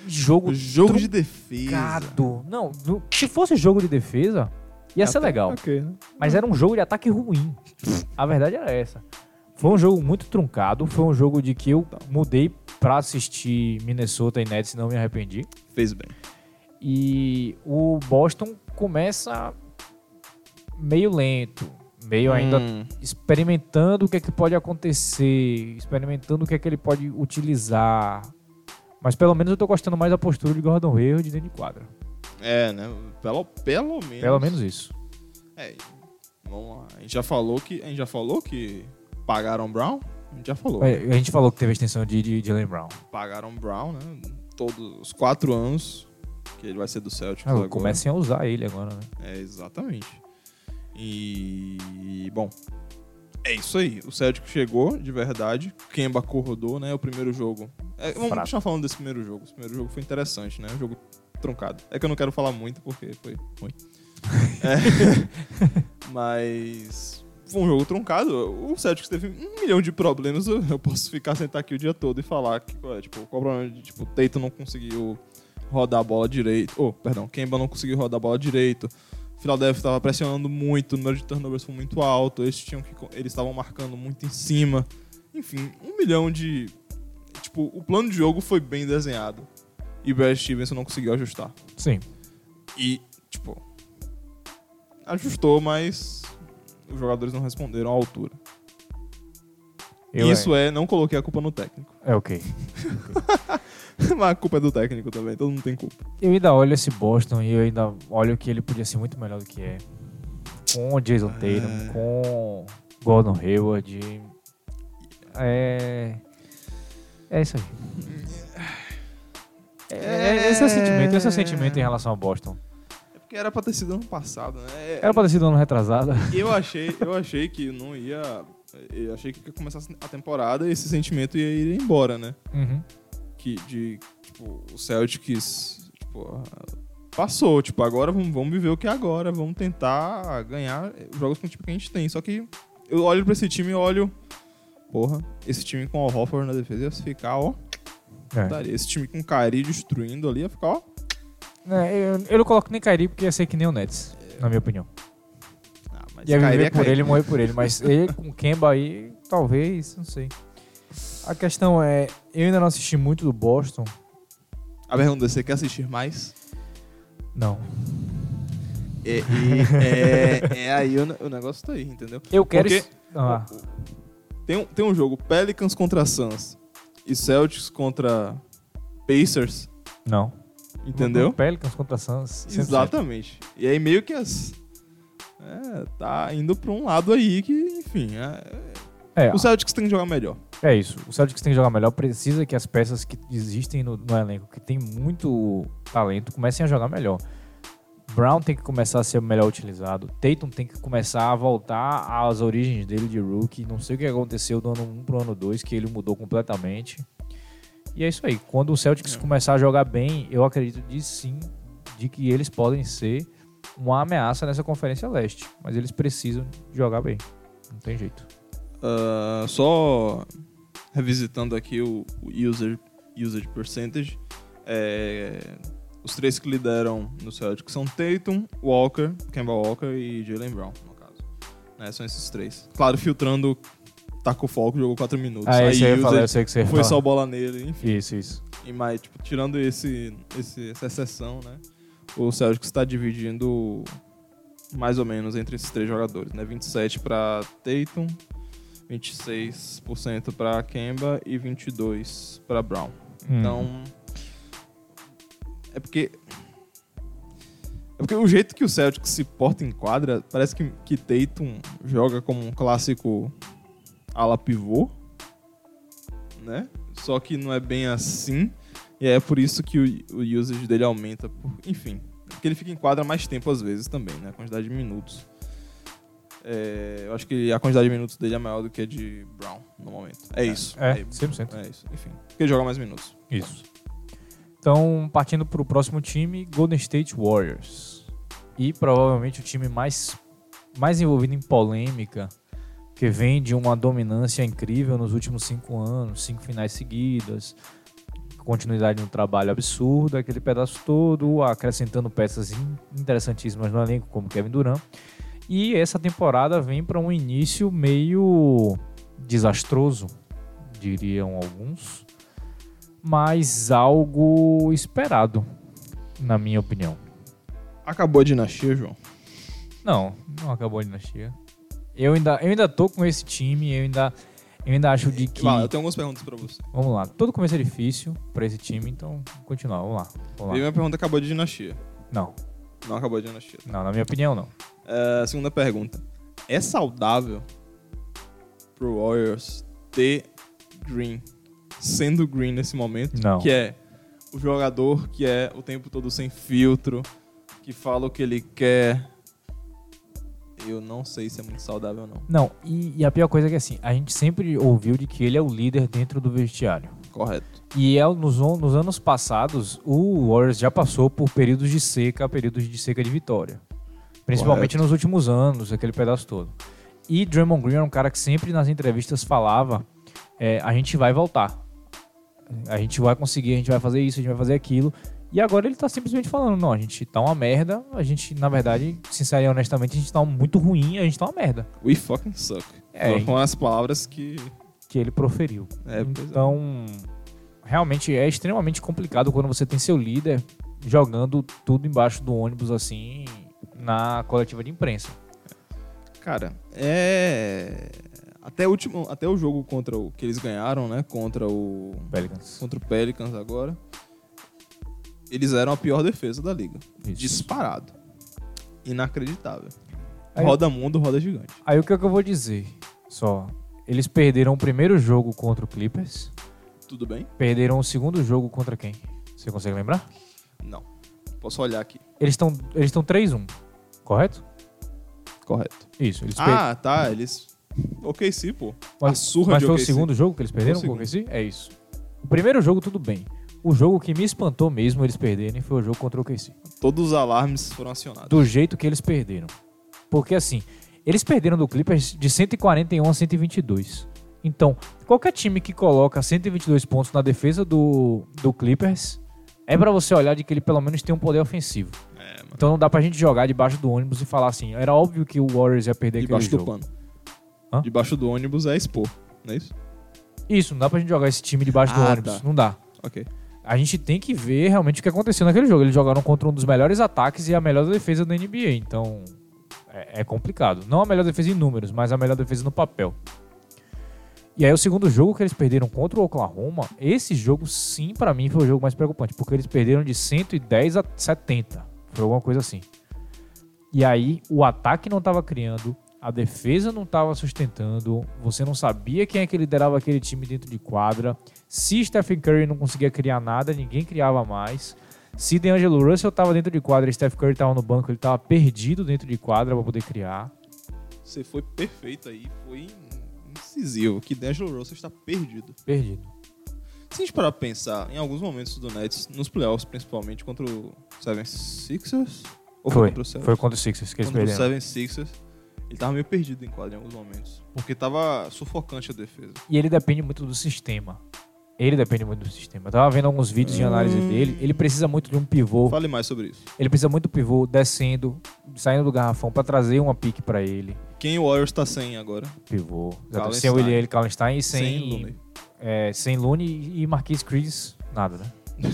S1: jogo
S2: Jogo de defesa.
S1: truncado. Não, no- se fosse jogo de defesa, ia ser legal.
S2: Ok, né?
S1: Mas era um jogo de ataque ruim. A verdade era essa. Foi um jogo muito truncado. Foi um jogo de que eu mudei pra assistir Minnesota e Nets e não me arrependi.
S2: Fez bem.
S1: E o Boston começa meio lento. Meio ainda
S2: Hum,
S1: experimentando o que é que pode acontecer. Experimentando o que é que ele pode utilizar. Mas pelo menos eu tô gostando mais da postura de Gordon Hayward dentro de quadra.
S2: É, né? Pelo, pelo menos.
S1: Pelo menos isso.
S2: É, vamos lá. A gente já falou que. A gente já falou que pagaram Brown? A gente já falou.
S1: É, A gente falou que teve a extensão de, de, de Jaylen Brown.
S2: Pagaram Brown, né? Todos os quatro anos que ele vai ser do Celtics.
S1: Ah,
S2: agora.
S1: comecem a usar ele agora, né?
S2: É, exatamente. E, bom, é isso aí. O Celtic chegou, de verdade. Kemba acordou, né? O primeiro jogo. É, vamos
S1: Fraco.
S2: continuar falando desse primeiro jogo. Esse primeiro jogo foi interessante, né? Um jogo truncado. É que eu não quero falar muito porque foi ruim. É. Mas foi um jogo truncado. O Celtics teve um milhão de problemas. Eu eu posso ficar sentar aqui o dia todo e falar que, qual é, tipo, qual o problema de, tipo, o Tatum não conseguiu rodar a bola direito. Oh, perdão, Kemba não conseguiu rodar a bola direito. Philadelphia estava pressionando muito, o número de turnovers foi muito alto, eles tinham que co- eles estavam marcando muito em cima. Enfim, um milhão de tipo, o plano de jogo foi bem desenhado. E o Brad Stevenson não conseguiu ajustar.
S1: Sim.
S2: E Tipo, ajustou, mas os jogadores não responderam à altura.
S1: Eu,
S2: Isso é, não coloquei a culpa no técnico.
S1: é. É ok.
S2: mas a culpa é do técnico também, todo mundo tem culpa.
S1: Eu ainda olho esse Boston e eu ainda olho que ele podia ser muito melhor do que é. Com o Jason Tatum,
S2: É.
S1: com Gordon Hayward. e- É. É isso aí. É, é- Esse é o sentimento, esse é o sentimento em relação ao Boston.
S2: É porque era pra ter sido ano passado, né?
S1: Era pra ter sido um ano retrasado.
S2: Eu achei, eu achei que não ia. eh, Eu achei que ia começar a temporada e esse sentimento ia ir embora, né?
S1: Uhum.
S2: Que de tipo, o Celtics, tipo, passou, tipo, agora vamos, vamos viver o que é agora, vamos tentar ganhar os jogos com o time que a gente tem. Só que eu olho pra esse time e olho, porra, esse time com o Hofford na defesa ia ficar, ó,
S1: É.
S2: putaria. esse time com o Kyrie destruindo ali ia ficar, ó,
S1: É, eu, eu não coloco nem Kairi porque ia ser que nem o Nets, na minha opinião.
S2: ah, mas
S1: Ia
S2: Kyrie
S1: viver
S2: é
S1: por
S2: Kyrie.
S1: ele e morrer por ele, mas ele com Kemba aí, talvez, não sei. A questão é, eu ainda não assisti muito do Boston.
S2: A pergunta é, você quer assistir mais?
S1: Não.
S2: É, e- é, é aí o, ne- o negócio tá aí, entendeu?
S1: Eu quero.
S2: Porque-
S1: es- Ah,
S2: Tem um, tem um jogo Pelicans contra Suns e Celtics contra Pacers,
S1: não.
S2: entendeu?
S1: Pelicans contra Suns. 100%.
S2: Exatamente. E aí meio que as. É, tá indo pra um lado aí que, enfim. é-
S1: É,
S2: O Celtics tem que jogar melhor.
S1: é isso. O Celtics tem que jogar melhor. Precisa que as peças que existem no, no elenco, que tem muito talento, comecem a jogar melhor. Brown tem que começar a ser melhor utilizado. Tatum tem que começar a voltar às origens dele de rookie. Não sei o que aconteceu do ano 1 pro ano 2, que ele mudou completamente. E é isso aí. Quando o Celtics começar a jogar bem, eu acredito de sim, de que eles podem ser uma ameaça nessa Conferência Leste. Mas eles precisam jogar bem. Não tem jeito.
S2: Ah, só revisitando aqui o, o user, usage percentage. é, os três que lideram no Celtics são Tatum, Walker, Kemba Walker e Jalen Brown, no caso. Né, são esses três. Claro, filtrando, tacou foco, jogou 4 minutos.
S1: Ah, isso aí eu ia falar, eu
S2: usage
S1: sei que você ia
S2: foi
S1: falar.
S2: só bola nele, enfim.
S1: Isso, isso.
S2: E mais, tipo, tirando esse, esse- essa exceção, né? O Celtics está dividindo mais ou menos entre esses três jogadores, né? 27 para Tatum, 26% para Kemba e 22 para Brown.
S1: Hum.
S2: Então é porque é porque o jeito que o Celtics se porta em quadra, parece que que Tatum joga como um clássico ala pivô, né? Só que não é bem assim. E é por isso que o, o usage dele aumenta. por- enfim, porque ele fica em quadra mais tempo às vezes também, né? A quantidade de minutos. É, eu acho que a quantidade de minutos dele é maior do que a de Brown no momento. É isso.
S1: É, 100%.
S2: É isso. Enfim, porque ele joga mais minutos.
S1: Isso. Então, partindo para o próximo time, Golden State Warriors. E provavelmente o time mais, mais envolvido em polêmica, que vem de uma dominância incrível nos últimos cinco anos, cinco finais seguidas, continuidade no trabalho absurda, aquele pedaço todo, acrescentando peças in- interessantíssimas no elenco, como Kevin Durant. E essa temporada vem para um início meio desastroso, diriam alguns mas algo esperado, na minha opinião.
S2: Acabou a dinastia, João.
S1: Não, não acabou a dinastia. Eu ainda, eu ainda tô com esse time, eu ainda, eu ainda acho de que.
S2: Vai, eu tenho algumas perguntas pra você.
S1: Vamos lá, todo começo é difícil pra esse time, então vamos continuar, vamos lá. Vamos lá.
S2: Primeira pergunta, acabou a dinastia.
S1: Não,
S2: Não acabou a dinastia.
S1: não, na minha opinião, não.
S2: É, segunda pergunta. É saudável pro Warriors ter Green sendo Green nesse momento?
S1: Não.
S2: Que é o jogador que é o tempo todo sem filtro, que fala o que ele quer. Eu não sei se é muito saudável ou não.
S1: Não, e, e a pior coisa é que assim, a gente sempre ouviu de que ele é o líder dentro do vestiário.
S2: Correto.
S1: E é, nos, on- nos anos passados, o Warriors já passou por períodos de seca, períodos de seca de vitória. Principalmente nos últimos anos, aquele pedaço todo. E Draymond Green era um cara que sempre nas entrevistas falava: é, a gente vai voltar. A gente vai conseguir, a gente vai fazer isso, a gente vai fazer aquilo. E agora ele tá simplesmente falando: não, a gente tá uma merda, a gente, na verdade, sincero e honestamente, a gente tá muito ruim, a gente tá uma merda.
S2: We fucking suck.
S1: É,
S2: Foram as palavras que.
S1: Que ele proferiu.
S2: É, pois é.
S1: então, realmente é extremamente complicado quando você tem seu líder jogando tudo embaixo do ônibus, assim, na coletiva de imprensa.
S2: Cara, é. Até o, último, até o jogo contra o que eles ganharam, né? Contra o.
S1: Pelicans.
S2: Contra o Pelicans agora. Eles eram a pior defesa da liga.
S1: Isso.
S2: Disparado. Inacreditável.
S1: Aí-
S2: Roda mundo, roda gigante.
S1: Aí o que, é que eu vou dizer? Só. Eles perderam o primeiro jogo contra o Clippers.
S2: Tudo bem?
S1: Perderam o segundo jogo contra quem? Você consegue lembrar?
S2: Não. Posso olhar aqui.
S1: Eles estão eles tão 3-1, correto?
S2: Correto.
S1: Isso. Eles per-
S2: Ah, tá. Eles. Ok, sim, pô. a
S1: Mas,
S2: surra
S1: mas
S2: de
S1: foi o
S2: OKC.
S1: segundo jogo que eles perderam
S2: Foi
S1: com
S2: o
S1: o OKC? É isso. O primeiro jogo, tudo bem. O jogo que me espantou mesmo eles perderem foi o jogo contra o OKC.
S2: Todos os alarmes foram acionados.
S1: Do jeito que eles perderam. Porque assim, eles perderam do Clippers de 141 a 122. Então, qualquer time que coloca 122 pontos na defesa do, do Clippers, é pra você olhar de que ele pelo menos tem um poder ofensivo.
S2: É, mano.
S1: Então não dá pra gente jogar debaixo do ônibus e falar assim, era óbvio que o Warriors ia perder
S2: Debaixo
S1: aquele
S2: do
S1: jogo.
S2: pano.
S1: Hã?
S2: Debaixo do ônibus é expor, não é isso?
S1: Isso, não dá pra gente jogar esse time debaixo
S2: Ah,
S1: do ônibus.
S2: tá.
S1: Não dá.
S2: Ok.
S1: a gente tem que ver realmente o que aconteceu naquele jogo. Eles jogaram contra um dos melhores ataques e a melhor defesa da NBA, então é, é complicado. Não a melhor defesa em números, mas a melhor defesa no papel. E aí o segundo jogo que eles perderam contra o Oklahoma, esse jogo sim pra mim foi o jogo mais preocupante, porque eles perderam de 110 a 70, foi alguma coisa assim. E aí o ataque não tava criando, a defesa não tava sustentando, você não sabia quem é que liderava aquele time dentro de quadra. Se Stephen Curry não conseguia criar nada, ninguém criava mais. Se DeAngelo Russell tava dentro de quadra e Steph Curry tava no banco, ele tava perdido dentro de quadra pra poder criar.
S2: Você foi perfeito aí, foi incisivo. Que D'Angelo Russell está perdido.
S1: Perdido.
S2: Se a gente parar pra pensar, em alguns momentos do Nets, nos playoffs principalmente, contra o Seven Sixers? Ou
S1: Foi.
S2: contra o Seven?
S1: Foi contra o Sixers que eles
S2: contra o
S1: perderam.
S2: Seven Sixers. Ele tava meio perdido em quadra em alguns momentos. Porque tava sufocante a defesa.
S1: E ele depende muito do sistema. Ele depende muito do sistema. Eu tava vendo alguns vídeos de análise
S2: Hum.
S1: dele. Ele precisa muito de um pivô.
S2: Fale mais sobre isso.
S1: Ele precisa muito do pivô descendo, saindo do garrafão pra trazer uma pique pra ele.
S2: Quem o Warriors tá sem agora?
S1: Pivô. Exatamente. Sem
S2: Kallenstein.
S1: o William Kallenstein e sem,
S2: Sem Looney.
S1: é, sem Looney e Marquis Chris, nada, né?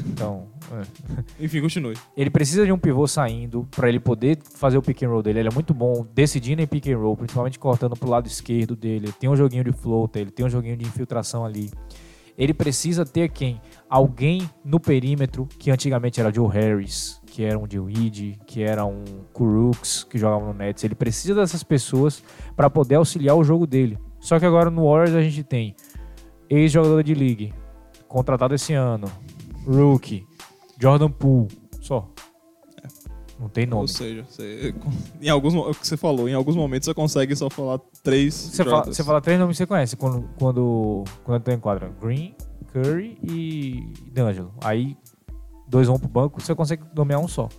S1: Então, é.
S2: Enfim, continue.
S1: Ele precisa de um pivô saindo pra ele poder fazer o pick and roll dele. Ele é muito bom decidindo em pick and roll, principalmente cortando pro lado esquerdo dele. Ele Tem um joguinho de float, ele tem um joguinho de infiltração ali. Ele precisa ter quem? Alguém no perímetro, que antigamente era Joe Harris, que era um Joe Reed, que era um Kuruks, que jogava no Nets. Ele precisa dessas pessoas pra poder auxiliar o jogo dele. Só que agora no Warriors a gente tem ex-jogador de league, contratado esse ano, rookie, Jordan Poole, só. Não tem
S2: Ou
S1: nome.
S2: seja, você, em alguns, mo- é o que você falou, em alguns momentos você consegue só falar três
S1: Você fala,
S2: jogadores.
S1: você fala três nomes que você conhece quando, quando, quando tá em quadra. Green, Curry e D'Angelo. Aí, dois vão pro banco, você consegue nomear um só.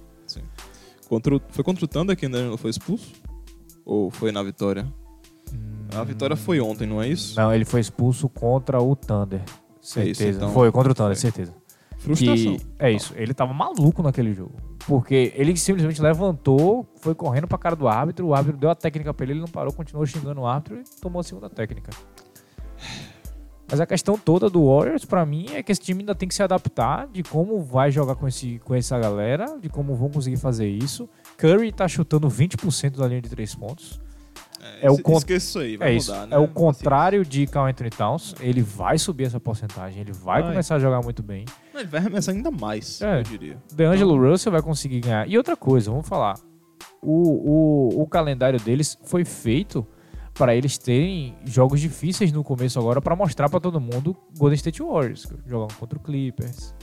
S2: Contra o- foi contra o Thunder que o D'Angelo foi expulso? Ou foi na vitória?
S1: Hum.
S2: A vitória foi ontem, não é isso?
S1: Não, ele foi expulso contra o Thunder.
S2: É
S1: Certeza.
S2: isso, então.
S1: Foi contra o Thunder,
S2: Foi.
S1: certeza.
S2: Frustração.
S1: Que- é isso, ele tava maluco naquele jogo. Porque ele simplesmente levantou, foi correndo pra cara do árbitro, o árbitro deu a técnica pra ele, ele não parou, continuou xingando o árbitro e tomou a segunda técnica. Mas a questão toda do Warriors, pra mim, é que esse time ainda tem que se adaptar de como vai jogar com, esse, com essa galera, de como vão conseguir fazer isso. Curry tá chutando 20% da linha de três pontos. é o
S2: esque-
S1: con-
S2: Esqueça isso aí,
S1: É
S2: vai mudar,
S1: isso.
S2: né?
S1: É o contrário de Carl Anthony Towns. Ele vai subir essa porcentagem, ele vai
S2: Vai.
S1: começar a jogar muito bem.
S2: Assim, ele vai arremessar ainda mais,
S1: É.
S2: eu diria.
S1: DeAngelo Russell vai conseguir ganhar. E outra coisa, vamos falar. O, o, o calendário deles foi feito para eles terem jogos difíceis no começo agora para mostrar para todo mundo Golden State Warriors, jogando contra o Clippers,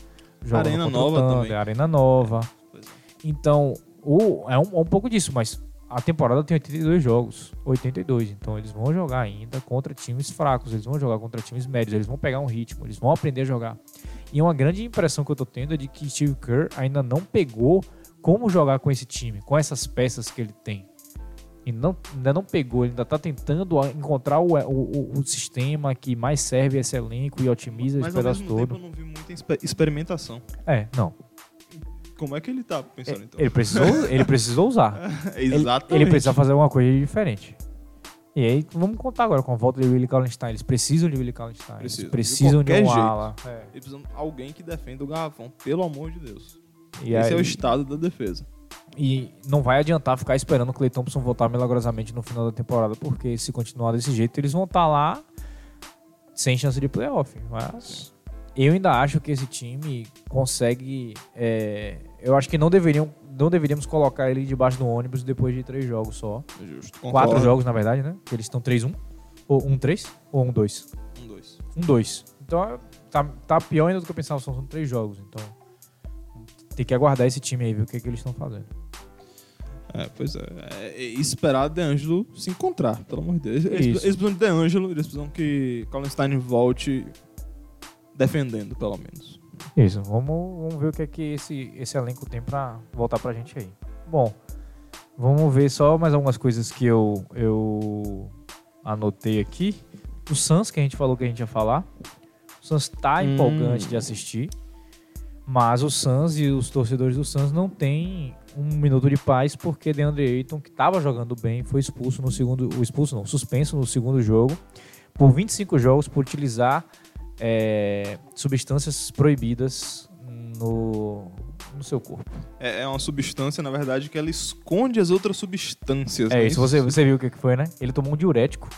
S1: jogando
S2: Arena
S1: contra
S2: nova
S1: o Thunder,
S2: também.
S1: Arena Nova.
S2: Pois é.
S1: Então, o, é, um, é um pouco disso, mas a temporada tem 82 jogos, 82, então eles vão jogar ainda contra times fracos, eles vão jogar contra times médios, eles vão pegar um ritmo, eles vão aprender a jogar. E uma grande impressão que eu tô tendo é de que Steve Kerr ainda não pegou como jogar com esse time, com essas peças que ele tem. E não, ainda não pegou, ele ainda tá tentando a- encontrar o, o, o- o sistema que mais serve esse elenco e otimiza
S2: Mas
S1: esse
S2: ao
S1: pedaço
S2: mesmo tempo
S1: todo.
S2: eu não vi muita exper- experimentação.
S1: É, não.
S2: Como é que ele tá pensando então? É,
S1: Ele precisou, ele precisou usar. Ele-
S2: Exatamente.
S1: Ele, precisa fazer alguma coisa diferente. E aí, vamos contar agora com a volta de Willie Kallenstein. Eles precisam de Willie Kallenstein. Eles
S2: Precisam, de
S1: precisam de,
S2: qualquer
S1: um
S2: jeito.
S1: ala. É.
S2: Eles precisam de alguém que defenda o garrafão, pelo amor de Deus.
S1: E
S2: Esse
S1: aí-
S2: é o estado da defesa.
S1: E não vai adiantar ficar esperando o Clay Thompson voltar milagrosamente no final da temporada, porque se continuar desse jeito, eles vão estar lá sem chance de playoff. Mas eu ainda acho que esse time consegue. é, eu acho que não deveriam. Não deveríamos colocar ele debaixo do ônibus depois de três jogos só.
S2: É Justo.
S1: Quatro
S2: Concordo.
S1: jogos, na verdade, né? Porque eles estão 3-1. Ou 1-3? Ou 1-2?
S2: Um, dois.
S1: Um, dois. Então tá, tá pior ainda do que eu pensava, são, são três jogos. Então tem que aguardar esse time aí, ver o que, que eles estão fazendo.
S2: É, pois é. é e esperar DeAngelo se encontrar, pelo amor de Deus. Eles, eles
S1: Isso.
S2: precisam de DeAngelo, eles precisam que Kallenstein volte defendendo, pelo menos.
S1: Isso, vamos, vamos ver o que é que esse, esse elenco tem pra voltar pra gente aí. Bom, vamos ver só mais algumas coisas que eu, eu anotei aqui. O Suns, que a gente falou que a gente ia falar. O Suns tá
S2: Hum.
S1: empolgante de assistir, mas o Suns e os torcedores do Suns não têm um minuto de paz porque DeAndre Ayton, que tava jogando bem, foi expulso no segundo... o Expulso não, suspenso no segundo jogo por 25 jogos por utilizar é, substâncias proibidas no, no seu corpo.
S2: É, é uma substância, na verdade, que ela esconde as outras substâncias. né? não
S1: É isso, você, você viu o que que foi, né? Ele tomou um diurético,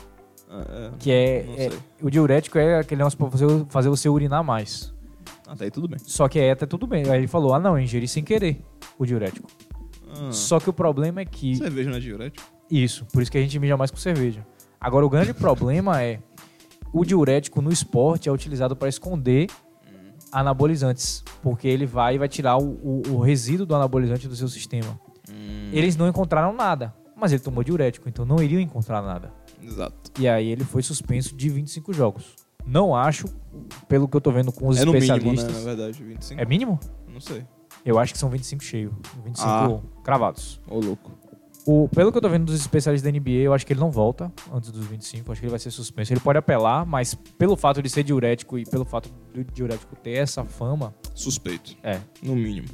S2: É, é,
S1: que é...
S2: não
S1: é-
S2: sei.
S1: o diurético é aquele negócio pra você- fazer você urinar mais.
S2: Até aí tudo bem.
S1: Só que aí até tudo bem. Aí ele falou, ah não, eu ingeri sem querer o diurético.
S2: Ah,
S1: Só que o problema é que...
S2: cerveja não é diurético?
S1: Isso, por isso que a gente mija mais com cerveja. Agora, o grande problema é o diurético no esporte é utilizado para esconder
S2: Hum.
S1: anabolizantes, porque ele vai e vai tirar o, o- o resíduo do anabolizante do seu sistema.
S2: Hum.
S1: Eles não encontraram nada, mas ele tomou diurético, então não iriam encontrar nada.
S2: Exato.
S1: E aí ele foi suspenso de 25 jogos. Não acho, pelo que eu tô vendo com os
S2: é no mínimo, né,
S1: especialistas.
S2: na verdade, 25.
S1: É mínimo?
S2: Não sei.
S1: Eu acho que são 25 cheios, 25
S2: Ah.
S1: cravados.
S2: Ô, louco.
S1: O- pelo que eu tô vendo dos especialistas da NBA, eu acho que ele não volta antes dos 25, acho que ele vai ser suspenso. Ele pode apelar, mas pelo fato de ser diurético e pelo fato do diurético ter essa fama,
S2: Suspeito.
S1: é.
S2: No mínimo.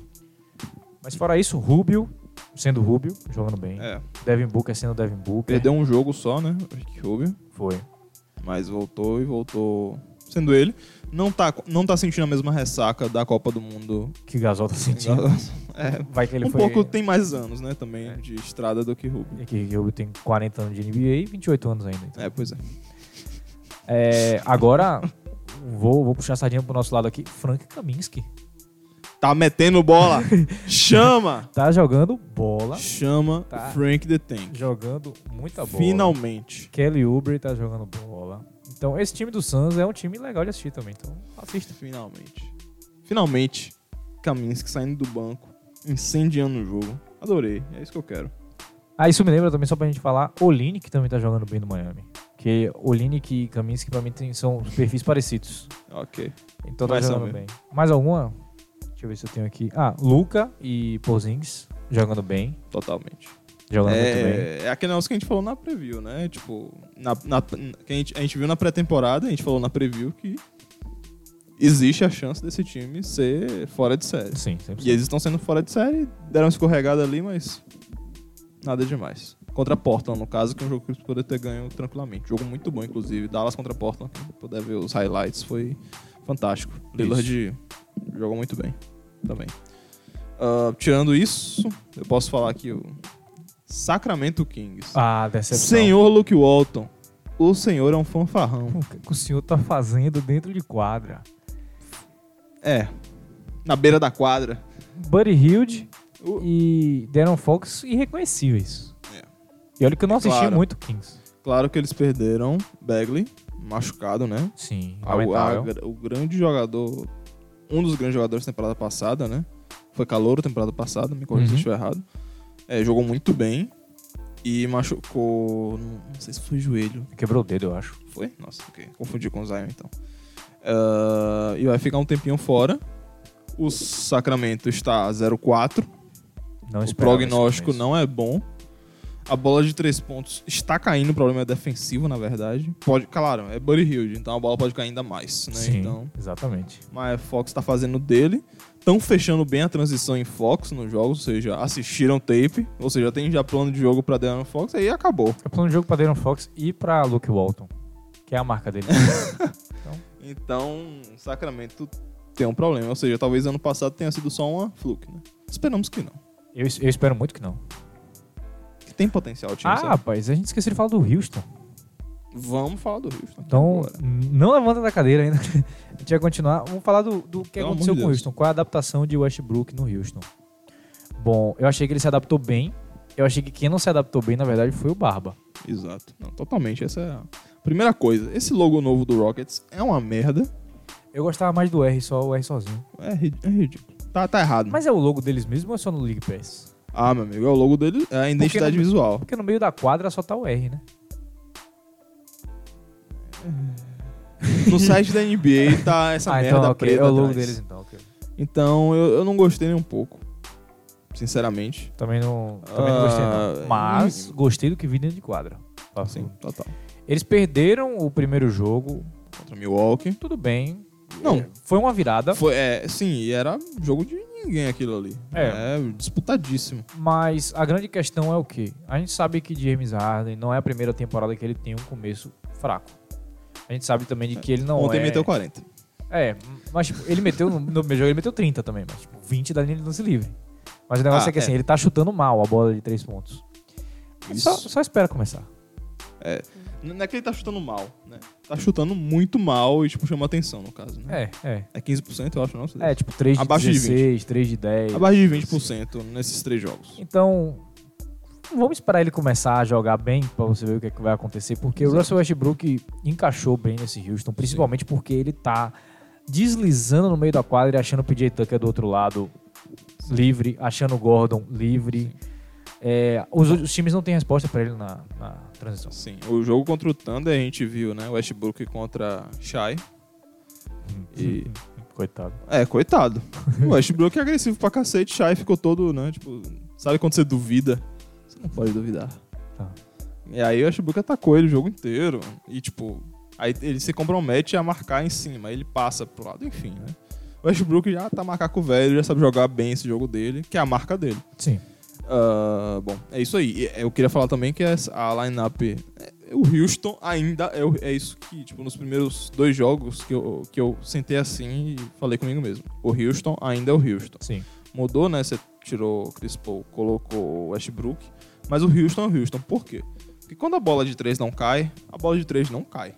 S1: Mas fora isso, Rubio, sendo Rubio, jogando bem.
S2: É.
S1: Devin Booker sendo Devin Booker.
S2: Perdeu um jogo só, né? Rick Rubio.
S1: Foi.
S2: Mas voltou e voltou sendo ele. Não tá, não tá sentindo a mesma ressaca da Copa do Mundo.
S1: Que Gasol tá sentindo.
S2: É,
S1: Vai que ele
S2: um
S1: foi...
S2: pouco tem mais anos, né? Também de estrada do que Rubio.
S1: é Que Rubio tem 40 anos de NBA e 28 anos ainda. Então.
S2: É, pois é.
S1: É, agora, vou, vou puxar a sardinha pro nosso lado aqui. Frank Kaminsky
S2: Tá metendo bola! Chama!
S1: tá jogando bola,
S2: Chama
S1: Tá.
S2: Frank the Tank.
S1: jogando muita bola.
S2: Finalmente.
S1: Kelly Oubre tá jogando bola. Então, esse time do Suns é um time legal de assistir também. Então, assista.
S2: Finalmente. Finalmente. Kaminsky saindo do banco, incendiando o jogo. Adorei, é isso que eu quero.
S1: Ah, isso me lembra também, só pra gente falar, Oline, que também tá jogando bem no Miami. Porque Oline e Kaminsky, pra mim, tem- são perfis parecidos.
S2: Ok.
S1: Então, tá
S2: Mas são
S1: jogando bem.
S2: mesmo.
S1: Mais alguma? Deixa eu ver se eu tenho aqui. Ah, Luca e Porzingis jogando bem.
S2: Totalmente.
S1: Jogando muito bem.
S2: É, é aquele negócio que a gente falou na preview, né? Tipo, na, na- que a, gente, a gente viu na pré-temporada, a gente falou na preview que existe a chance desse time ser fora de série.
S1: Sim, sempre.
S2: E eles estão sendo fora de série, deram uma escorregada ali, mas nada demais. Contra Portland, no caso, que é um jogo que eles poderiam ter ganho tranquilamente. Jogo muito bom, inclusive. Dallas contra Portland, quem puder ver os highlights, foi fantástico. Lillard jogou muito bem também. Ah, tirando isso, eu posso falar aqui o Sacramento Kings.
S1: Ah, decepção.
S2: senhor Luke Walton, o senhor é um fanfarrão.
S1: O que que o senhor tá fazendo dentro de quadra?
S2: É, na beira da quadra.
S1: Buddy Hilde
S2: O-
S1: e Darren Fox irreconhecíveis.
S2: É.
S1: E olha que eu não assisti
S2: claro.
S1: muito Kings.
S2: Claro que eles perderam Bagley, machucado, né?
S1: Sim,
S2: A- a-
S1: lamentável.
S2: gra- o grande jogador, um dos grandes jogadores da temporada passada, né? Foi Calouro temporada passada, me corrija se eu
S1: Uhum.
S2: estiver errado. É, jogou muito bem e machucou, não, não sei se foi joelho.
S1: Quebrou o dedo, eu acho.
S2: Foi? Nossa, ok. Confundi com o Zion, então. Ah, e vai ficar um tempinho fora. O Sacramento está a 0-4.
S1: Não
S2: O prognóstico não é bom. A bola de três pontos está caindo, o problema é defensivo, na verdade. Pode, claro, é Buddy Hilde, então a bola pode cair ainda mais, né?
S1: Sim,
S2: Então,
S1: exatamente.
S2: mas Fox tá fazendo dele. Estão fechando bem a transição em Fox nos jogos, ou seja, assistiram tape, ou seja, tem já plano de jogo pra Darren Fox, aí acabou.
S1: É plano de jogo pra Darren Fox e pra Luke Walton, que é a marca dele.
S2: Então, Sacramento tem um problema. Ou seja, talvez ano passado tenha sido só uma fluke, né? Esperamos que não.
S1: Eu, es- eu espero muito que não.
S2: Que tem potencial o time,
S1: Ah,
S2: sabe?
S1: rapaz, a gente esqueceu de falar do Houston.
S2: Vamos falar do Houston.
S1: Então,
S2: agora.
S1: não levanta da cadeira ainda. A gente vai continuar. Vamos falar do, do que
S2: Pelo amor
S1: aconteceu
S2: de
S1: com o
S2: Deus.
S1: Houston. Qual é a adaptação de Westbrook no Houston? Bom, eu achei que ele se adaptou bem. Eu achei que quem não se adaptou bem, na verdade, foi o Barba.
S2: Exato. Não, totalmente. Essa é a primeira coisa. Esse logo novo do Rockets é uma merda.
S1: Eu gostava mais do R, só o R sozinho.
S2: É, ri- é ridículo. Tá, tá errado. mano.
S1: Mas é o logo deles mesmo ou é só no League Pass?
S2: Ah, meu amigo, é o logo dele, é a identidade
S1: não-
S2: visual.
S1: Porque no meio da quadra só tá o R, né?
S2: No site da NBA tá essa merda
S1: então ok.
S2: preta
S1: É o logo
S2: atrás.
S1: deles então, ok.
S2: Então, eu, eu não gostei nem um pouco. Sinceramente.
S1: Também não, também não
S2: Ah,
S1: gostei, não. Mas
S2: hum.
S1: gostei do que vi dentro de quadra.
S2: Sim, total.
S1: Eles perderam o primeiro jogo.
S2: Contra Milwaukee.
S1: Tudo bem.
S2: Não.
S1: Foi uma virada.
S2: Foi, é, sim, e era jogo de ninguém aquilo ali.
S1: É.
S2: disputadíssimo.
S1: Mas a grande questão é o que? A gente sabe que James Harden não é a primeira temporada que ele tem um começo fraco. A gente sabe também de que ele não
S2: Ontem
S1: é...
S2: meteu 40.
S1: É, mas tipo, ele meteu, no no primeiro jogo ele meteu 30 também, mas tipo, 20 da linha de lance livre. Mas o negócio
S2: Ah,
S1: é que
S2: é.
S1: assim, ele tá chutando mal a bola de 3 pontos.
S2: Isso.
S1: Só, só espera começar.
S2: N- Não é que ele tá chutando mal, né? Tá chutando muito mal e, tipo, chama atenção, no caso, né?
S1: É, é.
S2: É 15%, eu acho, não?
S1: É, tipo, 3 de
S2: Abaixo de
S1: 16, 3 de 10.
S2: Abaixo de 20% nesses três jogos.
S1: Então, vamos esperar ele começar a jogar bem pra você ver o que, é que vai acontecer, porque o
S2: Exato.
S1: Russell Westbrook encaixou bem nesse Houston, principalmente porque ele tá deslizando no meio da quadra e achando o PJ Tucker do outro lado livre, achando o Gordon livre. É, os, os times não têm resposta pra ele na, na transição.
S2: Sim, o jogo contra o Thunder a gente viu, né? Westbrook contra Shai. E.
S1: Hum. Coitado.
S2: É, coitado. O Westbrook é agressivo pra cacete, Shai ficou todo, né? Tipo, sabe quando você duvida? Você não pode duvidar.
S1: Tá.
S2: E aí o Westbrook atacou ele o jogo inteiro. E, tipo, aí ele se compromete a marcar em cima, aí ele passa pro lado, enfim, né? O Westbrook já tá macaco velho, já sabe jogar bem esse jogo dele, que é a marca dele.
S1: Sim.
S2: Ah, bom, é isso aí. E, Eu queria falar também que essa- a lineup. é- O Houston ainda é, o- é isso que, tipo, nos primeiros dois jogos que eu, que eu sentei assim e falei comigo mesmo. O Houston ainda é o Houston.
S1: Sim.
S2: Mudou, né? Você tirou o Chris Paul, colocou o Westbrook. Mas o Houston é o Houston. Por quê? Porque quando a bola de três não cai, a bola de três não cai.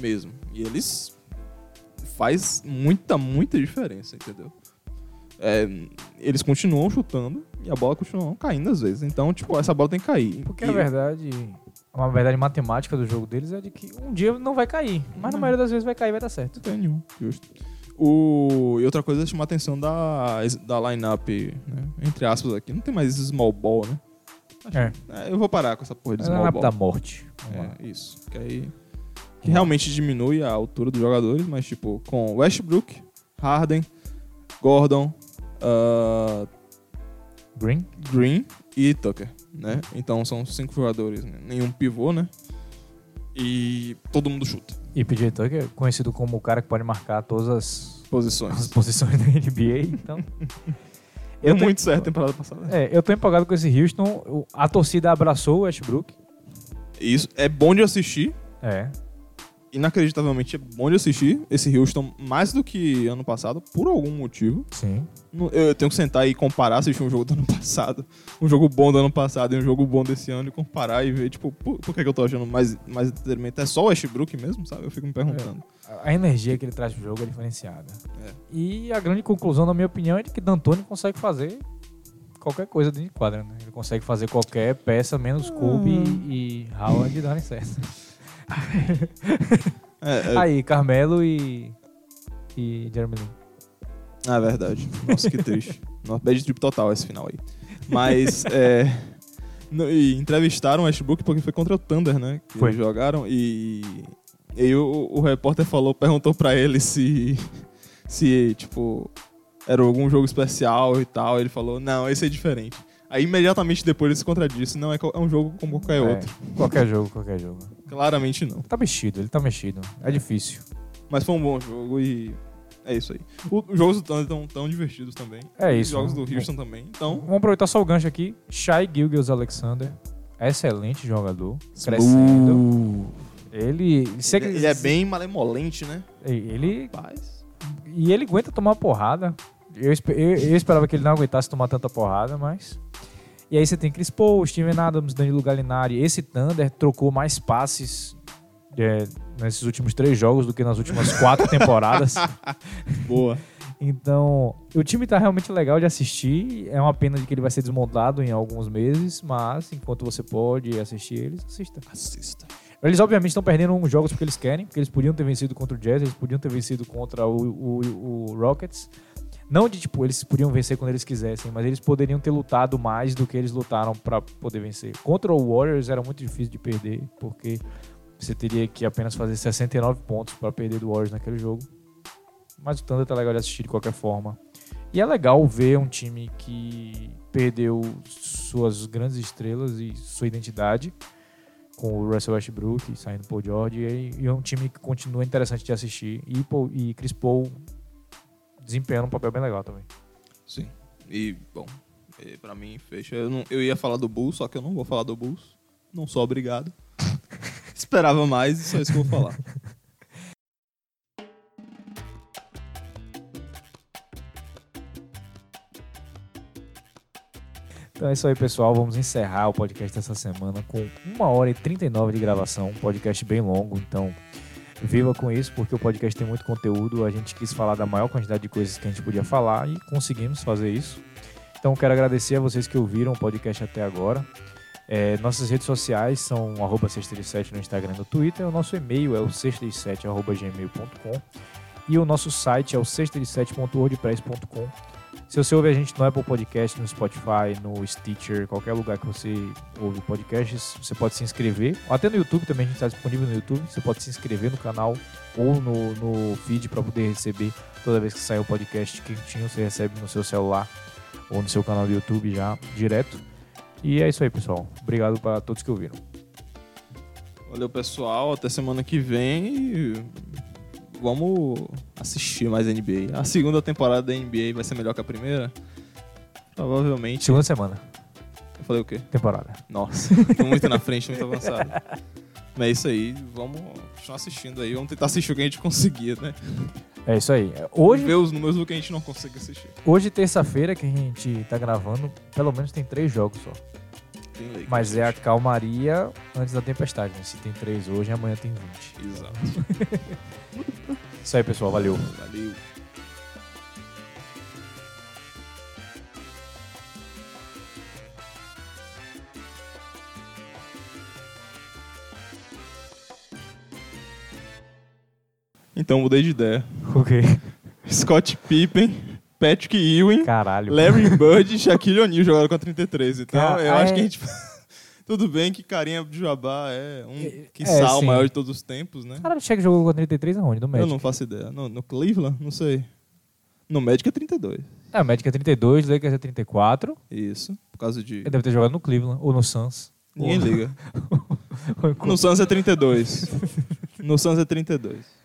S2: Mesmo. E eles. Faz muita, muita diferença, entendeu? É, eles continuam chutando e a bola continua não caindo às vezes. Então, tipo, essa bola tem que cair.
S1: Porque
S2: E-
S1: na verdade, uma verdade matemática do jogo deles é de que um dia não vai cair, mas na
S2: Não.
S1: maioria das vezes vai cair e vai dar certo.
S2: Não tem nenhum. Justo. O... E outra coisa é chamar a atenção da, da lineup, né? Entre aspas aqui. Não tem mais esse small ball, né?
S1: É.
S2: É, eu vou parar com essa porra de
S1: Mas é
S2: small
S1: na da
S2: ball.
S1: morte. Vamos lá.
S2: É, isso. Que aí. Que realmente diminui a altura dos jogadores, mas tipo, com Westbrook, Harden, Gordon, ah, É.
S1: Green?
S2: Green e Tucker, né? Então são cinco jogadores, né? nenhum pivô, né? E todo mundo chuta.
S1: E PJ Tucker, conhecido como o cara que pode marcar todas as, as
S2: Posições.
S1: posições da NBA, então.
S2: Deu
S1: tô-
S2: É muito certo a temporada passada.
S1: É, eu tô empolgado com esse Houston. O- A torcida abraçou o Westbrook.
S2: Isso é bom de assistir.
S1: É.
S2: Inacreditavelmente é bom de assistir esse Houston mais do que ano passado, por algum motivo.
S1: Sim.
S2: Não- Eu eu tenho que sentar e comparar, assistir um jogo do ano passado, um jogo bom do ano passado e um jogo bom desse ano e comparar e ver, tipo, por, por que, que eu tô achando mais, mais entretenimento? É só o Westbrook mesmo, sabe? Eu fico me perguntando.
S1: A a energia que ele traz pro jogo é diferenciada.
S2: É.
S1: E a grande conclusão, na minha opinião, é de que D'Antoni consegue fazer qualquer coisa dentro de quadra, né? Ele consegue fazer qualquer peça, menos Kobe
S2: Ah.
S1: e, e Howard darem certo.
S2: É, é,
S1: Aí, Carmelo e. e Jeremy Lin.
S2: Ah, é verdade. Nossa, que triste. Nossa, bad trip total esse final aí. Mas, é. no- e entrevistaram o Westbrook porque foi contra o Thunder, né? Que
S1: Foi.
S2: eles jogaram e. E aí o, o repórter falou, perguntou pra ele se. Se, tipo. Era algum jogo especial e tal. Ele falou, não, esse é diferente. Aí imediatamente depois ele se contradisse. Não, é, co- é um jogo como qualquer outro.
S1: Qualquer jogo, qualquer jogo.
S2: Claramente não.
S1: Tá mexido, ele tá mexido. É difícil.
S2: Mas foi um bom jogo e. É isso aí. O- os jogos do Thunder estão tão divertidos também.
S1: É
S2: Os
S1: isso.
S2: jogos do
S1: Vamos-
S2: Houston também. Então,
S1: Vamos aproveitar só o gancho aqui. Shai Gilgeous Alexander, excelente jogador, crescendo.
S2: Uh.
S1: Ele, se-
S2: Ele, ele é bem é malemolente, né?
S1: Ele
S2: Rapaz.
S1: E ele aguenta tomar porrada. Eu, espe- eu- eu esperava que ele não aguentasse tomar tanta porrada, mas. E aí você tem Chris Paul, Steven Adams, Danilo Gallinari. Esse Thunder trocou mais passes é, nesses últimos três jogos do que nas últimas quatro temporadas.
S2: Boa.
S1: Então, o time tá realmente legal de assistir. É uma pena de que ele vai ser desmontado em alguns meses, mas enquanto você pode assistir eles, assista.
S2: Assista.
S1: Eles obviamente estão perdendo uns jogos porque eles querem, porque eles podiam ter vencido contra o Jazz, eles podiam ter vencido contra o, o- o Rockets. Não de tipo, eles podiam vencer quando eles quisessem, mas eles poderiam ter lutado mais do que eles lutaram pra poder vencer. Contra o Warriors era muito difícil de perder, porque você teria que apenas fazer 69 pontos pra perder do Warriors naquele jogo. Mas o Thunder tá legal de assistir de qualquer forma. E é legal ver um time que perdeu suas grandes estrelas e sua identidade com o Russell Westbrook saindo Paul George e, e é um time que continua interessante de assistir e, Paul- e Chris Paul desempenhando um papel bem legal também.
S2: Sim. E, bom, e pra mim, fecha. Eu, não- eu ia falar do Bulls, só que eu não vou falar do Bulls. Não sou obrigado. Esperava mais e só isso que eu vou falar.
S1: Então é isso aí pessoal, vamos encerrar o podcast dessa semana com 1 hora e 39 de gravação, um podcast bem longo, então viva com isso porque o podcast tem muito conteúdo, a gente quis falar da maior quantidade de coisas que a gente podia falar e conseguimos fazer isso. Então quero agradecer a vocês que ouviram o podcast até agora. É, nossas redes sociais são arroba 637 no Instagram e no Twitter. O nosso e-mail é o 637.gmail.com e o nosso site é o 637.wordpress.com. Se você ouve a gente no Apple Podcast, no Spotify, no Stitcher, qualquer lugar que você ouve podcasts, você pode se inscrever. Até no YouTube também, a gente está disponível no YouTube. Você pode se inscrever no canal ou no, no feed para poder receber toda vez que sair o podcast quentinho, você recebe no seu celular ou no seu canal do YouTube já direto. E é isso aí, pessoal. Obrigado para todos que ouviram.
S2: Valeu, pessoal. Até semana que vem. E Vamos assistir mais NBA. A segunda temporada da NBA vai ser melhor que a primeira? Provavelmente.
S1: Segunda semana,
S2: Eu falei o quê?
S1: temporada.
S2: Nossa, tô muito na frente, muito avançado. Mas é isso aí, vamos continuar assistindo aí. Vamos tentar assistir o que a gente conseguir, né?
S1: É isso aí. Hoje,
S2: Ver os números do que a gente não consegue assistir.
S1: hoje terça-feira, que a gente tá gravando, pelo menos tem três jogos só.
S2: Tem lei.
S1: Mas é a calmaria antes da tempestade, né? Se tem três hoje, amanhã tem 20.
S2: Exato.
S1: É isso aí, pessoal. Valeu.
S2: Valeu. Então, mudei de ideia.
S1: Ok.
S2: Scott Pippen, Patrick Ewing,
S1: Caralho.
S2: Larry Bird e Shaquille O'Neal jogaram com a 33. Então,
S1: Cara,
S2: eu acho
S1: é-
S2: que a gente... Tudo bem que Carinha de Jabá é um, que
S1: É,
S2: o
S1: sim.
S2: maior de todos os tempos, né?
S1: Caralho, chega jogou com 33 aonde? No
S2: Eu
S1: Magic.
S2: não faço ideia. No, no Cleveland? Não sei. No Magic é 32.
S1: É, o Magic é 32, Lakers é 34.
S2: Isso. Por causa de...
S1: Ele deve ter jogado no Cleveland ou no Suns.
S2: Ninguém liga.
S1: Ou em
S2: No Suns é 32. No Suns é 32.